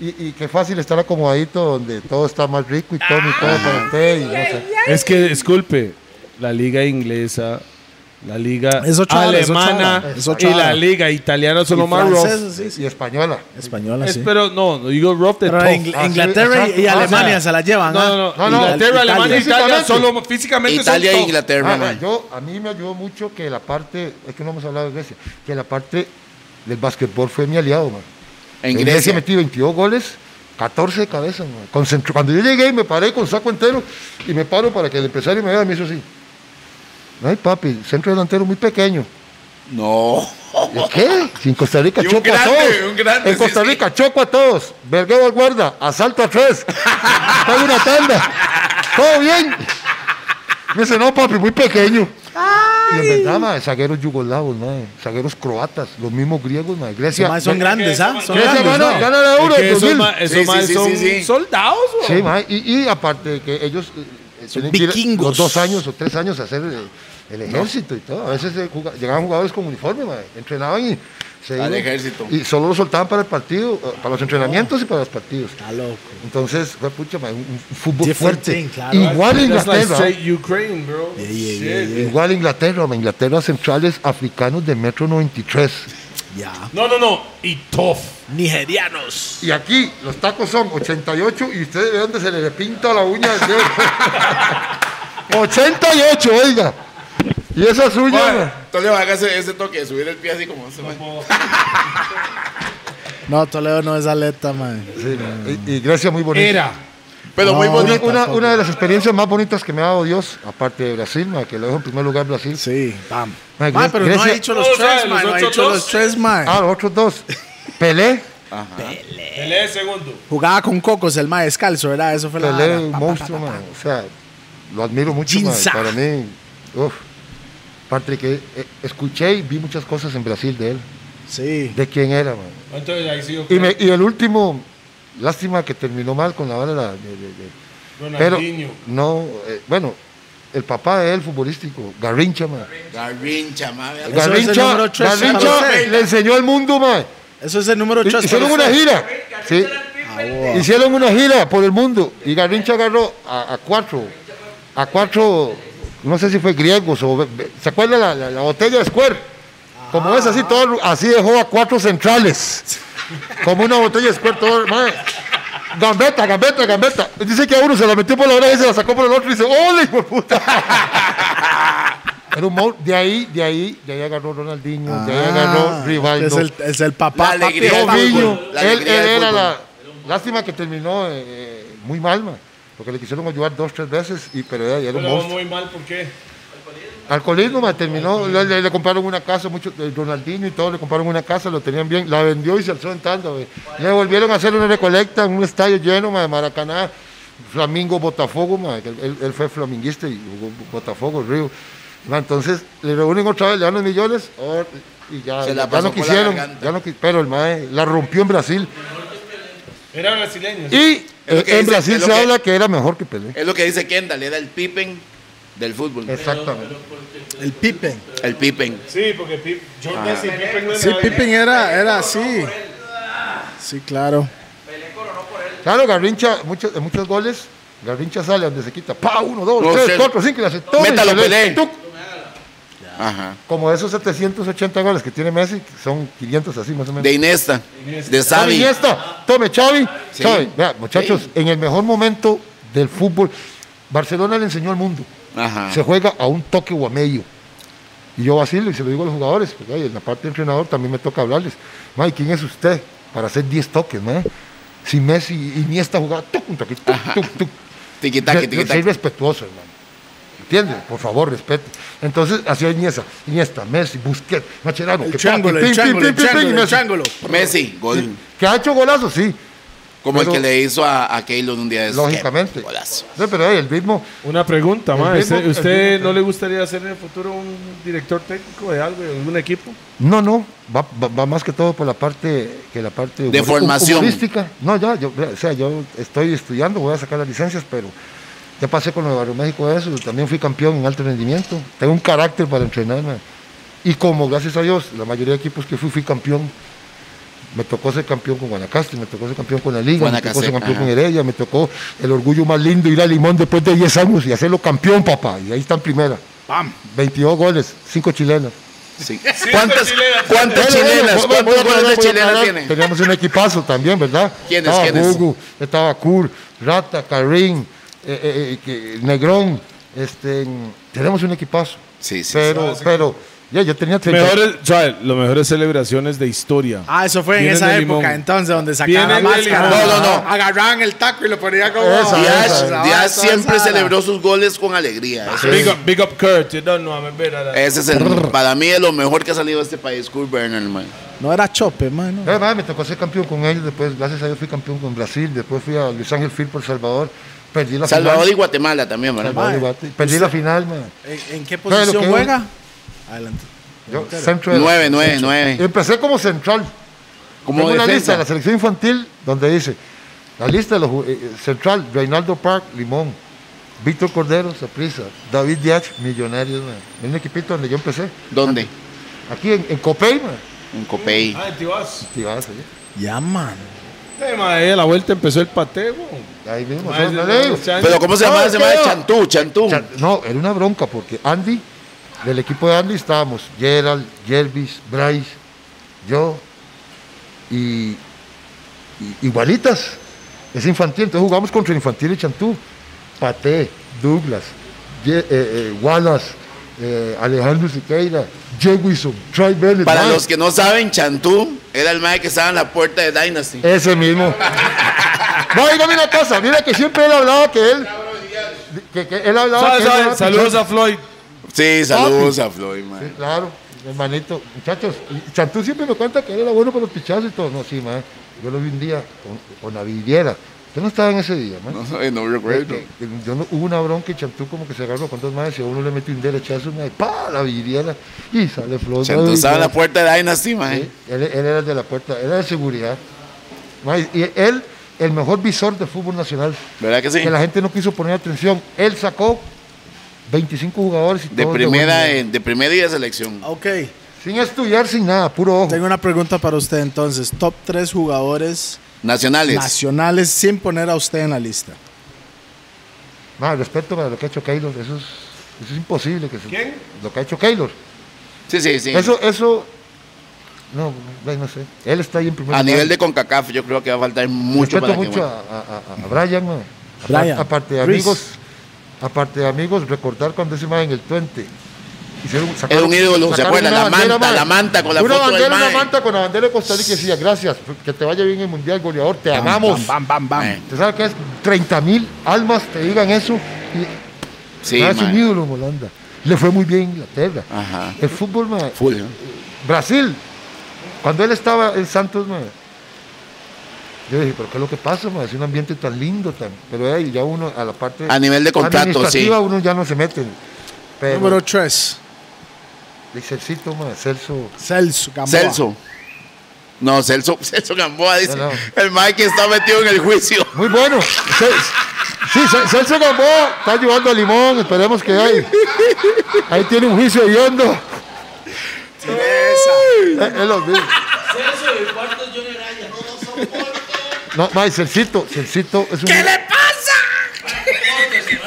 Speaker 3: Y, y qué fácil estar acomodadito donde todo está más rico y todo, y todo para usted. Y, no sé.
Speaker 2: Es que, disculpe, la liga inglesa, la liga
Speaker 1: Es ocho horas, es ocho
Speaker 2: alemana
Speaker 1: horas, es ocho
Speaker 2: y la
Speaker 1: horas.
Speaker 2: liga italiana son los más rough.
Speaker 1: Franceses, sí, sí.
Speaker 3: Y española.
Speaker 1: Española,
Speaker 2: Es-
Speaker 1: sí.
Speaker 2: Pero no, no digo rough de
Speaker 1: Pero
Speaker 2: tough.
Speaker 1: Ingl-
Speaker 3: Ah, sí,
Speaker 1: Inglaterra y-
Speaker 3: exacto.
Speaker 1: y
Speaker 3: Ah, o sea,
Speaker 1: Alemania se la llevan. ¿ah?
Speaker 2: No, no,
Speaker 3: No,
Speaker 2: no.
Speaker 3: no,
Speaker 2: Inglaterra,
Speaker 1: Italia.
Speaker 2: Alemania, Italia,
Speaker 3: Físicamente.
Speaker 2: solo físicamente
Speaker 4: Italia e
Speaker 2: son top.
Speaker 4: Inglaterra,
Speaker 3: Ah,
Speaker 4: man.
Speaker 3: yo, a mí me ayudó mucho que la parte, es que no hemos hablado de Grecia, que la parte del básquetbol fue mi aliado, man.
Speaker 4: En
Speaker 3: En Grecia
Speaker 4: Grecia.
Speaker 3: metí 22 goles, 14 de cabeza. man. Con centro- Cuando yo llegué me paré con saco entero y me paro para que el empresario me vea, me hizo así. Ay, papi, centro delantero muy pequeño.
Speaker 4: No.
Speaker 3: ¿De qué? Si en Costa Rica
Speaker 4: Y un
Speaker 3: choco a
Speaker 4: grande,
Speaker 3: todos.
Speaker 4: un grande,
Speaker 3: en
Speaker 4: sí,
Speaker 3: Costa
Speaker 4: sí.
Speaker 3: Rica choco a todos. Verguero al guarda, asalto a tres. Pago una tanda. Todo bien. Me dice, no, papi, muy pequeño. Y en verdad, ma, zagueros yugoslavos, ma, zagueros croatas, los mismos griegos, ma, Grecia.
Speaker 1: Además, son grandes, ¿ah? Son
Speaker 3: Grecia
Speaker 1: grandes.
Speaker 3: gana,
Speaker 1: ¿no?
Speaker 3: gana la
Speaker 2: Es
Speaker 3: euro
Speaker 2: que
Speaker 3: en
Speaker 2: esos
Speaker 3: 2000.
Speaker 2: ma- esos
Speaker 4: Sí, sí,
Speaker 2: maes
Speaker 4: sí,
Speaker 2: son
Speaker 4: sí, sí.
Speaker 2: soldados, güey.
Speaker 3: Sí, ma, y, y aparte de que ellos eh, tienen que ir
Speaker 1: vikingos.
Speaker 3: los dos años o tres años a hacer eh, el, ejército y todo. A veces eh, juga- llegaban jugadores con uniforme, ma, entrenaban y se
Speaker 4: Al ejército.
Speaker 3: Y solo los soltaban para el partido, eh, para los entrenamientos y para los partidos.
Speaker 1: Está loco.
Speaker 3: Entonces, fue pucha, ma, un, un fútbol
Speaker 1: Different
Speaker 3: fuerte.
Speaker 1: thing, claro.
Speaker 3: Igual
Speaker 2: That's like
Speaker 3: Inglaterra.
Speaker 2: straight Ukraine, bro.
Speaker 1: Yeah, yeah,
Speaker 2: Shit.
Speaker 1: yeah, yeah.
Speaker 3: Igual Inglaterra, ma, Inglaterra centrales africanos de metro 93.
Speaker 1: Ya.
Speaker 2: No, no, no. Y tough.
Speaker 1: Nigerianos.
Speaker 3: Y aquí los tacos son 88 y ustedes ven donde se le pinta la uña del dedo. 88, oiga. Y esa es suya.
Speaker 4: Bueno, entonces hágase ese toque de subir el pie así como se
Speaker 1: No, Toledo no es aleta, man.
Speaker 3: Sí, y, y Grecia muy bonita.
Speaker 2: Era.
Speaker 4: Pero muy
Speaker 1: No,
Speaker 3: Una,
Speaker 4: bonito.
Speaker 3: una- una de las experiencias más bonitas que me ha dado Dios, aparte de Brasil, ma, que lo dejo en primer lugar Brasil.
Speaker 1: Sí, bam.
Speaker 3: Ma,
Speaker 1: Ma,
Speaker 3: Gre-
Speaker 1: pero no
Speaker 3: Grecia-
Speaker 1: ha dicho los
Speaker 2: No, o sea,
Speaker 1: tres, man.
Speaker 2: los
Speaker 1: No ha
Speaker 2: ocho
Speaker 1: dicho
Speaker 2: dos.
Speaker 1: los tres, man.
Speaker 3: Ah, los otros dos. Pelé,
Speaker 2: Pelé segundo.
Speaker 1: Jugaba con cocos el ma descalzo, ¿verdad? Eso fue la.
Speaker 3: Pelé,
Speaker 1: vara.
Speaker 3: un
Speaker 1: Pa, pa,
Speaker 3: monstruo,
Speaker 1: pa, pa,
Speaker 3: ma,
Speaker 1: pa.
Speaker 3: O sea, lo admiro mucho, ma,
Speaker 1: Ginza.
Speaker 3: Para mí, uf. Aparte que eh, escuché y vi muchas cosas en Brasil de él,
Speaker 1: Sí.
Speaker 3: de quién era, ma.
Speaker 2: Entonces ahí sí.
Speaker 3: Y, me- y el último, lástima que terminó mal con la bala de- de- de- pero
Speaker 2: Ronaldinho.
Speaker 3: no, eh, bueno, el papá de él futbolístico, Garrincha, ma.
Speaker 4: Garrincha, madre.
Speaker 1: Eso es el
Speaker 3: Garrincha,
Speaker 1: número tres,
Speaker 3: Garrincha
Speaker 1: para usted.
Speaker 3: le enseñó al mundo, ma.
Speaker 1: Eso es el número 8.
Speaker 3: Hicieron una gira. Sí. Hicieron una gira por el mundo y Garrincha agarró a, a cuatro, a cuatro, no sé si fue griegos o... ¿Se acuerda la, la- la botella de Square? Como es así, todo, así dejó a cuatro centrales. Como una botella de Square, todo, ma. Gambeta, gambeta, gambeta. Dice que a uno se la metió por la oreja y se la sacó por el otro y dice, ¡ole, hijo de puta! Era un mon- de ahí, de ahí, de ahí agarró Ronaldinho, de ahí agarró Rivaldo.
Speaker 1: Ah, Es el, es el papá.
Speaker 4: La alegría
Speaker 1: papi,
Speaker 4: del
Speaker 1: papi.
Speaker 4: fútbol.
Speaker 3: Robinho,
Speaker 4: la
Speaker 3: él,
Speaker 4: alegría
Speaker 3: él
Speaker 4: del
Speaker 3: era
Speaker 4: fútbol.
Speaker 3: la. Lástima que terminó eh, eh, muy mal, man, porque le quisieron ayudar dos, tres veces, y, pero era, era un monstruo.
Speaker 2: muy mal, ¿por qué?
Speaker 3: Alcoholismo, man, terminó, le, le- le compraron una casa, mucho, eh, Ronaldinho y todo, le compraron una casa, lo tenían bien, la vendió y se alzó en tanto. güey. Le volvieron a hacer una recolecta en un estadio lleno man, de Maracaná, Flamingo, Botafogo, man, que él, él fue flaminguista y jugó Botafogo, Río. Man, entonces le reúnen otra vez, le dan los millones or- y ya,
Speaker 4: Se la
Speaker 3: ya
Speaker 4: pasó
Speaker 3: no
Speaker 4: por la
Speaker 3: quisieron,
Speaker 4: garganta.
Speaker 3: ya no, qui- pero el mae la rompió en Brasil.
Speaker 2: Era brasileño.
Speaker 3: Y
Speaker 4: Es lo
Speaker 3: eh,
Speaker 4: que
Speaker 3: en
Speaker 4: dice-
Speaker 3: Brasil
Speaker 4: es lo
Speaker 3: se
Speaker 4: que-
Speaker 3: habla que era mejor que Pelé.
Speaker 4: Es lo que dice Kendall, era el pipen del fútbol.
Speaker 3: Exactamente.
Speaker 1: El Pippen.
Speaker 4: El pipen.
Speaker 2: Sí, porque Pip, yo Messi, Pippen no
Speaker 1: Sí,
Speaker 2: era-
Speaker 1: Pippen era, era así. Sí, claro.
Speaker 3: Claro, Garrincha, muchos, en muchos goles, Garrincha sale donde se quita, pa, uno, dos,
Speaker 4: No,
Speaker 3: tres,
Speaker 4: usted-
Speaker 3: cuatro, cinco, y hace todo.
Speaker 4: Métalo,
Speaker 3: y Pelé,
Speaker 4: Pelé.
Speaker 3: tuc.
Speaker 4: Ajá.
Speaker 3: Como esos 780 goles que tiene Messi, que son 500 así más o menos.
Speaker 4: De Inesta, de
Speaker 3: Xavi
Speaker 4: Xavi.
Speaker 3: Iniesta, tome Xavi,
Speaker 4: Sí.
Speaker 3: Xavi. Vea, muchachos,
Speaker 4: Sí.
Speaker 3: en el mejor momento del fútbol, Barcelona le enseñó al mundo.
Speaker 4: Ajá.
Speaker 3: se juega a un toque o a medio. Y yo vacilo y se lo digo a los jugadores, porque ay, en la parte de entrenador también me toca hablarles. Mae, ¿quién es usted para hacer 10 toques, mae? Si Messi y Iniesta jugaba, tuc, un toque, tuc, tuc, tuc.
Speaker 4: Tiquitaque,
Speaker 3: Yo- yo Soy
Speaker 4: tiquitaque.
Speaker 3: respetuoso, hermano. ¿Entiende? Por favor, respete. Entonces, hacía Iniesta, Iniesta, Messi, Busquets, Macherano,
Speaker 1: El changulo, el changulo, el changulo, el changulo.
Speaker 4: Messi, gol.
Speaker 3: Que ha hecho golazos, sí,
Speaker 4: Como el
Speaker 3: Pero-
Speaker 4: que le hizo a, a Keylor un día de esos.
Speaker 3: lógicamente.
Speaker 4: Qué Golazo.
Speaker 3: No, pero ay, el ritmo,
Speaker 2: Una pregunta, ma.
Speaker 3: El
Speaker 2: ¿Usted,
Speaker 3: mismo-
Speaker 2: usted
Speaker 3: el mismo-
Speaker 2: no le gustaría ser en el futuro un director técnico de algo, de algún equipo?
Speaker 3: No, no, va, va- va más que todo por la parte que la parte humor-
Speaker 4: formación.
Speaker 3: humorística. No, ya, yo, o sea, yo estoy estudiando, voy a sacar las licencias, pero ya pasé con el Barrio México de eso, también fui campeón en alto rendimiento. Tengo un carácter para entrenarme. Y como gracias a Dios, la mayoría de equipos que fui fui campeón. Me tocó ser campeón con Guanacaste, me tocó ser campeón con la Liga, me tocó ser
Speaker 4: Guanacaste,
Speaker 3: campeón
Speaker 4: ajá.
Speaker 3: con Heredia, me tocó el orgullo más lindo ir a Limón después de 10 años y hacerlo campeón, papá. Y ahí está en primera.
Speaker 1: Pam.
Speaker 3: 22 goles, 5 chilenas.
Speaker 4: Sí. ¿Cuántas,
Speaker 2: chilenas.
Speaker 4: cuántas
Speaker 3: Bueno,
Speaker 4: chilenas?
Speaker 3: bueno, bueno,
Speaker 4: ¿Cuántos
Speaker 3: bueno,
Speaker 4: goles de
Speaker 3: bueno,
Speaker 4: chilenas
Speaker 3: bueno,
Speaker 4: tiene?
Speaker 3: Teníamos un equipazo también, ¿verdad?
Speaker 4: ¿Quiénes,
Speaker 3: Estaba
Speaker 4: quiénes?
Speaker 3: Gugu, estaba Kur, Rata, Carrín, eh, eh, eh, que- Negrón. Este, tenemos un equipazo.
Speaker 4: Sí, sí. sí.
Speaker 3: pero, pero, ya, yo tenía 30.
Speaker 2: Mejores, ¿sabe? Las mejores celebraciones de historia.
Speaker 1: Ah, eso fue en
Speaker 2: Vienen
Speaker 1: esa
Speaker 2: de
Speaker 1: época
Speaker 2: Limón.
Speaker 1: entonces donde sacaban la
Speaker 2: Vienen de
Speaker 1: máscara.
Speaker 2: Limón.
Speaker 4: No, no, no.
Speaker 1: Agarraban el taco y lo ponían como.
Speaker 3: Esa,
Speaker 1: Diaz,
Speaker 3: esa,
Speaker 4: Díaz,
Speaker 3: esa.
Speaker 4: Díaz
Speaker 1: esa,
Speaker 4: siempre
Speaker 1: esa.
Speaker 4: celebró sus goles con
Speaker 3: Ah,
Speaker 4: alegría. Eso es-
Speaker 2: Big up, big up Kurt. You don't know, I'm a bit-
Speaker 4: Ese es el, para mí es lo mejor que ha salido de este país, Kurt Bernal, man.
Speaker 1: No era chope, mano.
Speaker 3: Eh, madre, me tocó ser campeón con ellos, después, gracias a Dios, fui campeón con Brasil, después fui a Luis Ángel Phil por Salvador, perdí la
Speaker 4: Salvador y
Speaker 3: final.
Speaker 4: Guatemala también, ¿verdad?
Speaker 3: Ah, Salvador y Guate. Perdí la final, man.
Speaker 1: ¿En, en qué
Speaker 3: ¿Sabe lo
Speaker 1: posición
Speaker 3: que-
Speaker 1: juega? Adelante.
Speaker 3: Yo, centro de-
Speaker 4: Nueve, nueve, nueve.
Speaker 3: Empecé como central.
Speaker 4: Como
Speaker 3: Tengo una lista
Speaker 4: defensa.
Speaker 3: de la selección infantil donde dice la lista de los ju- eh, eh, central Reinaldo Park Limón Víctor Cordero Saprissa David Díaz Millonarios man. en un equipito donde yo empecé
Speaker 4: ¿Dónde?
Speaker 3: aquí en, en Copey man.
Speaker 4: En Copey.
Speaker 2: Ah, tío, vas.
Speaker 3: Sí, vas allá.
Speaker 1: Ya, man.
Speaker 2: Eh, ma, ahí a la vuelta empezó el pateo.
Speaker 3: ahí mismo
Speaker 2: Ma,
Speaker 3: son,
Speaker 2: ese-
Speaker 3: no le digo.
Speaker 2: Chan-
Speaker 4: Pero ¿cómo se
Speaker 3: No,
Speaker 4: llama?
Speaker 3: es
Speaker 4: Se
Speaker 3: que
Speaker 4: llama
Speaker 3: no.
Speaker 4: Chantú, Chantú.
Speaker 3: O sea, no era una bronca porque Andy del equipo de Andy estábamos Gerald Jervis Bryce yo y, y- igualitas es infantil entonces jugamos contra infantil y Chantú Paté, Douglas, Ye- eh, eh, Wallace, eh, Alejandro Siqueira, Jewison, Troy Bennett.
Speaker 4: Para
Speaker 3: mae.
Speaker 4: los que no saben, Chantú era el mae que estaba en la puerta de Dynasty.
Speaker 3: Ese mismo. No, y no, mira cosa, mira que siempre él hablaba que él. Que, que él hablaba
Speaker 2: Sabe,
Speaker 3: que él
Speaker 2: Ah, sabe,
Speaker 3: era
Speaker 2: Saludos
Speaker 3: pichón.
Speaker 2: a Floyd.
Speaker 4: Sí, saludos a Floyd, mae.
Speaker 3: Sí, claro, hermanito. Muchachos, y Chantú siempre me cuenta que él era bueno con los pichazos y todo. No, sí, man. Yo lo vi un día con, con la vidriera. Usted no estaba en ese día, man.
Speaker 4: No, sé, no
Speaker 3: Que-
Speaker 4: recuerdo.
Speaker 3: que- que yo no- hubo una bronca y Chantú como que se agarró con dos manos y a uno le metió un derechazo una, y ¡pa! la vidriera y sale flor.
Speaker 4: Chantú estaba en la puerta eh. de Dynasty, mae.
Speaker 3: Pues, Sí, él, él era el de la puerta, él era de seguridad. Ma, Y y él, el mejor visor del fútbol nacional,
Speaker 4: ¿Verdad que sí?
Speaker 3: que la gente no quiso poner atención, él sacó 25 jugadores y
Speaker 4: De
Speaker 3: todos
Speaker 4: primera,
Speaker 3: buen nivel.
Speaker 4: eh, de primera y de selección.
Speaker 1: Ok.
Speaker 3: Sin estudiar, sin nada, puro ojo.
Speaker 1: Tengo una pregunta para usted entonces. Top 3 jugadores
Speaker 4: Nacionales.
Speaker 1: nacionales sin poner a usted en la lista.
Speaker 3: Ma, respeto para lo que ha hecho Keylor, eso es, eso es imposible. Que se-
Speaker 2: ¿Quién?
Speaker 3: Lo que ha hecho Keylor.
Speaker 4: Sí, sí, sí.
Speaker 3: Eso, eso, No, güey, no sé. Él está ahí en primer
Speaker 4: A nivel de
Speaker 3: lugar.
Speaker 4: CONCACAF, yo creo que va a faltar mucho
Speaker 3: pues, Respeto
Speaker 4: para que,
Speaker 3: mucho
Speaker 4: bueno,
Speaker 3: a, a- a- a Brian, güey. Apar-
Speaker 1: Brian,
Speaker 3: Aparte de
Speaker 1: Ruiz.
Speaker 3: amigos, aparte de amigos, recordar cuando ese mae en el 20. Hicieron,
Speaker 4: Era un ídolo, ¿se
Speaker 3: sacaron
Speaker 4: acuerda?
Speaker 3: una
Speaker 4: La
Speaker 3: bandera,
Speaker 4: manta,
Speaker 3: mae.
Speaker 4: la manta con la
Speaker 3: una
Speaker 4: foto del
Speaker 3: bandera, una
Speaker 4: mae.
Speaker 3: manta con la bandera de Costa Rica y decía, gracias, que te vaya bien el Mundial, goleador, te amamos.
Speaker 1: Bam, bam, bam.
Speaker 4: mae.
Speaker 3: ¿Te sabes qué es? 30 mil almas te digan eso. Y
Speaker 4: Sí,
Speaker 3: Ah, es un
Speaker 4: mae.
Speaker 3: ídolo en Holanda. Le fue muy bien a Inglaterra.
Speaker 4: Ajá.
Speaker 3: El fútbol, mae.
Speaker 4: Full, ¿eh? ¿no?
Speaker 3: Brasil. Cuando él estaba en Santos, mae, Yo dije, pero ¿qué es lo que pasa, mae? Es un ambiente tan lindo, tan... Pero ahí ya uno a la parte...
Speaker 4: A nivel de contrato,
Speaker 3: administrativa,
Speaker 4: sí.
Speaker 3: uno ya no se mete. Pero...
Speaker 1: Número 3,
Speaker 3: y Celcito, mae, Celso...
Speaker 1: Celso Gamboa.
Speaker 4: Celso. No, Celso, Celso Gamboa dice,
Speaker 3: No, no.
Speaker 4: el Mike que está metido en el juicio.
Speaker 3: Muy bueno. Cel- Sí, Cel- Celso Gamboa está llevando a Limón. Esperemos que hay. Ahí tiene un juicio hediondo. Es, es lo mismo. No, mae, Celcito, Celcito es un...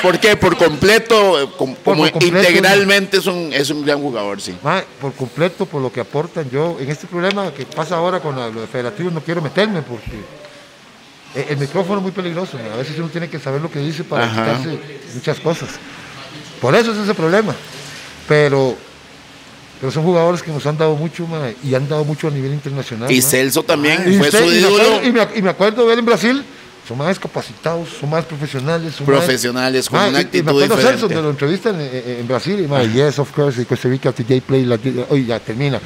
Speaker 4: ¿Por qué? Por completo, eh, com- como
Speaker 3: completo,
Speaker 4: integralmente es un, es un gran jugador, sí.
Speaker 3: Mae, por completo, por lo que aportan yo, en este problema que pasa ahora con la- lo de federativos, no quiero meterme porque e- el, micrófono es muy peligroso, mae. a veces uno tiene que saber lo que dice para
Speaker 4: Ajá.
Speaker 3: evitarse muchas cosas. Por eso es ese problema. Pero, pero son jugadores que nos han dado mucho mae, y han dado mucho a nivel internacional.
Speaker 4: Y
Speaker 3: mae.
Speaker 4: Celso también
Speaker 3: Y
Speaker 4: fue
Speaker 3: usted-
Speaker 4: su
Speaker 3: y me
Speaker 4: ídolo.
Speaker 3: acuerdo- y me, ac- y me acuerdo ver en Brasil, son más capacitados, son más profesionales. Son
Speaker 4: Profesionales,
Speaker 3: más,
Speaker 4: con
Speaker 3: Ma,
Speaker 4: una
Speaker 3: y- y
Speaker 4: actitud
Speaker 3: me acuerdo
Speaker 4: diferente.
Speaker 3: Celso, donde lo entrevistan en, en- en Brasil, y ma, yes, of course, y Costa Rica today play, like this". Oye, ya termina.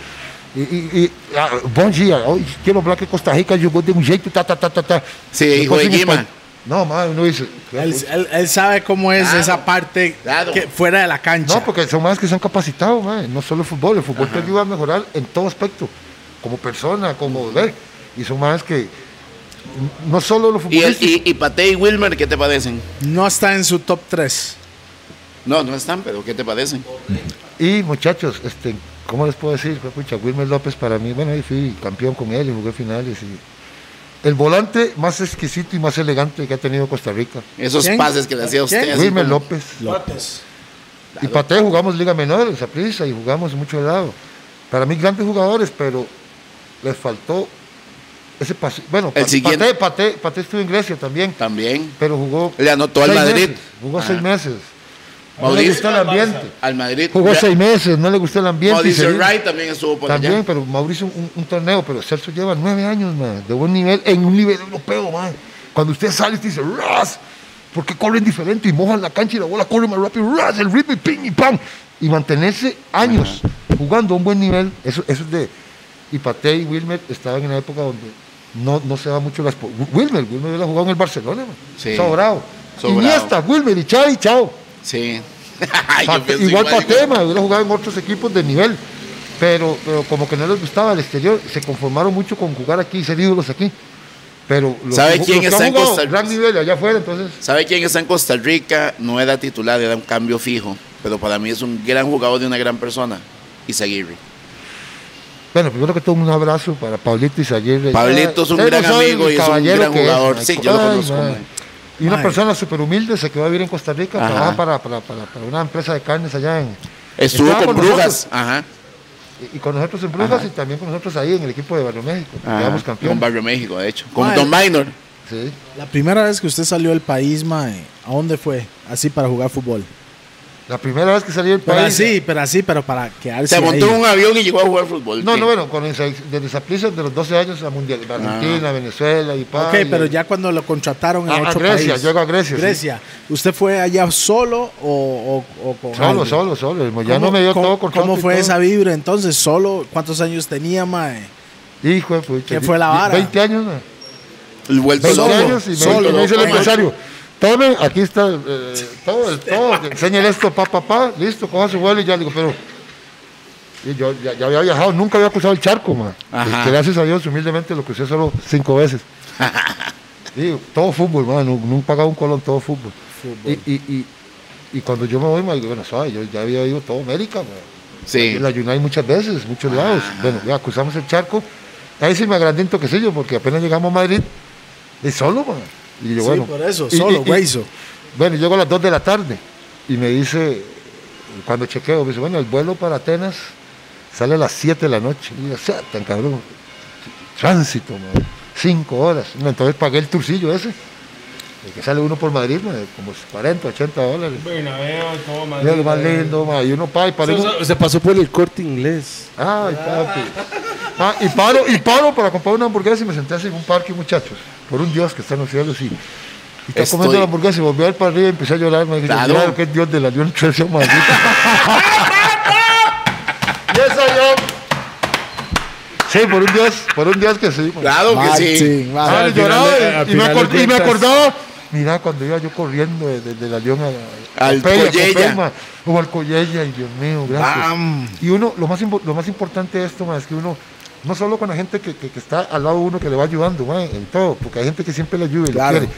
Speaker 3: Y, y, y ah, bom dia, hoy quiero hablar que Costa Rica jugó de un jeito, ta, ta, ta, ta, ta.
Speaker 4: Sí,
Speaker 3: Después
Speaker 4: hijo de
Speaker 3: en
Speaker 4: Guima.
Speaker 3: espa- No, ma, uno dice.
Speaker 1: Él, él- él sabe cómo es
Speaker 4: Claro,
Speaker 1: esa parte
Speaker 4: claro.
Speaker 1: que fuera de la cancha.
Speaker 3: No, porque son más que son capacitados, ma, no solo el fútbol, el fútbol te ayuda a mejorar en todo aspecto, como persona, como ver, y son más que n- no solo los
Speaker 4: Y, el,
Speaker 3: futbolistas.
Speaker 4: y, y Pate y Wilmer, ¿qué te parecen?
Speaker 1: No está en su top 3.
Speaker 4: No, no están, pero ¿qué te parecen?
Speaker 3: Y muchachos, este, ¿cómo les puedo decir? Fue, Pucha, Wilmer López para mí, bueno, ahí fui campeón con él y jugué finales. y- El volante más exquisito y más elegante que ha tenido Costa Rica.
Speaker 4: Esos
Speaker 1: ¿Quién?
Speaker 4: pases que le hacía a usted.
Speaker 1: ¿Quién?
Speaker 4: así
Speaker 3: Wilmer
Speaker 4: como-
Speaker 3: López.
Speaker 1: López.
Speaker 3: Y Pate jugamos Liga Menor, en prisa y jugamos mucho lado. Para mí, grandes jugadores, pero les faltó ese paso. Bueno,
Speaker 4: El
Speaker 3: Pa-
Speaker 4: siguiente.
Speaker 3: Paté, Paté, Paté estuvo en Grecia también,
Speaker 4: También.
Speaker 3: pero jugó.
Speaker 4: Le anotó al
Speaker 3: seis
Speaker 4: Madrid.
Speaker 3: meses, jugó
Speaker 4: Ajá.
Speaker 3: seis meses. No le
Speaker 4: Mauricio
Speaker 3: gustó el ambiente.
Speaker 4: Al Madrid.
Speaker 3: Jugó
Speaker 4: Ya-
Speaker 3: seis meses, no le gustó el ambiente. y se
Speaker 4: Mauricio
Speaker 3: vino.
Speaker 4: Wright también estuvo por
Speaker 3: También,
Speaker 4: allá.
Speaker 3: pero Mauricio un, un torneo, pero Celso lleva nueve años, man, de buen nivel, en un nivel europeo, man. Cuando usted sale y te dice, ¡Ras! Porque corren diferente y mojan la cancha y la bola corre más rápido, ¡Ras! El ritmo y ping y pam. Y mantenerse años jugando a un buen nivel, eso, eso es de. Y Pate y Wilmer estaban en una época donde no, no se da mucho las. po- Wilmer, Wilmer hubiera jugado en el Barcelona, man.
Speaker 4: Sí.
Speaker 3: Sobrado.
Speaker 4: Sobrado.
Speaker 3: Iniesta, Wilmer y Xavi, chao.
Speaker 4: Sí. Yo
Speaker 3: Pate-
Speaker 4: pienso
Speaker 3: igual para
Speaker 4: igual.
Speaker 3: tema, hubiera jugado en otros equipos de nivel. Pero, pero como que no les gustaba el exterior, se conformaron mucho con jugar aquí y ser ídolos aquí. Pero los,
Speaker 4: ¿Sabe
Speaker 3: los
Speaker 4: quién
Speaker 3: que
Speaker 4: está
Speaker 3: han
Speaker 4: en
Speaker 3: jugado
Speaker 4: Costa Rica?
Speaker 3: gran nivel allá afuera, entonces.
Speaker 4: ¿Sabe quién está en Costa Rica? No era titular, era un cambio fijo. Pero para mí es un gran jugador de una gran persona. Isaguirre.
Speaker 3: Bueno, primero que todo un abrazo para Pablito Isaguirre.
Speaker 4: Pablito es un
Speaker 3: Ustedes
Speaker 4: gran
Speaker 3: saben el
Speaker 4: amigo y es un
Speaker 3: caballero
Speaker 4: gran
Speaker 3: que
Speaker 4: jugador.
Speaker 3: man.
Speaker 4: Sí, yo lo conozco,
Speaker 3: man.
Speaker 4: man.
Speaker 3: Y una
Speaker 1: Man.
Speaker 3: persona súper humilde, se quedó a vivir en Costa Rica,
Speaker 4: Ajá.
Speaker 3: trabaja para, para, para, para una empresa de carnes allá en...
Speaker 4: Estuvo
Speaker 3: Estaba
Speaker 4: con
Speaker 3: con
Speaker 4: Brujas. Ajá.
Speaker 3: Y, y con nosotros en Brujas
Speaker 4: Ajá.
Speaker 3: y también con nosotros ahí en el equipo de Barrio México.
Speaker 4: Ajá.
Speaker 3: Quedamos
Speaker 4: Con
Speaker 3: campeones.
Speaker 4: Barrio México, de hecho. Con
Speaker 1: Mae.
Speaker 4: Don Minor.
Speaker 3: Sí.
Speaker 1: La primera vez que usted salió del país, mae, ¿a dónde fue? Así para jugar fútbol.
Speaker 3: La primera vez que salí del
Speaker 1: Pero
Speaker 3: país...
Speaker 1: así, pero así, pero para quedarse
Speaker 4: Se montó
Speaker 1: ahí.
Speaker 4: en un avión y llegó a jugar fútbol.
Speaker 3: No,
Speaker 4: sí.
Speaker 3: no, bueno, con el, de los apellidos de los 12 años a Mundial, Argentina, Venezuela y pa,
Speaker 1: Ok,
Speaker 3: y-
Speaker 1: pero ya cuando lo contrataron en
Speaker 3: A- a
Speaker 1: otro
Speaker 3: Grecia,
Speaker 1: país.
Speaker 3: llego a Grecia, sí.
Speaker 1: Grecia. ¿Usted fue allá solo o, o, o con
Speaker 3: Solo,
Speaker 1: alguien?
Speaker 3: solo, solo. El
Speaker 1: ¿Cómo,
Speaker 3: Moyano me dio
Speaker 1: cómo-
Speaker 3: todo con
Speaker 1: ¿Cómo fue esa vibra entonces? ¿Solo? ¿Cuántos años tenía, mae?
Speaker 3: Hijo de pucha.
Speaker 1: ¿Qué fue la vara?
Speaker 3: 20 años, man.
Speaker 4: El vuelto
Speaker 3: 20
Speaker 1: Solo,
Speaker 3: años y me,
Speaker 1: solo,
Speaker 3: y me dice el
Speaker 1: solo.
Speaker 3: empresario. Tome, aquí está eh, todo, el todo. Enséñale esto, pa, pa, pa. Listo, coja su vuelo y ya. Le digo, pero... Y yo ya, ya había viajado, nunca había cruzado el charco, man.
Speaker 4: Ajá.
Speaker 3: Que gracias a Dios, humildemente, lo crucé solo cinco veces. Y todo fútbol, man. No, no pagaba un colón, todo fútbol. Y, y, y, y cuando yo me voy, me digo, bueno, suave, yo ya había ido todo América, man.
Speaker 4: Sí.
Speaker 3: La United muchas veces, muchos lados. Bueno, ya cruzamos el charco. Ahí sí me agrandé un toquecillo, porque apenas llegamos a Madrid, y solo, man. Y yo,
Speaker 1: sí,
Speaker 3: bueno.
Speaker 1: por eso,
Speaker 3: y- y-
Speaker 1: solo,
Speaker 3: y-
Speaker 1: güey.
Speaker 3: bueno, llego a las 2 de la tarde y me dice, cuando chequeo, me dice, bueno, el vuelo para Atenas Sale a las 7 de la noche. Y yo, o sea, tan cabrón. Tránsito, man. Cinco horas. No, entonces pagué el turcillo ese. El que sale uno por Madrid, man, como 40, 80 dólares.
Speaker 2: Bernabéu, todo
Speaker 3: Mira
Speaker 2: Madrid,
Speaker 3: lo más
Speaker 2: Madrid.
Speaker 3: lindo, man. Y uno paga y para
Speaker 2: Se- se- se pasó por el corte inglés.
Speaker 3: Ay, papi. Ah, y paro, y paro para comprar una hamburguesa y me senté así en un parque, muchachos. Por un Dios que está en los cielos y. Y estaba
Speaker 4: Estoy-
Speaker 3: comiendo la hamburguesa y volví a ver para arriba y empecé a llorar. Me dije,
Speaker 4: Claro.
Speaker 3: claro, que es Dios de la Unión Trecio, maldito. y eso yo. Sí, por un Dios, por un Dios que sí. man.
Speaker 4: Claro que sí.
Speaker 1: Martin,
Speaker 3: Ah,
Speaker 1: Martin.
Speaker 2: al
Speaker 3: y lloraba
Speaker 2: final de- al
Speaker 3: y, y me
Speaker 2: final de
Speaker 3: acor- y me
Speaker 2: cuentas-
Speaker 3: acordaba. Mira, cuando iba yo corriendo de- de- de la León a- a
Speaker 4: Al
Speaker 3: Copey, a
Speaker 4: Collella.
Speaker 3: Copey, ma, o al Collella, y Dios mío, gracias.
Speaker 1: Bam.
Speaker 3: Y uno, lo más, impo- lo más importante de esto, ma, es que uno, no solo con la gente que, que- que está al lado de uno que le va ayudando, ma, en todo, porque hay gente que siempre le ayuda y lo
Speaker 1: Claro.
Speaker 3: quiere,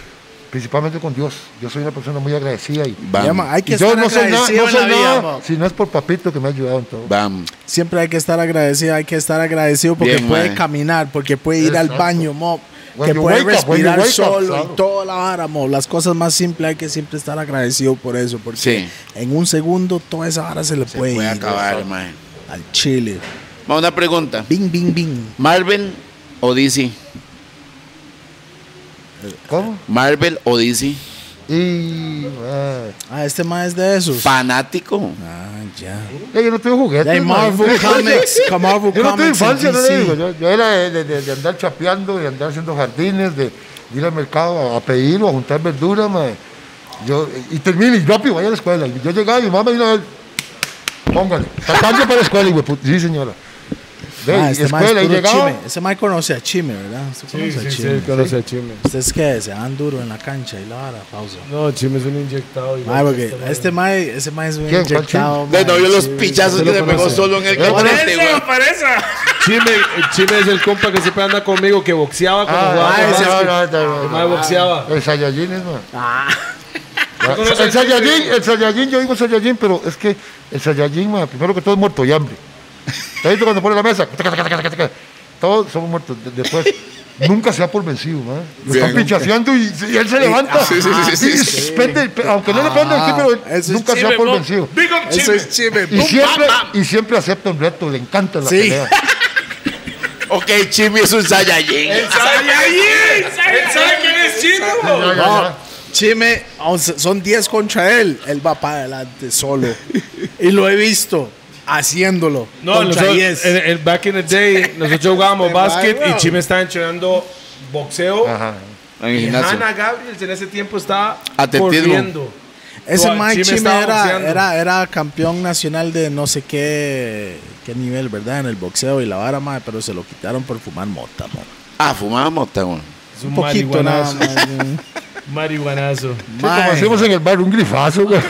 Speaker 3: principalmente con Dios. Yo soy una persona muy agradecida y,
Speaker 4: Bam.
Speaker 1: Ya, ma, hay que
Speaker 3: y yo
Speaker 1: estar
Speaker 3: no soy nada,
Speaker 1: agradecido
Speaker 3: no
Speaker 1: en
Speaker 3: soy
Speaker 1: la vida,
Speaker 3: nada
Speaker 1: ma.
Speaker 3: si no es por Papito que me ha ayudado en todo.
Speaker 4: Bam.
Speaker 1: Siempre hay que estar agradecido, hay que estar agradecido porque
Speaker 4: Bien,
Speaker 1: puede
Speaker 4: mae.
Speaker 1: caminar, porque puede ir al
Speaker 3: Exacto.
Speaker 1: baño, mob,
Speaker 3: When
Speaker 1: que
Speaker 3: you
Speaker 1: puede
Speaker 3: wake up, when you
Speaker 1: respirar
Speaker 3: wake up,
Speaker 1: solo
Speaker 3: claro.
Speaker 1: y toda la vara, mob. Las cosas más simples hay que siempre estar agradecido por eso, porque
Speaker 4: Sí.
Speaker 1: en un segundo toda esa vara se le puede,
Speaker 4: Voy
Speaker 1: ir,
Speaker 4: a acabar, mae.
Speaker 1: al chile.
Speaker 4: Va una pregunta.
Speaker 1: Bing, bing, bing.
Speaker 4: ¿Marvel o DC?
Speaker 3: ¿Cómo?
Speaker 4: ¿Marvel o DC?
Speaker 3: Y, ma,
Speaker 1: Ah, este más es de esos.
Speaker 4: Fanático.
Speaker 1: ah, ya.
Speaker 3: ya yo no tengo juguetes.
Speaker 1: Ya hay
Speaker 3: ma.
Speaker 1: Marvel Comics, con Marvel
Speaker 3: Yo no
Speaker 1: Comics
Speaker 3: tuve
Speaker 1: en
Speaker 3: infancia, no le
Speaker 1: DC.
Speaker 3: digo. Yo, yo era de, de- de- de andar chapeando, de andar haciendo jardines, de, de ir al mercado a, a pedir o a juntar verduras, mae. Yo, y termino y rápido, vaya a la escuela. Y Yo llegaba y mi mamá vino a ver, póngale, sacando para la escuela, y Sí, señora. Ve,
Speaker 1: Ah,
Speaker 3: y
Speaker 1: este mae es
Speaker 3: escuela, y
Speaker 1: puro
Speaker 3: llegaba.
Speaker 1: Chime. Ese mae conoce a Chime, ¿verdad? Usted conoce a Chime.
Speaker 2: Sí, conoce a Chime.
Speaker 1: Ustedes que se dan duro en la cancha y la vara, pausa.
Speaker 2: No, Chime es un inyectado.
Speaker 1: Mae, porque este mae, ese mae es un
Speaker 3: ¿Quién? ¿Cuál
Speaker 1: inyectado.
Speaker 4: De no
Speaker 1: mae,
Speaker 4: vio los
Speaker 1: sí.
Speaker 4: pichazos
Speaker 2: sí,
Speaker 4: que
Speaker 2: lo
Speaker 4: le pegó
Speaker 2: conoce.
Speaker 4: solo en el
Speaker 3: Eh,
Speaker 4: cachete, güey.
Speaker 2: Chime, Chime es el compa que siempre anda conmigo, que boxeaba cuando
Speaker 3: Ah,
Speaker 2: jugaba.
Speaker 3: ah,
Speaker 2: con-
Speaker 3: ese-
Speaker 2: el
Speaker 3: ah, ah,
Speaker 2: mae boxeaba.
Speaker 3: El Saiyajin es, mae. Ya,
Speaker 2: ¿Tú conoces
Speaker 3: El
Speaker 2: el
Speaker 3: Saiyajin,
Speaker 2: Chime?
Speaker 3: el Saiyajin, yo digo Saiyajin, pero es que el Saiyajin, ma, primero que todo es muerto y hambre. ¿Te visto cuando pone la mesa? Taca, taca, taca, taca, taca. Todos somos muertos. De- Después, nunca se ha por vencido, ma. Lo
Speaker 4: Sí,
Speaker 3: están
Speaker 4: nunca.
Speaker 3: pinchaseando y, y él se levanta.
Speaker 4: sí, sí, sí, sí, sí.
Speaker 3: Y suspende el pe- aunque no le prenda aquí, pero
Speaker 1: eso es
Speaker 3: él nunca se ha
Speaker 1: Chime,
Speaker 3: por
Speaker 1: mo.
Speaker 3: vencido.
Speaker 1: Eso es Chime.
Speaker 3: Y siempre, y siempre acepta un reto, le encanta la
Speaker 1: Sí.
Speaker 3: pelea.
Speaker 4: Ok, Chimi es un Saiyajin.
Speaker 3: Ya, ya, ya.
Speaker 1: Chime, aun se- son 10 contra él, él va para adelante solo. y lo he visto haciéndolo.
Speaker 2: No,
Speaker 1: contra
Speaker 2: nosotros,
Speaker 1: 10.
Speaker 2: en, en back in the day, nosotros jugábamos
Speaker 1: Este
Speaker 2: básquet
Speaker 1: mae,
Speaker 2: y
Speaker 1: weón.
Speaker 2: Chime estaba entrenando boxeo.
Speaker 3: Ajá.
Speaker 4: En el
Speaker 2: Y
Speaker 4: gimnasio.
Speaker 2: Hannah Gabriels en ese tiempo estaba
Speaker 4: Atletismo.
Speaker 2: corriendo.
Speaker 1: Ese
Speaker 2: Tua-
Speaker 1: Mike
Speaker 2: Chime
Speaker 1: Chime
Speaker 2: estaba
Speaker 1: era,
Speaker 2: boxeando.
Speaker 1: era, era campeón nacional de no sé qué, qué nivel, ¿verdad? En el boxeo y la vara, mae, pero se lo quitaron por fumar mota, mo.
Speaker 4: Ah, fumábamos, güey.
Speaker 2: Es
Speaker 1: Un poquito nada
Speaker 2: marihuanazo.
Speaker 1: más.
Speaker 2: Marihuanazo.
Speaker 3: Sí, como
Speaker 1: Mae,
Speaker 3: hacemos en el bar, un grifazo. güey.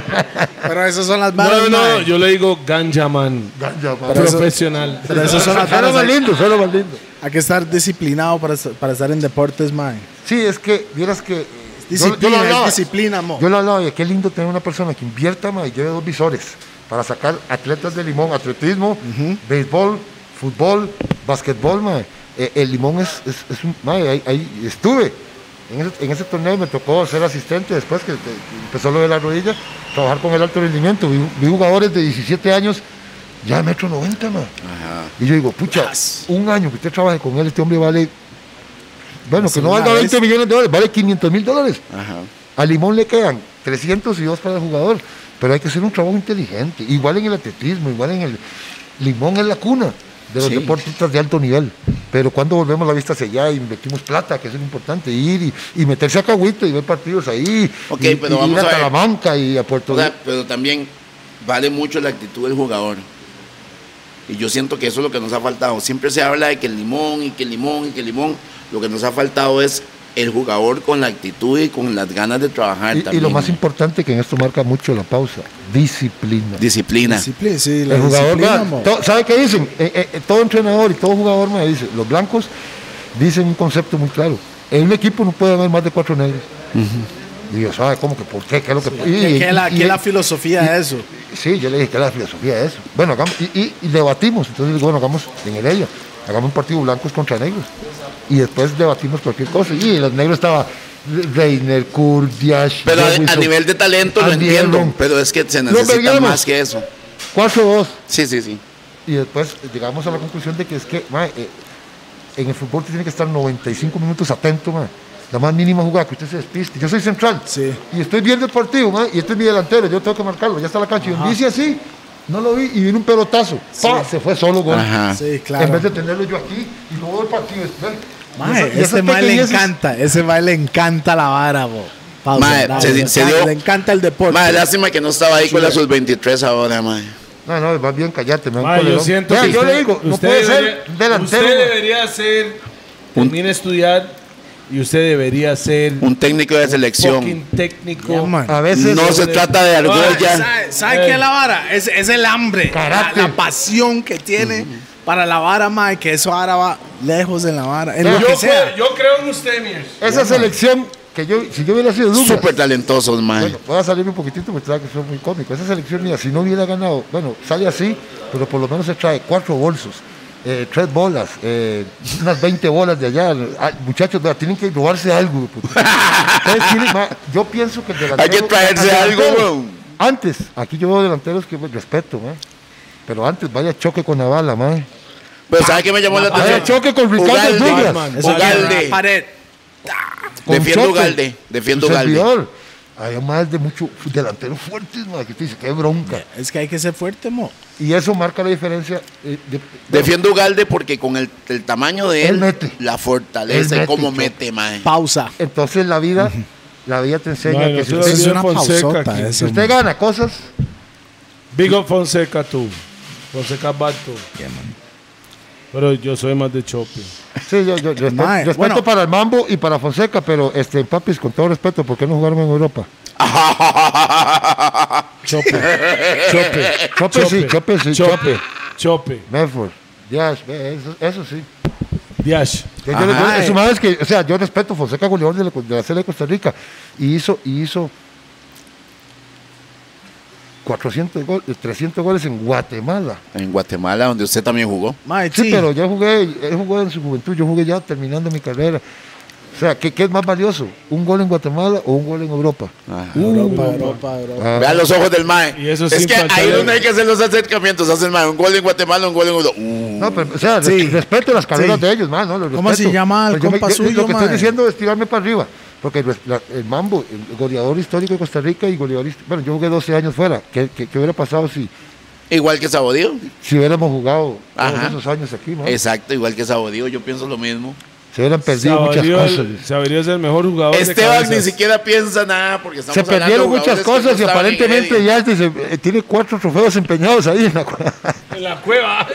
Speaker 1: pero esas son las varas,
Speaker 2: No, no,
Speaker 1: mae.
Speaker 2: yo le digo ganjaman.
Speaker 3: Ganja, ma.
Speaker 1: Pero eso-
Speaker 2: Profesional.
Speaker 1: Pero esas son las
Speaker 3: Suena
Speaker 1: varas.
Speaker 3: más
Speaker 1: Hay,
Speaker 3: lindo, suena más lindo.
Speaker 1: hay que estar disciplinado para, est- para estar en deportes, mae.
Speaker 3: Sí, es que, vieras que. eh, yo- yo lo
Speaker 1: Disciplina, es
Speaker 3: hablaba.
Speaker 1: disciplina, mo.
Speaker 3: Yo le hablaba de qué lindo tener una persona que invierta más y lleve dos visores para sacar atletas de limón, atletismo, béisbol, fútbol, basquetbol, mae. Eh, el limón es, es, es un. mae, ahí, ahí estuve. En ese, en ese torneo me tocó ser asistente después que, que empezó lo de la rodilla, trabajar con el alto rendimiento. Vi, vi jugadores de 17 años, ya de metro 90, mae. Y yo digo, pucha, un año que usted trabaje con él, este hombre vale. Bueno,
Speaker 1: Sí,
Speaker 3: que no
Speaker 1: una
Speaker 3: valga 20
Speaker 1: vez.
Speaker 3: millones de dólares, vale 500 mil dólares.
Speaker 4: Ajá.
Speaker 3: A Limón le quedan 302 para el jugador, pero hay que hacer un trabajo inteligente. Igual en el atletismo, igual en el. Limón es la cuna de los
Speaker 4: Sí.
Speaker 3: deportistas de alto nivel. Pero cuando volvemos la vista hacia allá y invertimos plata, que es lo importante, ir y, y meterse a Cahuito y ver partidos ahí.
Speaker 4: Ok,
Speaker 3: y,
Speaker 4: pero
Speaker 3: y
Speaker 4: vamos
Speaker 3: ir
Speaker 4: a ver.
Speaker 3: Talamanca y a Puerto
Speaker 4: O
Speaker 3: Rico.
Speaker 4: sea, pero también vale mucho la actitud del jugador. Y yo siento que eso es lo que nos ha faltado. Siempre se habla de que el limón y que el limón y que el limón. Lo que nos ha faltado es el jugador con la actitud y con las ganas de trabajar
Speaker 3: Y- y,
Speaker 4: también.
Speaker 3: lo más importante que en esto marca mucho la pausa, disciplina.
Speaker 4: Disciplina.
Speaker 1: Disciplina, sí, la
Speaker 3: El jugador,
Speaker 1: disciplina,
Speaker 3: ma,
Speaker 1: mo.
Speaker 3: to- ¿sabe qué dicen? Eh, eh, eh, todo entrenador y todo jugador me dice, los blancos dicen un concepto muy claro. En un equipo no puede haber más de cuatro negros. Y yo, ¿sabe cómo que por qué? ¿Qué es lo que y-
Speaker 1: ¿Qué, qué es la,
Speaker 3: y-
Speaker 1: qué es la
Speaker 3: y-
Speaker 1: filosofía de eso?
Speaker 3: Sí, yo le dije que era la filosofía de eso. Bueno, hagamos, y, y- y debatimos. Entonces digo, bueno, hagamos en el ella, hagamos un partido blancos contra negros. Y después debatimos cualquier cosa. Y los negros estaba Reiner, Kurdiash,
Speaker 4: Pero a, a
Speaker 3: Jewison,
Speaker 4: nivel de talento lo
Speaker 3: Andy
Speaker 4: entiendo.
Speaker 3: Elrond.
Speaker 4: Pero es que se
Speaker 3: Lo
Speaker 4: necesita
Speaker 3: perdíamos.
Speaker 4: más que eso.
Speaker 3: 4-2.
Speaker 4: Sí, sí, sí.
Speaker 3: Y después llegamos a la conclusión de que es que, mae, eh, en el fútbol usted tiene que estar 95 minutos atento, mae. La más mínima jugada que usted se despiste. Yo soy central.
Speaker 5: Sí.
Speaker 3: Y estoy viendo el partido, mae, y este es mi delantero, yo tengo que marcarlo. Ya está la cancha. Y un bici así, no lo vi, y vino un pelotazo. ¡Pa! Se fue solo, gol.
Speaker 4: Ajá.
Speaker 5: Sí, claro.
Speaker 3: Ah. En vez de tenerlo yo aquí, y luego el partido. después. Y
Speaker 1: Mae,
Speaker 3: esa- y
Speaker 1: ese
Speaker 3: esas
Speaker 1: mae le
Speaker 3: pequeñeces-
Speaker 1: encanta, ese mae le encanta la vara, bo. Pausa,
Speaker 4: Mae,
Speaker 1: bravo,
Speaker 4: se-
Speaker 1: le
Speaker 4: se
Speaker 1: encanta-
Speaker 4: dio-
Speaker 1: le encanta el deporte.
Speaker 4: Madre, lástima que no estaba ahí con la sub-23 ahora, madre.
Speaker 3: No, no, más bien callate, me da un
Speaker 2: Ma, yo
Speaker 3: colerón.
Speaker 2: siento
Speaker 3: Vea,
Speaker 2: que
Speaker 3: yo
Speaker 2: usted-
Speaker 3: le digo, no
Speaker 2: usted
Speaker 3: puede
Speaker 2: debería-
Speaker 3: ser delantero.
Speaker 2: Usted
Speaker 3: mae.
Speaker 2: debería ser, termina de estudiar y usted debería ser
Speaker 4: Un técnico de
Speaker 2: fucking
Speaker 4: selección.
Speaker 2: técnico.
Speaker 5: Yeah, man.
Speaker 3: A veces.
Speaker 4: No se trata de
Speaker 3: Ah,
Speaker 4: argolla.
Speaker 1: ¿Sabe, sabe qué es la vara? Es, es el hambre, la,
Speaker 3: Carácter.
Speaker 1: la pasión que tiene para la vara, mae, que eso ahora va lejos de la vara. En
Speaker 3: Yo
Speaker 1: lo
Speaker 2: Yo,
Speaker 1: que
Speaker 2: creo-
Speaker 1: sea.
Speaker 2: yo creo en usted, Miers.
Speaker 3: Esa selección que yo, si yo hubiera sido Douglas,
Speaker 4: Súper talentosos, madre.
Speaker 3: bueno, voy a salir un poquitito porque sabe que soy muy cómico. Esa selección mía, si no hubiera ganado, bueno, sale así, pero por lo menos se trae cuatro bolsos, eh, tres bolas, eh, unas 20 bolas de allá. Ah, muchachos, vea, tienen que robarse algo. puto. Ustedes tienen, ma, yo pienso que el delantero.
Speaker 4: Hay que traerse
Speaker 3: al
Speaker 4: algo,
Speaker 3: delantero-
Speaker 4: weón.
Speaker 3: Antes, aquí yo veo delanteros que pues, respeto, ma, pero antes vaya choque con la bala, man.
Speaker 4: Pero ¿sabes qué me llamó la
Speaker 3: Ah,
Speaker 4: atención?
Speaker 3: el choque con Ricardo
Speaker 4: Ugalde.
Speaker 3: Douglas.
Speaker 4: Batman.
Speaker 1: Eso
Speaker 4: Ugalde.
Speaker 1: la pared.
Speaker 3: Con
Speaker 4: Defiendo
Speaker 3: Soto,
Speaker 4: Ugalde, defiendo
Speaker 3: su
Speaker 4: Ugalde.
Speaker 3: servidor. Además de muchos delanteros fuertes, ma, que te dice, qué bronca.
Speaker 1: Es que hay que ser fuerte, mo.
Speaker 3: Y eso marca la diferencia. eh, de-
Speaker 4: Defiendo Ugalde porque con el, el tamaño de
Speaker 3: Él
Speaker 4: él,
Speaker 3: mete.
Speaker 4: la
Speaker 3: Él
Speaker 4: fortaleza,
Speaker 3: mete,
Speaker 4: cómo
Speaker 3: choque.
Speaker 4: mete, madre.
Speaker 1: Pausa.
Speaker 3: Entonces la vida, la vida te enseña que si
Speaker 1: yo-
Speaker 3: usted,
Speaker 1: es una pausota,
Speaker 3: si usted gana cosas,
Speaker 2: Big up Fonseca, tú. Fonseca Bato. Pero yo soy más de shopping.
Speaker 3: sí, yo, yo- yo respeto,
Speaker 1: Mae,
Speaker 3: respeto
Speaker 1: bueno.
Speaker 3: para el Mambo y para Fonseca, pero este papis, con todo respeto, ¿por qué no jugaron en Europa? Chope, chope, Pues sí, chope, sí, chope.
Speaker 2: Chope.
Speaker 3: Medford, Díaz, ve, eso, eso sí.
Speaker 2: Diash.
Speaker 3: Yo, yo- yo-
Speaker 1: Ajá,
Speaker 3: es
Speaker 1: eh.
Speaker 3: una vez que, o sea, yo respeto a Fonseca goleador de la, de la serie de Costa Rica y hizo, y hizo 400 goles, 300 goles en Guatemala.
Speaker 4: En Guatemala, donde usted también jugó.
Speaker 1: Mae,
Speaker 3: Sí,
Speaker 1: sí.
Speaker 3: pero yo jugué, él jugó en su juventud, yo jugué ya terminando mi carrera. O sea, ¿qué, qué es más valioso? ¿Un gol en Guatemala o un gol en Europa?
Speaker 5: Europa, Europa, Europa.
Speaker 3: Ah,
Speaker 4: Vean los ojos del Mae.
Speaker 2: Y eso
Speaker 4: es
Speaker 2: sin
Speaker 4: que
Speaker 2: faltar
Speaker 4: ahí
Speaker 2: el-
Speaker 4: es donde hay que hacer los acercamientos. Hace el Mae un gol en Guatemala, un gol en Europa. Uh.
Speaker 3: No, pero, o sea,
Speaker 1: Sí.
Speaker 3: res- respeto las carreras
Speaker 1: Sí.
Speaker 3: de ellos, man, ¿no? Los
Speaker 1: ¿Cómo
Speaker 3: respeto.
Speaker 1: se llama el
Speaker 3: Pero yo me-
Speaker 1: compa
Speaker 3: yo- yo
Speaker 1: suyo,
Speaker 3: Lo que estoy
Speaker 1: man?
Speaker 3: diciendo es tirarme para arriba. Porque el, la- el Mambo, el goleador histórico de Costa Rica y goleador... hist- Bueno, yo jugué 12 años fuera. ¿Qué, qué- qué hubiera pasado si,
Speaker 4: Igual que Sabodío.
Speaker 3: si hubiéramos jugado todos
Speaker 4: Ajá.
Speaker 3: esos años aquí, man?
Speaker 4: Exacto, igual que Sabodío. Yo pienso lo mismo.
Speaker 3: Se hubieran perdido
Speaker 2: Saborío
Speaker 3: muchas cosas.
Speaker 2: el- Saborío es el mejor jugador
Speaker 4: Esteban
Speaker 2: de
Speaker 4: ni siquiera piensa nada porque estamos
Speaker 3: Se
Speaker 4: hablando de
Speaker 3: perdieron muchas
Speaker 4: jugadores que
Speaker 3: cosas
Speaker 4: no
Speaker 3: y
Speaker 4: estaban en
Speaker 3: aparentemente
Speaker 4: Heredia.
Speaker 3: ya dice, eh, tiene cuatro trofeos empeñados ahí en la cua-
Speaker 2: En la cueva.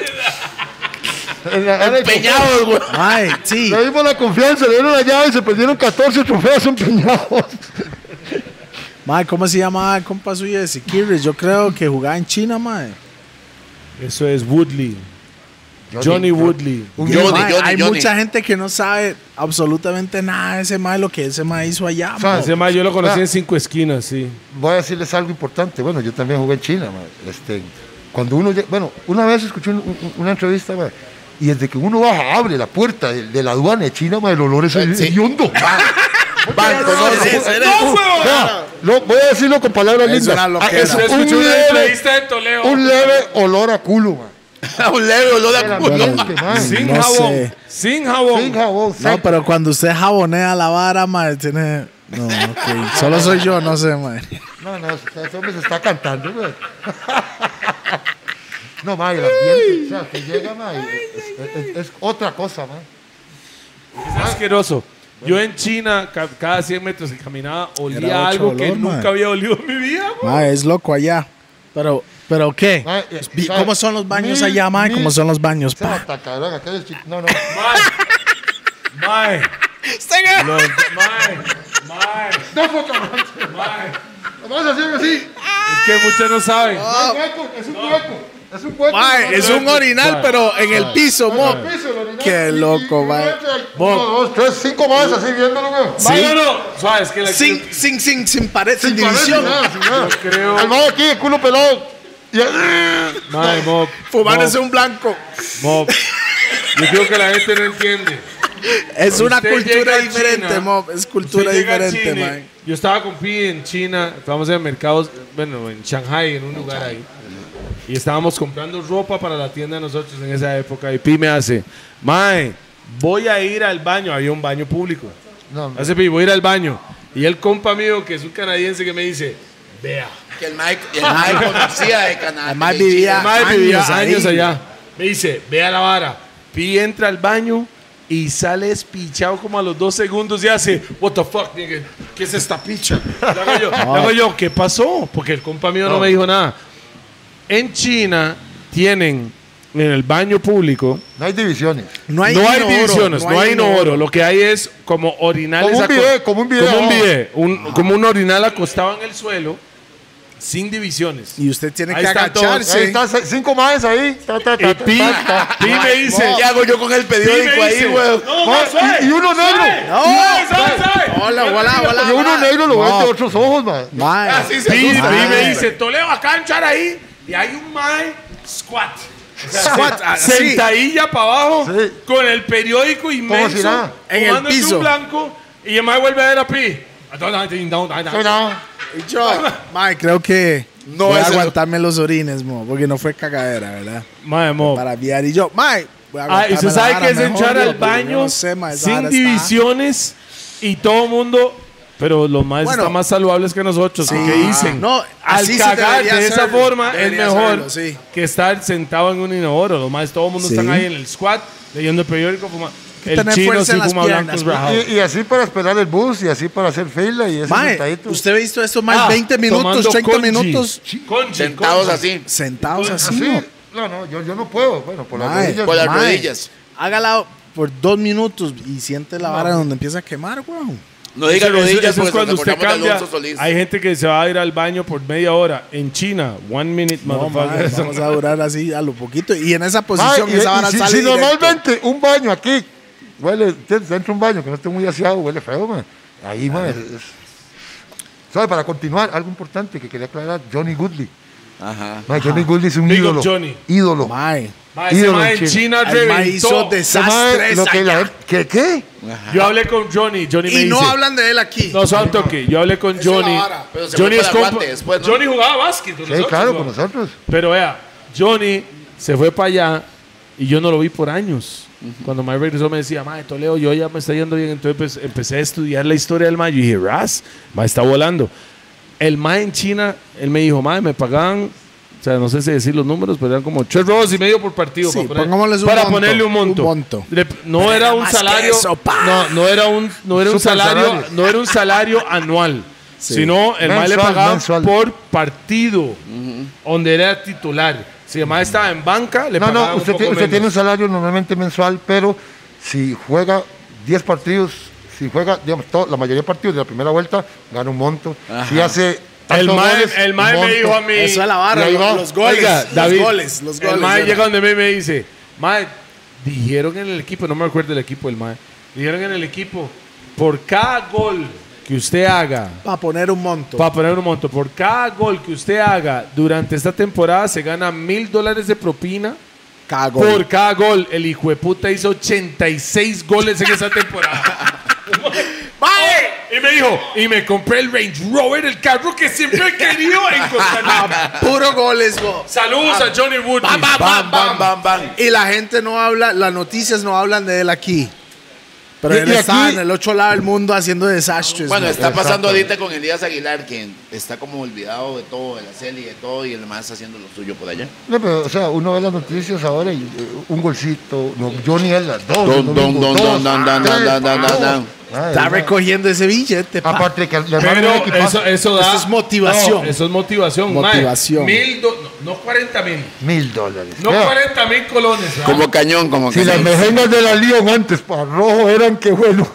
Speaker 3: en la- en la-
Speaker 4: Empeñados, güey.
Speaker 1: Mae, sí.
Speaker 3: Le dimos la confianza, le dieron la llave y se perdieron 14 trofeos empeñados.
Speaker 1: Mae, ¿cómo se llama el compa suyo de Sikiris? Yo creo que jugaba en China, mae.
Speaker 2: Eso es Woodley. Johnny Woodley.
Speaker 4: Johnny,
Speaker 1: Mae,
Speaker 4: Johnny,
Speaker 1: hay
Speaker 4: Johnny.
Speaker 1: mucha gente que no sabe absolutamente nada de ese mae, lo que ese mae hizo allá.
Speaker 3: Sabe,
Speaker 1: mae.
Speaker 2: Ese mae yo lo conocí
Speaker 3: Ah.
Speaker 2: en cinco esquinas, sí.
Speaker 3: Voy a decirles algo importante. Bueno, yo también jugué en China. ma. Este, cuando uno llega- bueno, una vez escuché un- un- una entrevista ma, y desde que uno baja, abre la puerta de, de la aduana de China, ma, el olor es hediondo.
Speaker 4: Banco, no, sí, sí.
Speaker 3: Vea, lo- voy a decirlo con palabras lindas.
Speaker 5: una
Speaker 3: Ah,
Speaker 5: loquera.
Speaker 3: es
Speaker 2: Yo
Speaker 3: un,
Speaker 2: escuché una
Speaker 3: leve,
Speaker 2: entrevista de Toledo.
Speaker 3: un leve olor a culo. ma.
Speaker 4: un leve olor a culo.
Speaker 3: Ambiente, ma.
Speaker 2: Sin
Speaker 1: No
Speaker 2: jabón.
Speaker 1: sé.
Speaker 2: Sin jabón.
Speaker 3: Sin jabón,
Speaker 1: No,
Speaker 3: seco.
Speaker 1: pero cuando usted jabonea la vara, mae, tiene. No, ok. Solo soy yo, no sé, mae.
Speaker 3: No, no, ese hombre se está cantando, güey. No, ma, el ambiente, o sea, que llega, ma, y es, es- es otra cosa, ma.
Speaker 2: Es asqueroso. Yo en China, ca- cada 100 metros que caminaba, olía
Speaker 1: Era
Speaker 2: algo
Speaker 1: ocho
Speaker 2: que
Speaker 1: olor,
Speaker 2: nunca
Speaker 1: mae.
Speaker 2: había olido en mi vida. mae.
Speaker 1: Mae, es loco allá. Pero, pero ¿qué?
Speaker 3: Ma, eh,
Speaker 1: Vi-
Speaker 3: ¿sabe?
Speaker 1: ¿Cómo son los baños
Speaker 3: Mil-
Speaker 1: allá, mae?
Speaker 3: mil-
Speaker 1: ¿Cómo son los baños,
Speaker 3: Se va
Speaker 1: pa?
Speaker 3: a atacar, ¿verdad? Aquellos chicos- No, no.
Speaker 2: Mae. Los- Mae. Mae.
Speaker 3: No, por favor.
Speaker 2: Mae.
Speaker 3: Vamos a hacer así.
Speaker 2: Es que muchos no saben.
Speaker 3: Hay hueco, es un hueco. Es un hueco.
Speaker 1: Mae, Ah. es un orinal, pero en el piso, mo. Qué loco, mae.
Speaker 3: Uno, dos, tres, cinco más así viéndolo, güey.
Speaker 2: Mae, no, no. Suave, es que la
Speaker 1: Sin, sin, sin, sin pared, sin,
Speaker 3: Sin
Speaker 1: división.
Speaker 3: nada, sin nada.
Speaker 2: creo-
Speaker 3: Al modo aquí, el culo pelado. Y-
Speaker 2: Mae, mob.
Speaker 1: Fumar
Speaker 2: mob,
Speaker 1: es un blanco.
Speaker 2: mob. Yo creo que la gente no entiende.
Speaker 1: Es una
Speaker 2: Usted llega
Speaker 1: cultura
Speaker 2: a
Speaker 1: diferente,
Speaker 2: China,
Speaker 1: Mob. Es cultura
Speaker 2: usted llega a
Speaker 1: diferente,
Speaker 2: China.
Speaker 1: man.
Speaker 2: Yo estaba con Pi en China, estábamos en mercados, bueno, en Shanghai, en un lugar ahí. Y estábamos comprando ropa para la tienda de nosotros en esa época. Y Pi me hace, Mae, voy a ir al baño. Había un baño público.
Speaker 3: No,
Speaker 2: Hace Pi, voy a ir al baño. Y el compa mío, que es un canadiense, que me dice, vea.
Speaker 4: Que el Mike, el Mike conocía de Canadá.
Speaker 1: El Mike vivía-
Speaker 2: El mae vivía
Speaker 1: Ah, Años
Speaker 2: años,
Speaker 1: ahí.
Speaker 2: allá. Me dice, vea la vara. Pi entra al baño y sale espichado como a los dos segundos y hace, what the fuck, nigga, ¿qué es esta picha? Le hago yo, le hago yo, ¿qué pasó? Porque el compa mío no me dijo nada. En China tienen en el baño público
Speaker 3: no hay divisiones.
Speaker 1: No hay,
Speaker 2: no hay
Speaker 1: inodoro,
Speaker 2: divisiones, no hay inodoro. Lo que hay es como orinales.
Speaker 3: Como un
Speaker 2: aco-
Speaker 3: bidet, como un bidet,
Speaker 2: Como un,
Speaker 3: ajá.
Speaker 2: bidet, un-
Speaker 1: Ah.
Speaker 2: como un orinal acostado en el suelo, sin divisiones.
Speaker 1: Y usted tiene
Speaker 2: Ahí
Speaker 1: que
Speaker 2: están todos.
Speaker 1: agacharse.
Speaker 3: Ahí está, se- cinco más ahí. Ta, ta, ta,
Speaker 2: Y
Speaker 3: ta,
Speaker 2: Pi,
Speaker 3: ta, ta.
Speaker 2: Pi me dice,
Speaker 4: ¿Qué hago yo con el
Speaker 2: Pi me
Speaker 4: periódico ahí,
Speaker 2: dice,
Speaker 4: weón?
Speaker 2: "No,
Speaker 3: Ah,
Speaker 2: no, suave,
Speaker 3: y, y uno negro.
Speaker 2: suave, suave, suave".
Speaker 1: Hola, hola, hola.
Speaker 3: Y uno negro lo ve
Speaker 1: No.
Speaker 3: de otros ojos, man.
Speaker 1: Man.
Speaker 2: ah,
Speaker 4: Así se
Speaker 2: Pi,
Speaker 4: asusta.
Speaker 2: Pi me dice, Toledo acá a entrar ahí y hay un mae squat. O sea,
Speaker 1: Squat,
Speaker 2: se-
Speaker 1: así.
Speaker 2: Sentadilla para abajo
Speaker 3: Sí.
Speaker 2: con el periódico inmenso
Speaker 3: si nada.
Speaker 1: En el
Speaker 2: tomándose
Speaker 1: piso.
Speaker 2: un blanco y el mae vuelve a ver a Pi. I don't- I don't- I don't- I don't-
Speaker 3: No, no.
Speaker 1: Yo, man, creo que
Speaker 4: No
Speaker 1: no voy a
Speaker 4: es el-
Speaker 1: aguantarme los orines, Mo, porque no fue cagadera, ¿verdad?
Speaker 2: Mae, mo.
Speaker 1: Para aviar y yo, Mike.
Speaker 2: Ah, y se sabe que es entrar al baño sin divisiones y todo mundo. Pero los más
Speaker 1: Bueno. Ah,
Speaker 2: están más saludables que nosotros. ¿Qué dicen?
Speaker 1: No,
Speaker 2: Al
Speaker 1: así se
Speaker 2: cagar de
Speaker 1: debería
Speaker 2: esa
Speaker 1: hacerlo,
Speaker 2: forma es
Speaker 1: debería
Speaker 2: mejor
Speaker 1: hacerlo, sí.
Speaker 2: que estar sentado en un inodoro. Los más, todo el mundo
Speaker 1: Sí.
Speaker 2: están ahí en el squat, leyendo el periódico, fuma. El
Speaker 1: tener
Speaker 2: chino
Speaker 1: fuerza
Speaker 2: sí
Speaker 1: en las
Speaker 2: fuma blancos
Speaker 1: piernas,
Speaker 2: rajados.
Speaker 3: Y, y así para esperar el bus y así para hacer fila y ese
Speaker 1: Mae,
Speaker 3: sentadito.
Speaker 1: usted ha visto esto más
Speaker 2: Ah,
Speaker 1: 20
Speaker 2: tomando
Speaker 1: minutos, 30
Speaker 2: conchi.
Speaker 1: minutos
Speaker 2: Conchi,
Speaker 4: Sentados
Speaker 2: conchi.
Speaker 4: así.
Speaker 1: sentados así.
Speaker 3: Así.
Speaker 1: ¿no?
Speaker 3: No, no, yo, yo no puedo. Bueno, por Ah, las
Speaker 1: Mae.
Speaker 3: rodillas.
Speaker 4: Con las
Speaker 1: Mae.
Speaker 4: rodillas.
Speaker 1: Hágala por dos minutos y siente la vara donde empieza a quemar, weón.
Speaker 4: No diga pues,
Speaker 2: Eso- eso-
Speaker 4: rodillas
Speaker 2: eso es
Speaker 4: porque
Speaker 2: cuando
Speaker 4: nos
Speaker 2: usted
Speaker 4: acordamos de
Speaker 2: cambia.
Speaker 4: Alonso Solís.
Speaker 2: Hay gente que se va a ir al baño por media hora. En China, one minute,
Speaker 1: No, mae,
Speaker 2: motherfucker.
Speaker 1: vamos a durar así a lo poquito. Y en esa
Speaker 3: Mae,
Speaker 1: posición,
Speaker 3: y-
Speaker 1: esa
Speaker 3: y
Speaker 1: vara
Speaker 3: si,
Speaker 1: sale
Speaker 3: si
Speaker 1: directo.
Speaker 3: normalmente un baño aquí huele, tienes- entra un baño que no esté muy aseado, huele feo, man. Ahí, man. es- es- ¿Sabe? Para continuar, algo importante que quería aclarar, Johnny Goodley.
Speaker 4: Ajá.
Speaker 3: Mae, Johnny Goodley es un
Speaker 2: Big up
Speaker 3: ídolo.
Speaker 2: Johnny.
Speaker 3: Ídolo.
Speaker 1: Mae,
Speaker 2: Ma, ese
Speaker 3: Ídolo
Speaker 2: ma
Speaker 3: en
Speaker 2: en China,
Speaker 1: El ma hizo
Speaker 2: reventó.
Speaker 3: Ese mae,
Speaker 1: desastres
Speaker 3: lo que la-
Speaker 1: allá.
Speaker 3: ¿Qué? ¿Qué?
Speaker 2: Yo hablé con Johnny. Johnny me
Speaker 1: Y no
Speaker 2: dice,
Speaker 1: hablan de él aquí.
Speaker 2: No, solo un toque. Yo hablé con
Speaker 4: es la
Speaker 2: Johnny.
Speaker 4: vara, pero se
Speaker 2: Johnny,
Speaker 4: fue
Speaker 2: es
Speaker 4: para
Speaker 2: compa-
Speaker 4: Guate después, ¿no?
Speaker 2: Johnny jugaba básquet. con
Speaker 3: Sí,
Speaker 2: nosotros,
Speaker 3: claro,
Speaker 2: ¿no?
Speaker 3: con nosotros.
Speaker 2: Pero vea, Johnny se fue para allá y yo no lo vi por años. Cuando Mike regresó me decía, Mae, Toledo, yo ya me está yendo bien. Entonces pues, empecé a estudiar la historia del Mae. Yo dije, Ras, Mae está volando. El Mae en China, él me dijo, Mae, me pagaban, o sea, no sé si decir los números, pero eran como tres robos y medio por partido.
Speaker 1: Sí,
Speaker 2: para poner-
Speaker 1: pongámosles un
Speaker 2: para
Speaker 1: monto,
Speaker 2: ponerle un monto.
Speaker 1: un monto.
Speaker 2: Le- no era, un
Speaker 1: más que
Speaker 2: salario.
Speaker 1: eso, pa.
Speaker 2: no, no era un, no era un
Speaker 3: Super
Speaker 2: salario,
Speaker 3: salario.
Speaker 2: no era un salario anual. Sino el Mae le
Speaker 3: Mensual,
Speaker 2: pagaba
Speaker 3: mensual.
Speaker 2: por partido, donde era titular. Si el Mae estaba en banca, le
Speaker 3: No,
Speaker 2: pagaban
Speaker 3: no,
Speaker 2: un
Speaker 3: usted,
Speaker 2: poco
Speaker 3: tiene- usted
Speaker 2: menos.
Speaker 3: tiene un salario normalmente mensual, pero si juega 10 partidos, si juega, digamos, to- la mayoría de partidos de la primera vuelta, gana un monto. Si hace.
Speaker 2: El
Speaker 3: tantos
Speaker 2: mae,
Speaker 3: goles,
Speaker 2: el mae
Speaker 3: un
Speaker 2: me
Speaker 3: monto.
Speaker 2: dijo a mí.
Speaker 1: Eso es la vara,
Speaker 3: Y ahí
Speaker 1: lo-
Speaker 3: va.
Speaker 1: los, goles,
Speaker 2: Oiga,
Speaker 1: los
Speaker 2: David,
Speaker 1: goles, los goles.
Speaker 2: El mae
Speaker 1: era.
Speaker 2: llega donde mí y me dice, mae, dijeron en el equipo, no me acuerdo del equipo del mae, dijeron en el equipo, por cada gol que usted haga,
Speaker 1: Para poner un monto.
Speaker 2: para poner un monto, por cada gol que usted haga durante esta temporada se gana mil dólares de propina.
Speaker 1: Cago.
Speaker 2: Por cada gol, el hijo de puta hizo 86 goles en esa temporada. Y me dijo, y me compré el Range Rover, el carro que siempre he querido en Costa Rica.
Speaker 1: Puro goles, bo.
Speaker 2: Saludos a Johnny Wood.
Speaker 4: Bam, bam, bam, bam, bam, bam.
Speaker 1: Y la gente no habla, las noticias no hablan de él aquí. Pero
Speaker 3: Y-
Speaker 1: él
Speaker 3: y
Speaker 1: está
Speaker 3: aquí-
Speaker 1: en el otro lado del mundo haciendo desastres.
Speaker 4: Bueno,
Speaker 1: man.
Speaker 4: está pasando ahorita con Elías Aguilar, que está como olvidado de todo, de la serie, de todo, y el más haciendo lo suyo por allá.
Speaker 3: No, pero, o sea, uno ve las noticias ahora y eh, un golcito, no, Johnny él, dos,
Speaker 4: Don,
Speaker 3: no
Speaker 4: don, don,
Speaker 3: mismo, dos,
Speaker 4: don, don, don,
Speaker 3: tres,
Speaker 4: don, don,
Speaker 3: dos.
Speaker 4: don, don.
Speaker 3: Ay,
Speaker 1: está
Speaker 3: no.
Speaker 1: recogiendo ese billete. pa.
Speaker 3: Aparte que le armaron un
Speaker 2: Pero
Speaker 3: equipazo.
Speaker 2: eso, eso da.
Speaker 1: Eso es motivación.
Speaker 2: No, eso es motivación.
Speaker 1: Motivación.
Speaker 2: mae. Mil do- no, no 40 mil.
Speaker 3: mil dólares.
Speaker 2: No
Speaker 3: Vea,
Speaker 2: 40 mil colones. ¿verdad?
Speaker 4: Como cañón, como
Speaker 3: si las
Speaker 4: cañón.
Speaker 3: mejengas de la Lyon antes para rojo eran, qué bueno.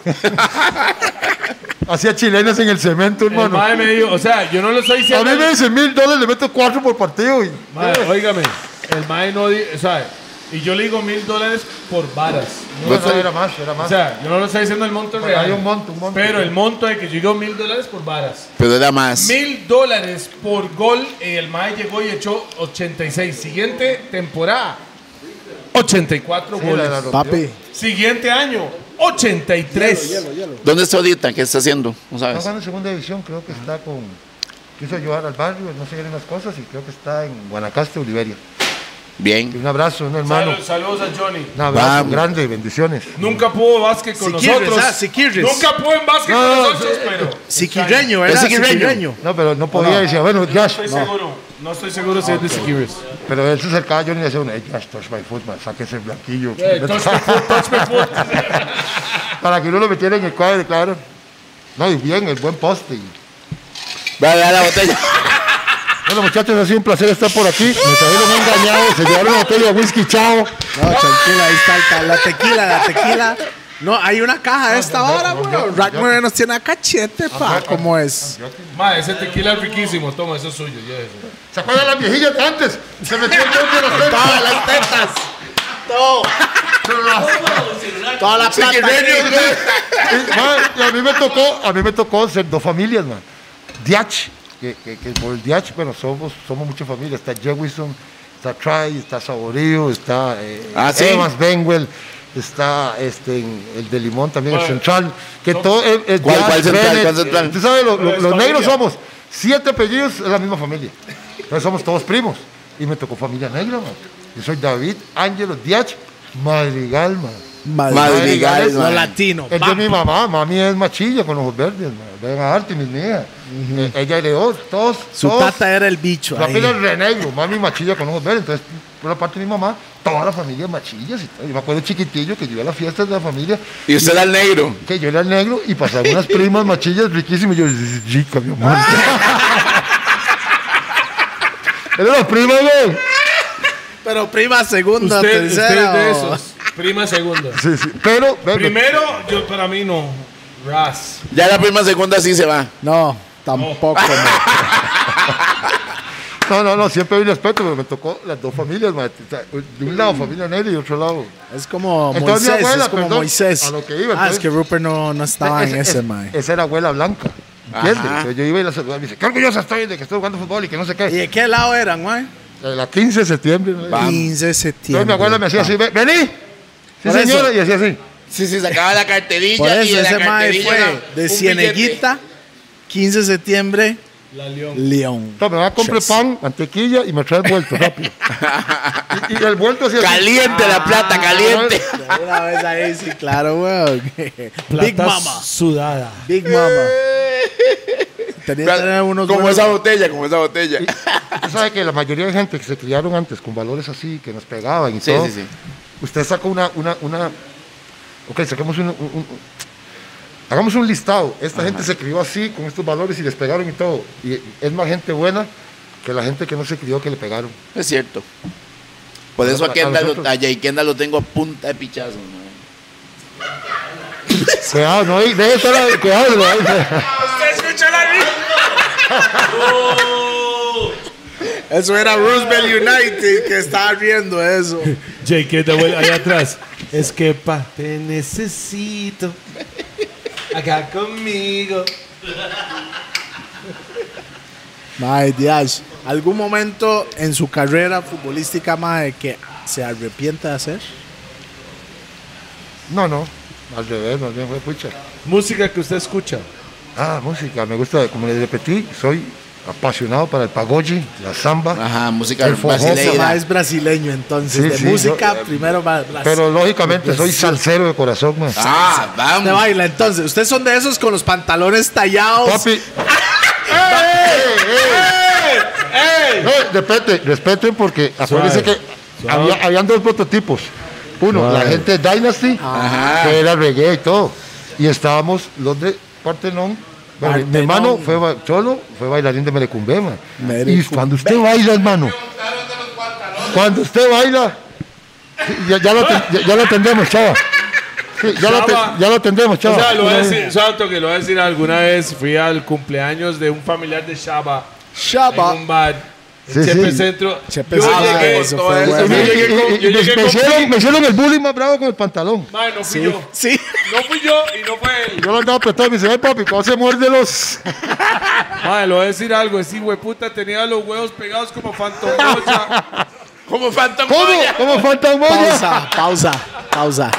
Speaker 3: Hacía chilenas en el cemento,
Speaker 2: El
Speaker 3: hermano.
Speaker 2: mae me dijo, o sea, yo no lo estoy
Speaker 3: A
Speaker 2: diciendo.
Speaker 3: mí me dicen mil dólares, le meto cuatro por partido. Y,
Speaker 2: Mae, óigame, el mae no di- o sea, y yo le digo mil dólares por varas. No
Speaker 3: No,
Speaker 2: lo estoy-
Speaker 3: no, era más, era
Speaker 2: o
Speaker 3: más.
Speaker 2: sea, yo no lo estoy diciendo el monto
Speaker 3: Pero
Speaker 2: real.
Speaker 3: hay un monto, un monto.
Speaker 2: Pero el monto de que yo digo mil dólares por varas.
Speaker 4: Pero era más.
Speaker 2: Mil dólares por gol y el mae llegó y echó 86. Siguiente temporada, 84
Speaker 3: Sí, la-
Speaker 2: goles.
Speaker 3: la rompió.
Speaker 1: Papi,
Speaker 2: Siguiente año, 83.
Speaker 4: ¿Dónde está ahorita? ¿Qué está haciendo? No
Speaker 3: Está
Speaker 4: sabes.
Speaker 3: jugando en segunda división, creo que está con. Quiso ayudar al barrio, no sé qué eran las cosas, y creo que está en Guanacaste, Oliveria. Y
Speaker 4: Bien.
Speaker 3: un abrazo, un hermano.
Speaker 2: Salud- saludos a Johnny.
Speaker 3: Un abrazo
Speaker 4: Vamos.
Speaker 3: grande, bendiciones.
Speaker 2: Nunca pudo básquet con
Speaker 1: Siquirres,
Speaker 2: nosotros.
Speaker 1: ah, Siquirres.
Speaker 2: Nunca pudo en básquet
Speaker 3: No,
Speaker 2: con
Speaker 3: no,
Speaker 2: nosotros, pero.
Speaker 1: Siquirreño, ¿verdad?
Speaker 4: Es siquirreño.
Speaker 1: Siquirreño.
Speaker 3: No, pero no podía decir, "Ah, bueno,
Speaker 2: No
Speaker 3: Josh.
Speaker 2: estoy
Speaker 3: no.
Speaker 2: seguro. No estoy seguro si es de Siquirres.
Speaker 3: Pero él se acercaba a Johnny y le decía, uno, hey, Josh, touch my foot, man, saque ese blanquillo.
Speaker 2: Eh, Touch my foot, touch my foot.
Speaker 3: Para que uno lo metiera en el cuadro, claro. No, y bien, el buen poste. y-
Speaker 4: Va a dar la botella.
Speaker 3: Bueno, muchachos, ha sido un placer estar por aquí. Me trajeron engañado, se llevaron una botella de whisky, chao.
Speaker 1: No, tranquila, ahí está, está la tequila, la tequila. No, hay una caja de esta hora, weón. Rack Moreno nos tiene a cachete, pa, ¿cómo es?
Speaker 2: Ma, ese tequila es riquísimo. Toma, eso es suyo. lléveselo.
Speaker 3: ¿Se acuerdan las viejillas de antes? Se metió el dedo de las
Speaker 1: Todas las tetas, toda la plata.
Speaker 3: Y, man, y a mí me tocó, a mí me tocó ser dos familias, man. Diach, que, que- que por el Diach, bueno, somos, somos muchas familias. Está Jewison, está Try, está Saborío, está eh,
Speaker 4: Ah, sí.
Speaker 3: Evans Benwell, está este, en- el de Limón también, el Central, que todo es, es
Speaker 4: ¿Cuál-
Speaker 3: Diach,
Speaker 4: cuál Central?
Speaker 3: Bennett. eh,
Speaker 4: ¿Cuál Central?
Speaker 3: Tú sabes, lo- lo-
Speaker 2: es
Speaker 3: los
Speaker 2: familia.
Speaker 3: negros somos siete apellidos, es la misma familia. Entonces somos todos primos. Y me tocó familia negra, man. Yo soy David Ángelo Diach Madrigal, man.
Speaker 4: Madrigales,
Speaker 1: Lo
Speaker 4: man.
Speaker 1: latino.
Speaker 3: El de mi mamá, mami es machilla con ojos verdes, ma. ven a Artemis, mía. Eh, Ella heredó todos,
Speaker 1: Su
Speaker 3: todos.
Speaker 1: tata era el bicho.
Speaker 3: La
Speaker 1: ahí.
Speaker 3: familia Renegro, mami machilla con ojos verdes. Entonces, por la parte de mi mamá, toda la familia machillas. y todo. Yo me acuerdo chiquitillo que yo iba a las fiestas de la familia,
Speaker 4: Y usted era el negro.
Speaker 3: que yo era el negro y pasaban unas primas machillas riquísimas. Yo, chica, mi amor. Eran las primas, güey.
Speaker 1: Pero prima segunda,
Speaker 2: Usted, usted
Speaker 1: tercera.
Speaker 2: es de
Speaker 1: o-
Speaker 2: esos. Prima segunda.
Speaker 3: Sí, sí. Pero, ven,
Speaker 2: Primero, yo para mí no. Ras.
Speaker 4: Ya la prima segunda sí se va.
Speaker 1: No, tampoco. no.
Speaker 3: No, no, no, siempre hay un respeto, pero me tocó las dos familias, ma. O sea, de un lado familia negra y de otro lado.
Speaker 1: Es como
Speaker 3: Entonces, mi
Speaker 1: Moisés,
Speaker 3: abuela,
Speaker 1: es como
Speaker 3: perdón,
Speaker 1: Moisés.
Speaker 3: a lo que
Speaker 1: ah,
Speaker 3: iba,
Speaker 1: es
Speaker 3: entonces-
Speaker 1: que Rupert no, no estaba en ese, mae.
Speaker 3: Esa era abuela blanca. ¿Entiendes?
Speaker 4: Ajá.
Speaker 3: Entonces yo iba y la saludaba y me dice, qué orgullosa estoy de que estoy jugando fútbol y que no sé
Speaker 1: ¿Y
Speaker 3: qué.
Speaker 1: de qué lado eran, mae?
Speaker 3: Eh, La 15 de septiembre. ¿no?
Speaker 4: Va. Vamos.
Speaker 1: 15 de septiembre.
Speaker 3: Entonces mi abuela me hacía así, "Ve- vení. Sí,
Speaker 1: Por eso.
Speaker 3: señora, y hacía así.
Speaker 4: Sí, sí, sacaba la carterilla.
Speaker 1: Por
Speaker 4: y
Speaker 1: eso
Speaker 4: de la
Speaker 1: ese mae
Speaker 4: carterilla era
Speaker 1: fue de
Speaker 4: un
Speaker 1: Cieneguita, 15 de septiembre,
Speaker 2: La León.
Speaker 1: León.
Speaker 3: Entonces me va a comprar pan, mantequilla y me trae el vuelto rápido. y, y el vuelto hacía
Speaker 4: billete.
Speaker 3: así.
Speaker 4: Caliente la plata,
Speaker 1: Ah,
Speaker 4: caliente.
Speaker 1: De Una vez ahí, sí, claro, weón. Big
Speaker 2: Plata
Speaker 1: Mama.
Speaker 2: Sudada.
Speaker 1: Big Mama. Tenía que tener unos
Speaker 4: Como
Speaker 1: buenos-
Speaker 4: esa botella, como esa botella.
Speaker 3: Usted sabe que la mayoría de gente que se criaron antes con valores así, que nos pegaban y
Speaker 4: Sí,
Speaker 3: todo.
Speaker 4: sí, sí.
Speaker 3: Usted sacó una, una, una. Ok, saquemos un, un- un- Hagamos un listado. Esta gente se crió así, con estos valores y les pegaron y todo. Y es más gente buena que la gente que no se crió que le pegaron.
Speaker 4: Es cierto. Por eso a
Speaker 3: A
Speaker 4: Kendall, lo-
Speaker 3: nosotros.
Speaker 4: a Jay Kendall lo tengo a punta de pichazo. man.
Speaker 3: Cuidado, no, ahí, deje estar ahí, cuidado. no, ahí.
Speaker 1: Eso era Roosevelt United que estaba viendo eso.
Speaker 2: JK de vuelta allá atrás. Es que pa, te necesito. Acá conmigo.
Speaker 1: Mae, Díaz, ¿algún momento en su carrera futbolística, mae, que se arrepienta de hacer?
Speaker 3: No, no. Al revés, más bien fue pucha.
Speaker 2: Música que usted escucha.
Speaker 3: Ah, música, me gusta, como les repetí, soy apasionado para el pagoji, la samba.
Speaker 4: Ajá, música
Speaker 3: El fogoso,
Speaker 1: Ese mae
Speaker 4: brasileira.
Speaker 1: es brasileño, entonces.
Speaker 3: Sí,
Speaker 1: de
Speaker 3: sí,
Speaker 1: música,
Speaker 3: yo-
Speaker 1: primero va Brasil.
Speaker 3: Pero lógicamente soy salsero de corazón, man.
Speaker 4: Ah,
Speaker 1: Usted
Speaker 4: vamos.
Speaker 1: baila, entonces. Ustedes son de esos con los pantalones tallados.
Speaker 3: Papi. ¡Ey, ey, ey! No, respeten, Eh, respeten porque acuérdense que había- habían dos prototipos. Uno, la gente de Dynasty, que era reggae y todo. Y estábamos los de Partenón. Bueno, mi
Speaker 1: Partenón.
Speaker 3: hermano fue ba- solo, fue bailarín de Merecumbe, man. Y
Speaker 1: Merecumbe.
Speaker 3: cuando usted baila, hermano. Cuando usted baila. Ya, ya lo, ten- ya, ya lo atendemos, chava. Sí, ya, lo,
Speaker 2: Chava.
Speaker 3: ten- ya lo atendemos,
Speaker 2: O
Speaker 3: chava.
Speaker 2: sea, lo voy a decir, santo que lo voy a decir alguna vez. Fui al cumpleaños de un familiar de Shaba.
Speaker 1: Shaba.
Speaker 2: En un bar. en
Speaker 3: Sí,
Speaker 2: Chepe
Speaker 3: sí.
Speaker 2: Centro.
Speaker 1: Chepe
Speaker 2: yo
Speaker 1: Centro,
Speaker 2: llegué
Speaker 1: eso
Speaker 2: con todo
Speaker 1: fue
Speaker 2: eso.
Speaker 1: bueno.
Speaker 2: Yo
Speaker 3: Y-
Speaker 2: llegué con-
Speaker 3: y-
Speaker 2: yo
Speaker 3: y-
Speaker 2: llegué
Speaker 3: me,
Speaker 2: con
Speaker 3: hicieron,
Speaker 2: pin.
Speaker 3: me hicieron el bullying más bravo con el pantalón.
Speaker 2: Mae, no fui yo.
Speaker 1: Sí.
Speaker 2: No fui yo y no fue él.
Speaker 3: Yo lo andaba apretado y me dice, ay papi, ¿cómo se muerde los?
Speaker 2: Mae, lo voy a decir algo. Ese hueputa tenía los huevos pegados como fantomocha.
Speaker 4: Como Phantom
Speaker 3: ¿Cómo?
Speaker 4: Goya.
Speaker 3: ¿Cómo falta un moño?
Speaker 1: Pausa, pausa, pausa.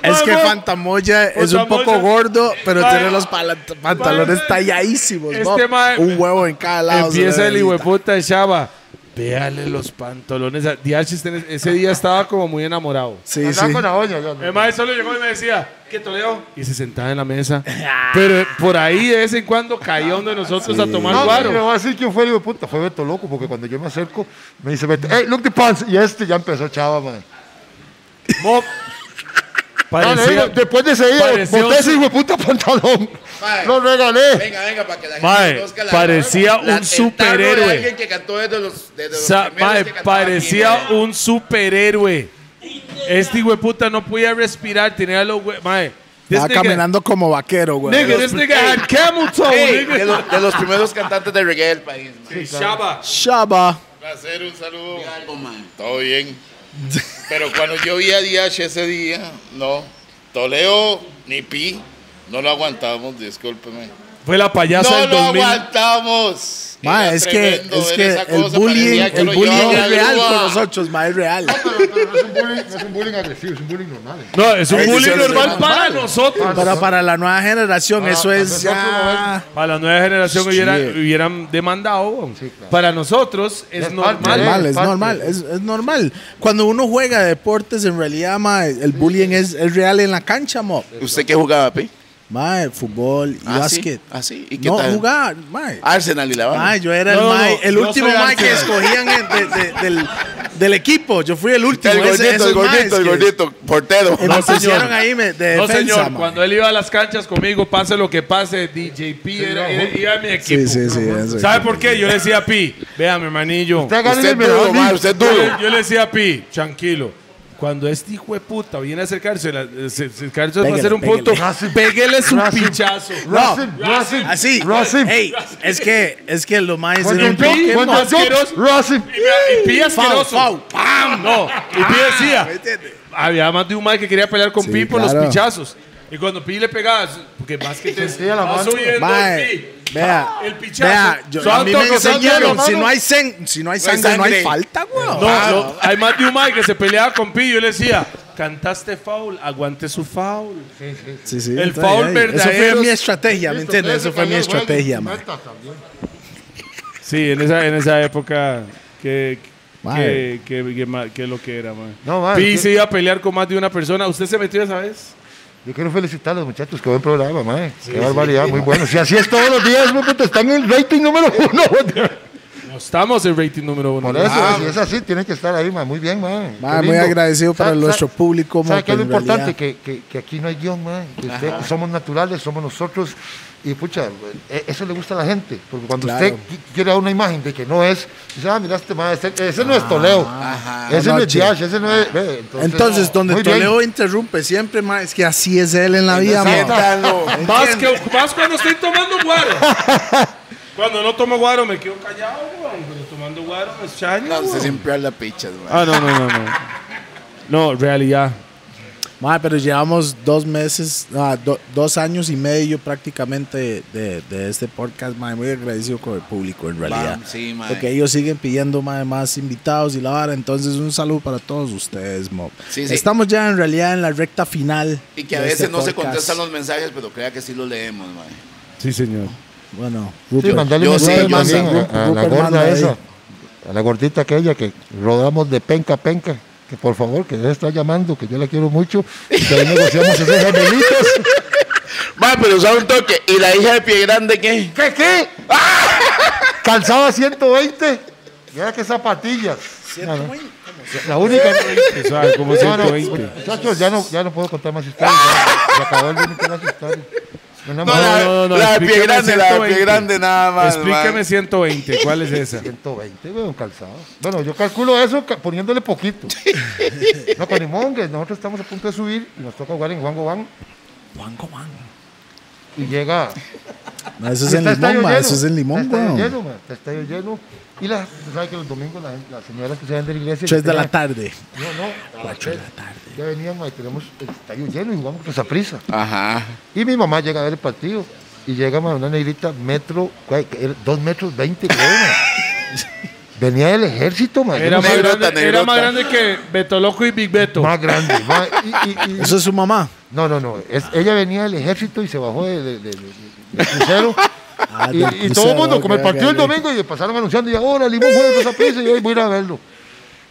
Speaker 1: Es que
Speaker 6: Mae, mae.
Speaker 1: Fantamoya es un poco
Speaker 6: Fantamoya.
Speaker 1: gordo, pero
Speaker 6: Mae.
Speaker 1: tiene los pala- pantalones
Speaker 6: mae.
Speaker 1: talladísimos.
Speaker 6: Este
Speaker 1: Bob.
Speaker 6: mae-
Speaker 1: un huevo en cada lado.
Speaker 2: Empieza
Speaker 1: se
Speaker 2: el
Speaker 1: le necesita.
Speaker 2: hijueputa de Chava. Véale los pantalones. a- Diaches, tenés- ese día estaba como muy enamorado.
Speaker 1: Sí,
Speaker 3: Andaba
Speaker 1: sí.
Speaker 3: con la olla, ya.
Speaker 2: El maestro solo llegó y me decía, ¿qué toleo? Y se sentaba en la mesa. Pero eh, por ahí de vez en cuando caía uno de nosotros a tomar
Speaker 3: No,
Speaker 2: guaro.
Speaker 3: le voy a decir quién fue el hijo de puta. Fue Beto Loco, porque cuando yo me acerco, me dice Beto, hey, look the pants. Y este ya empezó chava, man.
Speaker 2: Mo-
Speaker 3: Ah, le digo,
Speaker 2: Parecía,
Speaker 3: después de ese día,
Speaker 2: parecía
Speaker 3: boté
Speaker 2: un-
Speaker 3: ese hijo de puta pantalón.
Speaker 4: Mae.
Speaker 3: Lo regalé.
Speaker 4: Venga, venga, para que la gente
Speaker 2: Mae,
Speaker 4: conozca la-
Speaker 2: parecía un
Speaker 4: el tarro de
Speaker 2: superhéroe.
Speaker 4: alguien que cantó desde los, desde los
Speaker 2: sa-
Speaker 4: primeros
Speaker 2: mae,
Speaker 4: que cantaba
Speaker 2: parecía
Speaker 4: aquí, mae.
Speaker 2: un superhéroe. Este hijueputa no podía respirar, tenía los hue- mae. This
Speaker 1: Va
Speaker 2: nigga-
Speaker 1: caminando como vaquero, güey.
Speaker 2: Nigga, this nigga had camel toe,
Speaker 4: Ey,
Speaker 2: nigga.
Speaker 4: de, los, de los primeros cantantes de reggae del país. mae.
Speaker 2: Chava.
Speaker 1: Shaba.
Speaker 7: Placer, un saludo.
Speaker 4: Diga algo, mae.
Speaker 7: Todo bien. Pero cuando yo vi a DH ese día, no. Toleo ni Pi, no lo aguantamos, discúlpeme.
Speaker 2: Fue la payasa
Speaker 7: no
Speaker 2: del
Speaker 7: lo
Speaker 2: 2000.
Speaker 7: aguantamos.
Speaker 1: Ma,
Speaker 7: Era
Speaker 1: es que,
Speaker 7: tremendo
Speaker 1: es
Speaker 7: ver
Speaker 1: que
Speaker 7: esa
Speaker 1: el
Speaker 7: cosa,
Speaker 1: bullying,
Speaker 7: parecía que
Speaker 1: el
Speaker 7: lo
Speaker 1: bullying
Speaker 7: llevaban
Speaker 1: es real
Speaker 7: grúa.
Speaker 1: con nosotros, ma, es real.
Speaker 3: Pero, pero no, es un bullying, no es un bullying agresivo, es un bullying normal. eh.
Speaker 2: No, es un
Speaker 1: Ey,
Speaker 2: bullying
Speaker 1: sí, sí,
Speaker 2: normal
Speaker 1: sí,
Speaker 2: para nosotros.
Speaker 1: Pero para la nueva generación,
Speaker 3: Para-
Speaker 1: eso
Speaker 3: para
Speaker 1: es
Speaker 3: nosotros,
Speaker 1: ya.
Speaker 2: Para la nueva generación hubiera-
Speaker 1: Shit.
Speaker 2: hubieran demandado. weón.
Speaker 3: Sí, claro.
Speaker 2: Para nosotros es,
Speaker 3: Es parte
Speaker 2: normal.
Speaker 3: de-
Speaker 1: Normal, es
Speaker 3: parte.
Speaker 1: normal, es, es normal. Cuando uno juega deportes, en realidad, ma, el bullying es, es real en la cancha, mo.
Speaker 4: ¿Usted qué jugaba, Pi?
Speaker 1: Ma, fútbol y
Speaker 4: Ah, sí,
Speaker 1: básquet.
Speaker 4: ah, sí, ¿y qué
Speaker 1: No
Speaker 4: tal? Ah,
Speaker 1: jugaba, ma.
Speaker 4: Arsenal y la banda.
Speaker 1: Ma, yo era el
Speaker 2: No, no,
Speaker 1: mae-
Speaker 2: no,
Speaker 1: el
Speaker 2: yo
Speaker 1: último
Speaker 2: soy
Speaker 1: mae que
Speaker 2: Arsenal.
Speaker 1: escogían en- de- de- del, del equipo. Yo fui el último.
Speaker 4: el
Speaker 1: ese-
Speaker 4: gordito,
Speaker 1: esos maes
Speaker 4: el gordito, el
Speaker 1: que-
Speaker 4: gordito, portero.
Speaker 1: que nos pusieron ahí me- de
Speaker 2: No,
Speaker 1: defensa,
Speaker 2: señor.
Speaker 1: ma.
Speaker 2: Cuando él iba a las canchas conmigo, pase lo que pase, DJP era, era- iba a mi equipo.
Speaker 1: Sí, sí, sí. eso es.
Speaker 2: ¿Sabe por qué? Yo le decía a Pi, vea, mi hermanillo.
Speaker 3: Usted gana
Speaker 4: Usted
Speaker 3: el mejor
Speaker 4: duro,
Speaker 3: amigo.
Speaker 4: ma, usted
Speaker 2: Yo le,
Speaker 4: duro.
Speaker 2: yo le decía a Pi, tranquilo. Cuando este hijo de puta viene a acercarse, la- se- se- acercarse va a
Speaker 1: Pégale,
Speaker 2: hacer un
Speaker 1: pégale.
Speaker 2: punto, pégale su
Speaker 3: Racing.
Speaker 2: pinchazo.
Speaker 3: Racing, Racing,
Speaker 1: Así.
Speaker 3: Racing.
Speaker 1: Ey, es que, es que los maes
Speaker 3: Cuando
Speaker 1: eran
Speaker 3: yo-
Speaker 1: toque,
Speaker 3: cuando
Speaker 1: mo.
Speaker 3: yo-
Speaker 2: asqueroso.
Speaker 3: Racing.
Speaker 2: Y Pi asqueroso.
Speaker 1: Foul, foul.
Speaker 2: ¡Pam! No. Y Pi decía, había más de un mal que quería pelear con
Speaker 1: Sí,
Speaker 2: Pi por los
Speaker 1: claro.
Speaker 2: pinchazos. Y cuando Pi le pegaba, porque más que te
Speaker 3: Sentía la
Speaker 2: va
Speaker 3: mano.
Speaker 2: subiendo el
Speaker 1: Mae,
Speaker 2: Pi.
Speaker 1: vea,
Speaker 2: El pichazo.
Speaker 1: vea, yo-
Speaker 2: Son
Speaker 1: a mí me
Speaker 2: toques, son
Speaker 1: enseñaron,
Speaker 2: toques,
Speaker 1: si
Speaker 2: mano.
Speaker 1: no hay, sen- si no hay sangre, no hay
Speaker 4: sangre.
Speaker 1: falta, weón.
Speaker 2: No, no, hay más de un mal que se peleaba con Pi. Yo le decía, cantaste foul, aguante su foul.
Speaker 1: Sí, sí,
Speaker 2: El
Speaker 1: está
Speaker 2: foul
Speaker 1: bien. Eso
Speaker 2: verdadero-
Speaker 1: fue mi estrategia, ¿me
Speaker 3: Listo,
Speaker 1: entiendes?
Speaker 3: ustedes
Speaker 1: Eso fue mi
Speaker 3: españoles juegan
Speaker 1: estrategia,
Speaker 3: con
Speaker 1: man.
Speaker 3: faltas también.
Speaker 2: Sí, en esa, en esa época que,
Speaker 1: Mae.
Speaker 2: que, que, que ma- que lo que era, man.
Speaker 3: No, mae,
Speaker 2: Pi
Speaker 3: que-
Speaker 2: se iba a pelear con más de una persona. ¿Usted se metió esa vez?
Speaker 3: Yo quiero felicitar a los muchachos, qué buen programa, mae. qué barbaridad, muy bueno. Si así es todos los días, güey, puta, están en el rating número uno.
Speaker 2: No estamos en rating número uno.
Speaker 3: Por eso, si es así, tienen que estar ahí, mae. Muy bien, mae.
Speaker 1: Mae,
Speaker 3: Qué
Speaker 1: muy
Speaker 3: lindo.
Speaker 1: agradecido para
Speaker 3: ¿Sabe-
Speaker 1: nuestro
Speaker 3: sabe-
Speaker 1: público,
Speaker 3: ¿Sabe qué es lo
Speaker 1: mo, que en
Speaker 3: importante?
Speaker 1: realidad-
Speaker 3: Que, que, que aquí no hay guión, mae. Que usted- somos naturales, somos nosotros. Y pucha, eh, eso le gusta a la gente. Porque cuando usted
Speaker 1: Claro.
Speaker 3: qui- quiere dar una imagen de que no es, dice, ah, mira este mae, ese, ese
Speaker 1: Ah,
Speaker 3: no es Toleo. Ese no,
Speaker 1: no,
Speaker 3: es
Speaker 1: che.
Speaker 3: Diash, ese no es. ve,
Speaker 1: Entonces, donde
Speaker 3: muy bien.
Speaker 1: Toledo interrumpe siempre, ma, es que así es él en la vida, ma.
Speaker 4: Siéntalo.
Speaker 2: Más, que, más cuando estoy tomando guaro. cuando no tomo guaro me quedo callado, weón. Cuando tomando guaro me chaño.
Speaker 4: No,
Speaker 2: weón.
Speaker 4: usted siempre habla pichas, mae.
Speaker 2: Ah, no, no, no, no. No, realidad.
Speaker 1: Ma, pero llevamos dos meses, ah, do- dos años y medio prácticamente de, de este podcast, ma. Muy agradecido con el público, en realidad.
Speaker 4: Bam, sí, mae.
Speaker 1: Porque ellos siguen pidiendo ma, más invitados y la vara. Entonces, un saludo para todos ustedes, mo.
Speaker 4: Sí, sí.
Speaker 1: Estamos ya en realidad en la recta final.
Speaker 4: Y que a
Speaker 1: de
Speaker 4: veces
Speaker 1: este
Speaker 4: no se
Speaker 1: podcast.
Speaker 4: contestan los mensajes, pero crea que sí los leemos, mae.
Speaker 2: Sí, señor.
Speaker 1: Bueno,
Speaker 3: Sí,
Speaker 1: Rupert.
Speaker 3: mandale
Speaker 4: Yo
Speaker 3: un
Speaker 4: sí,
Speaker 3: mensaje
Speaker 4: yo
Speaker 3: también
Speaker 1: sí.
Speaker 3: a, a la
Speaker 1: Rupert manda
Speaker 3: gorda
Speaker 1: ahí.
Speaker 3: esa, a la gordita aquella que rodamos de penca a penca. Que por favor, que ella está llamando, que yo la quiero mucho. Que ahí negociamos esos gemelitos.
Speaker 4: Mae, pero sabe un toque. ¿Y la hija de pie grande qué?
Speaker 3: ¿Qué, qué? Calzaba 120. Y ahora que zapatillas. No, no. La única.
Speaker 2: ¿Sabe cómo
Speaker 3: No, no,
Speaker 2: 120?
Speaker 3: muchachos, ya no, ya no puedo contar más historias. ya. Se acabó el límite de las historias. No, no,
Speaker 4: No,
Speaker 3: no,
Speaker 4: la,
Speaker 2: no, no,
Speaker 4: la de pie
Speaker 2: explíqueme
Speaker 4: grande, la de
Speaker 2: 120.
Speaker 4: pie grande nada más.
Speaker 2: Explícame 120, ¿cuál es esa?
Speaker 3: 120, weón, calzado. Bueno, yo calculo eso ca- poniéndole poquito. no, con Imongues, nosotros estamos a punto de subir y nos toca jugar en Juan Gobán
Speaker 1: Juanco, Juan.
Speaker 3: y llega.
Speaker 1: Ma, Eso es
Speaker 3: Está
Speaker 1: en
Speaker 3: estadio
Speaker 1: limón, ma.
Speaker 3: lleno,
Speaker 1: Eso es en limón,
Speaker 3: está estadio
Speaker 1: weón.
Speaker 3: lleno, ma, está estadio lleno. Y las, tú sabes que los domingos las, las señoras que se van de la iglesia.
Speaker 1: Tres de
Speaker 3: llegan-
Speaker 1: la tarde.
Speaker 3: No, no, a las
Speaker 1: Ocho de
Speaker 3: tres.
Speaker 1: la tarde.
Speaker 3: Ya veníamos y tenemos el estadio lleno y jugamos con esa prisa.
Speaker 4: Ajá.
Speaker 3: Y mi mamá llega a ver el partido. Y llega ma, una negrita metro, güey, que era dos metros veinte, creo. ma. Venía del ejército, man.
Speaker 8: Era,
Speaker 3: Yo no
Speaker 8: más
Speaker 3: sé,
Speaker 4: Negrota,
Speaker 8: grande, era
Speaker 4: negrota.
Speaker 8: más grande que Beto Loco y Big Beto.
Speaker 3: más grande. ma, y- y- y-
Speaker 1: Eso es su mamá.
Speaker 3: no, no, no. es- ella venía del ejército y se bajó de- de- de- de- del crucero. Y,
Speaker 1: Ah, del
Speaker 3: y todo
Speaker 1: crucero,
Speaker 3: el mundo, como el
Speaker 1: ok,
Speaker 3: partido
Speaker 1: ok,
Speaker 3: el domingo, y pasaron anunciando, y ahora Limón juega con Saprissa, y ahí voy a ir a verlo.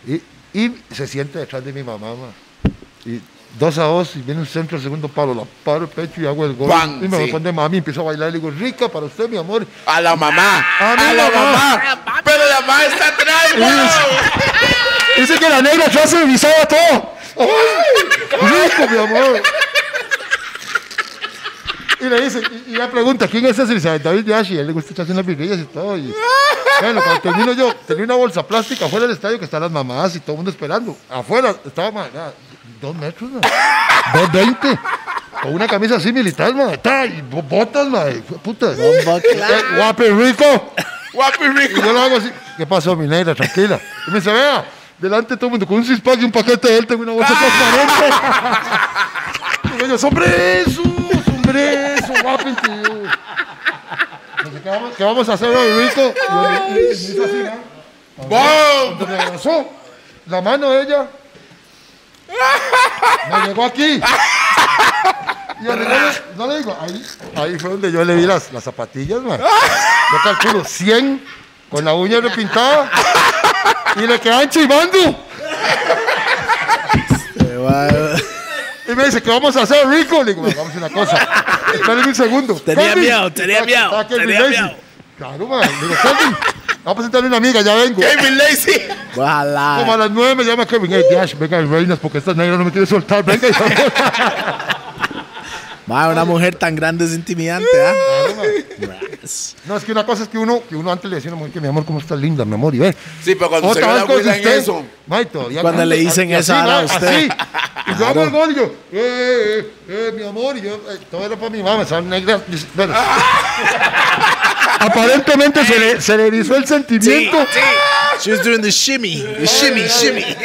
Speaker 3: Y, y se sienta detrás de mi mamá, ma. y dos a dos, y viene un centro al segundo palo, la paro el pecho y hago el gol.
Speaker 4: Bang,
Speaker 3: y me
Speaker 4: sí.
Speaker 3: responde mami, empiezo a bailar, y le digo, rica para usted, mi amor.
Speaker 4: A la mamá.
Speaker 3: A
Speaker 4: A,
Speaker 3: mi
Speaker 4: la
Speaker 3: mamá.
Speaker 4: mamá. Pero la mamá está atrás, weón.
Speaker 3: Dice que la negra ya se visaba todo. ¡Ay! ¡Rico, mi amor! Y le dice, y, y ella pregunta, ¿quién es ese? Y dice, David Yashi, a él le gusta echarse unas birrillas y todo. Y, bueno, cuando termino yo, tenía una bolsa plástica afuera del estadio que están las mamás y todo el mundo esperando. Afuera, estaba más, dos metros, ma, dos veinte. Con una camisa así militar, ma, ta, y bo- botas, ma, y fue- puta. Eh, Guapo y rico.
Speaker 4: Guapo y
Speaker 3: Y
Speaker 4: rico.
Speaker 3: yo lo hago así. ¿Qué pasó, mi negra? Tranquila. Y me dice, vea, delante de todo el mundo, con un cispac y un paquete de él, tengo una bolsa transparente. Y yo, hombre, eso, hombre, eso, guapo, tío. Me dice, ¿Qué vamos, qué vamos a hacer hoy, rico? Y yo le- y- y me hizo así, ¿no?
Speaker 4: ¡Bum!
Speaker 3: Cuando me abrazó, la mano de ella me llegó aquí. Y yo le, yo le- yo le digo, ahí, ahí fue donde yo le vi las, las zapatillas, man. Yo calculo 100 con la uña repintada y le quedan chivando. Y me dice, ¿qué vamos a hacer, Rico? Le digo, "Bueno, vamos a hacer una cosa. Espérenme un segundo.
Speaker 1: Tenía
Speaker 3: Kelvin".
Speaker 1: miedo, tenía
Speaker 3: Está-
Speaker 1: miedo,
Speaker 3: está Kelvin
Speaker 1: tenía
Speaker 3: Lacey.
Speaker 1: miedo.
Speaker 3: Claro, man. Le digo, "Kelvin, vamos a sentarle una amiga, ya vengo.
Speaker 4: Kevin Lacey.
Speaker 3: Como a las nueve me llama Kevin, hey, Dash, venga, Reinas, porque esta negra no me quiere soltar, venga. y vamos".
Speaker 1: Ma, una mujer tan grande es intimidante, ¿ah?
Speaker 3: no, es que una cosa es que uno, que uno antes le decía a una mujer que mi amor, cómo estás linda, mi amor, y ve.
Speaker 4: Sí, pero cuando se ve
Speaker 3: Otra
Speaker 4: la
Speaker 3: vez con
Speaker 4: abuela en
Speaker 3: usted,
Speaker 4: eso.
Speaker 3: mae, todavía
Speaker 1: Cuando le dicen
Speaker 3: así,
Speaker 1: eso ahora a
Speaker 3: mae,
Speaker 1: usted.
Speaker 3: así. Y yo hago el gol y yo, eh, eh, eh, mi amor, y yo, eh, todo era para mi mamá, son negras. dis- bueno. Aparentemente se le, se le erizó el sentimiento.
Speaker 1: She was doing the shimmy, the shimmy, shimmy.
Speaker 4: Ay,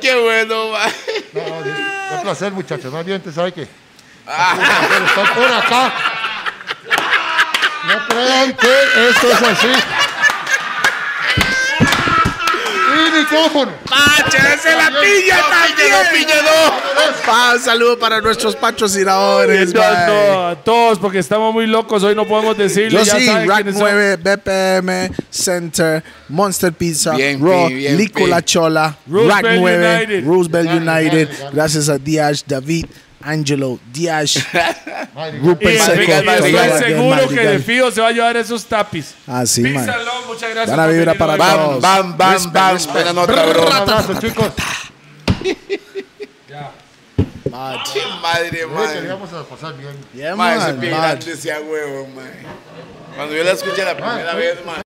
Speaker 4: qué bueno, man.
Speaker 3: No, no, es es un placer, muchachos. Más bien, te sabe que. Están por acá. No crean que esto es así. Y micrófono.
Speaker 1: ¡Llévese la pilla también! Pa, un saludo para nuestros patrocinadores,
Speaker 8: No,
Speaker 1: ma.
Speaker 8: no, a todos, porque estamos muy locos. Hoy no podemos decirlo.
Speaker 1: Yo
Speaker 8: ya
Speaker 1: sí,
Speaker 8: saben
Speaker 1: Rack
Speaker 8: quiénes son.
Speaker 1: 9, BPM, Center, Monster Pizza,
Speaker 4: Bien,
Speaker 1: Raw,
Speaker 4: pi, bien,
Speaker 1: Lico La
Speaker 4: pi.
Speaker 1: Chola,
Speaker 8: Roosevelt
Speaker 1: Rack 9,
Speaker 8: United.
Speaker 1: Roosevelt United,
Speaker 3: dale.
Speaker 1: gracias a Diash, David, Angelo, Diash,
Speaker 8: Y
Speaker 1: Rupert
Speaker 8: el
Speaker 1: Seco,
Speaker 8: Figo,
Speaker 1: todo
Speaker 8: estoy
Speaker 1: el
Speaker 8: seguro que
Speaker 1: Madrigal.
Speaker 8: de Fijo se va a llevar esos tapis.
Speaker 1: Así, Ah, man.
Speaker 8: Písalo, muchas gracias.
Speaker 1: Buena
Speaker 8: por
Speaker 1: vibra
Speaker 8: venir
Speaker 1: para
Speaker 8: hoy.
Speaker 1: todos.
Speaker 4: Bam, bam, bam,
Speaker 1: Respect,
Speaker 4: bam.
Speaker 1: respect.
Speaker 4: Buena nota, bro.
Speaker 3: Un abrazo, chicos.
Speaker 4: Qué madre,
Speaker 3: Creo que
Speaker 4: madre.
Speaker 3: le vamos a pasar bien.
Speaker 1: Yeah,
Speaker 4: Madre,
Speaker 1: man,
Speaker 4: ese pie
Speaker 1: man.
Speaker 4: grande sea huevo, man. Cuando yo la escuché la primera vez, man.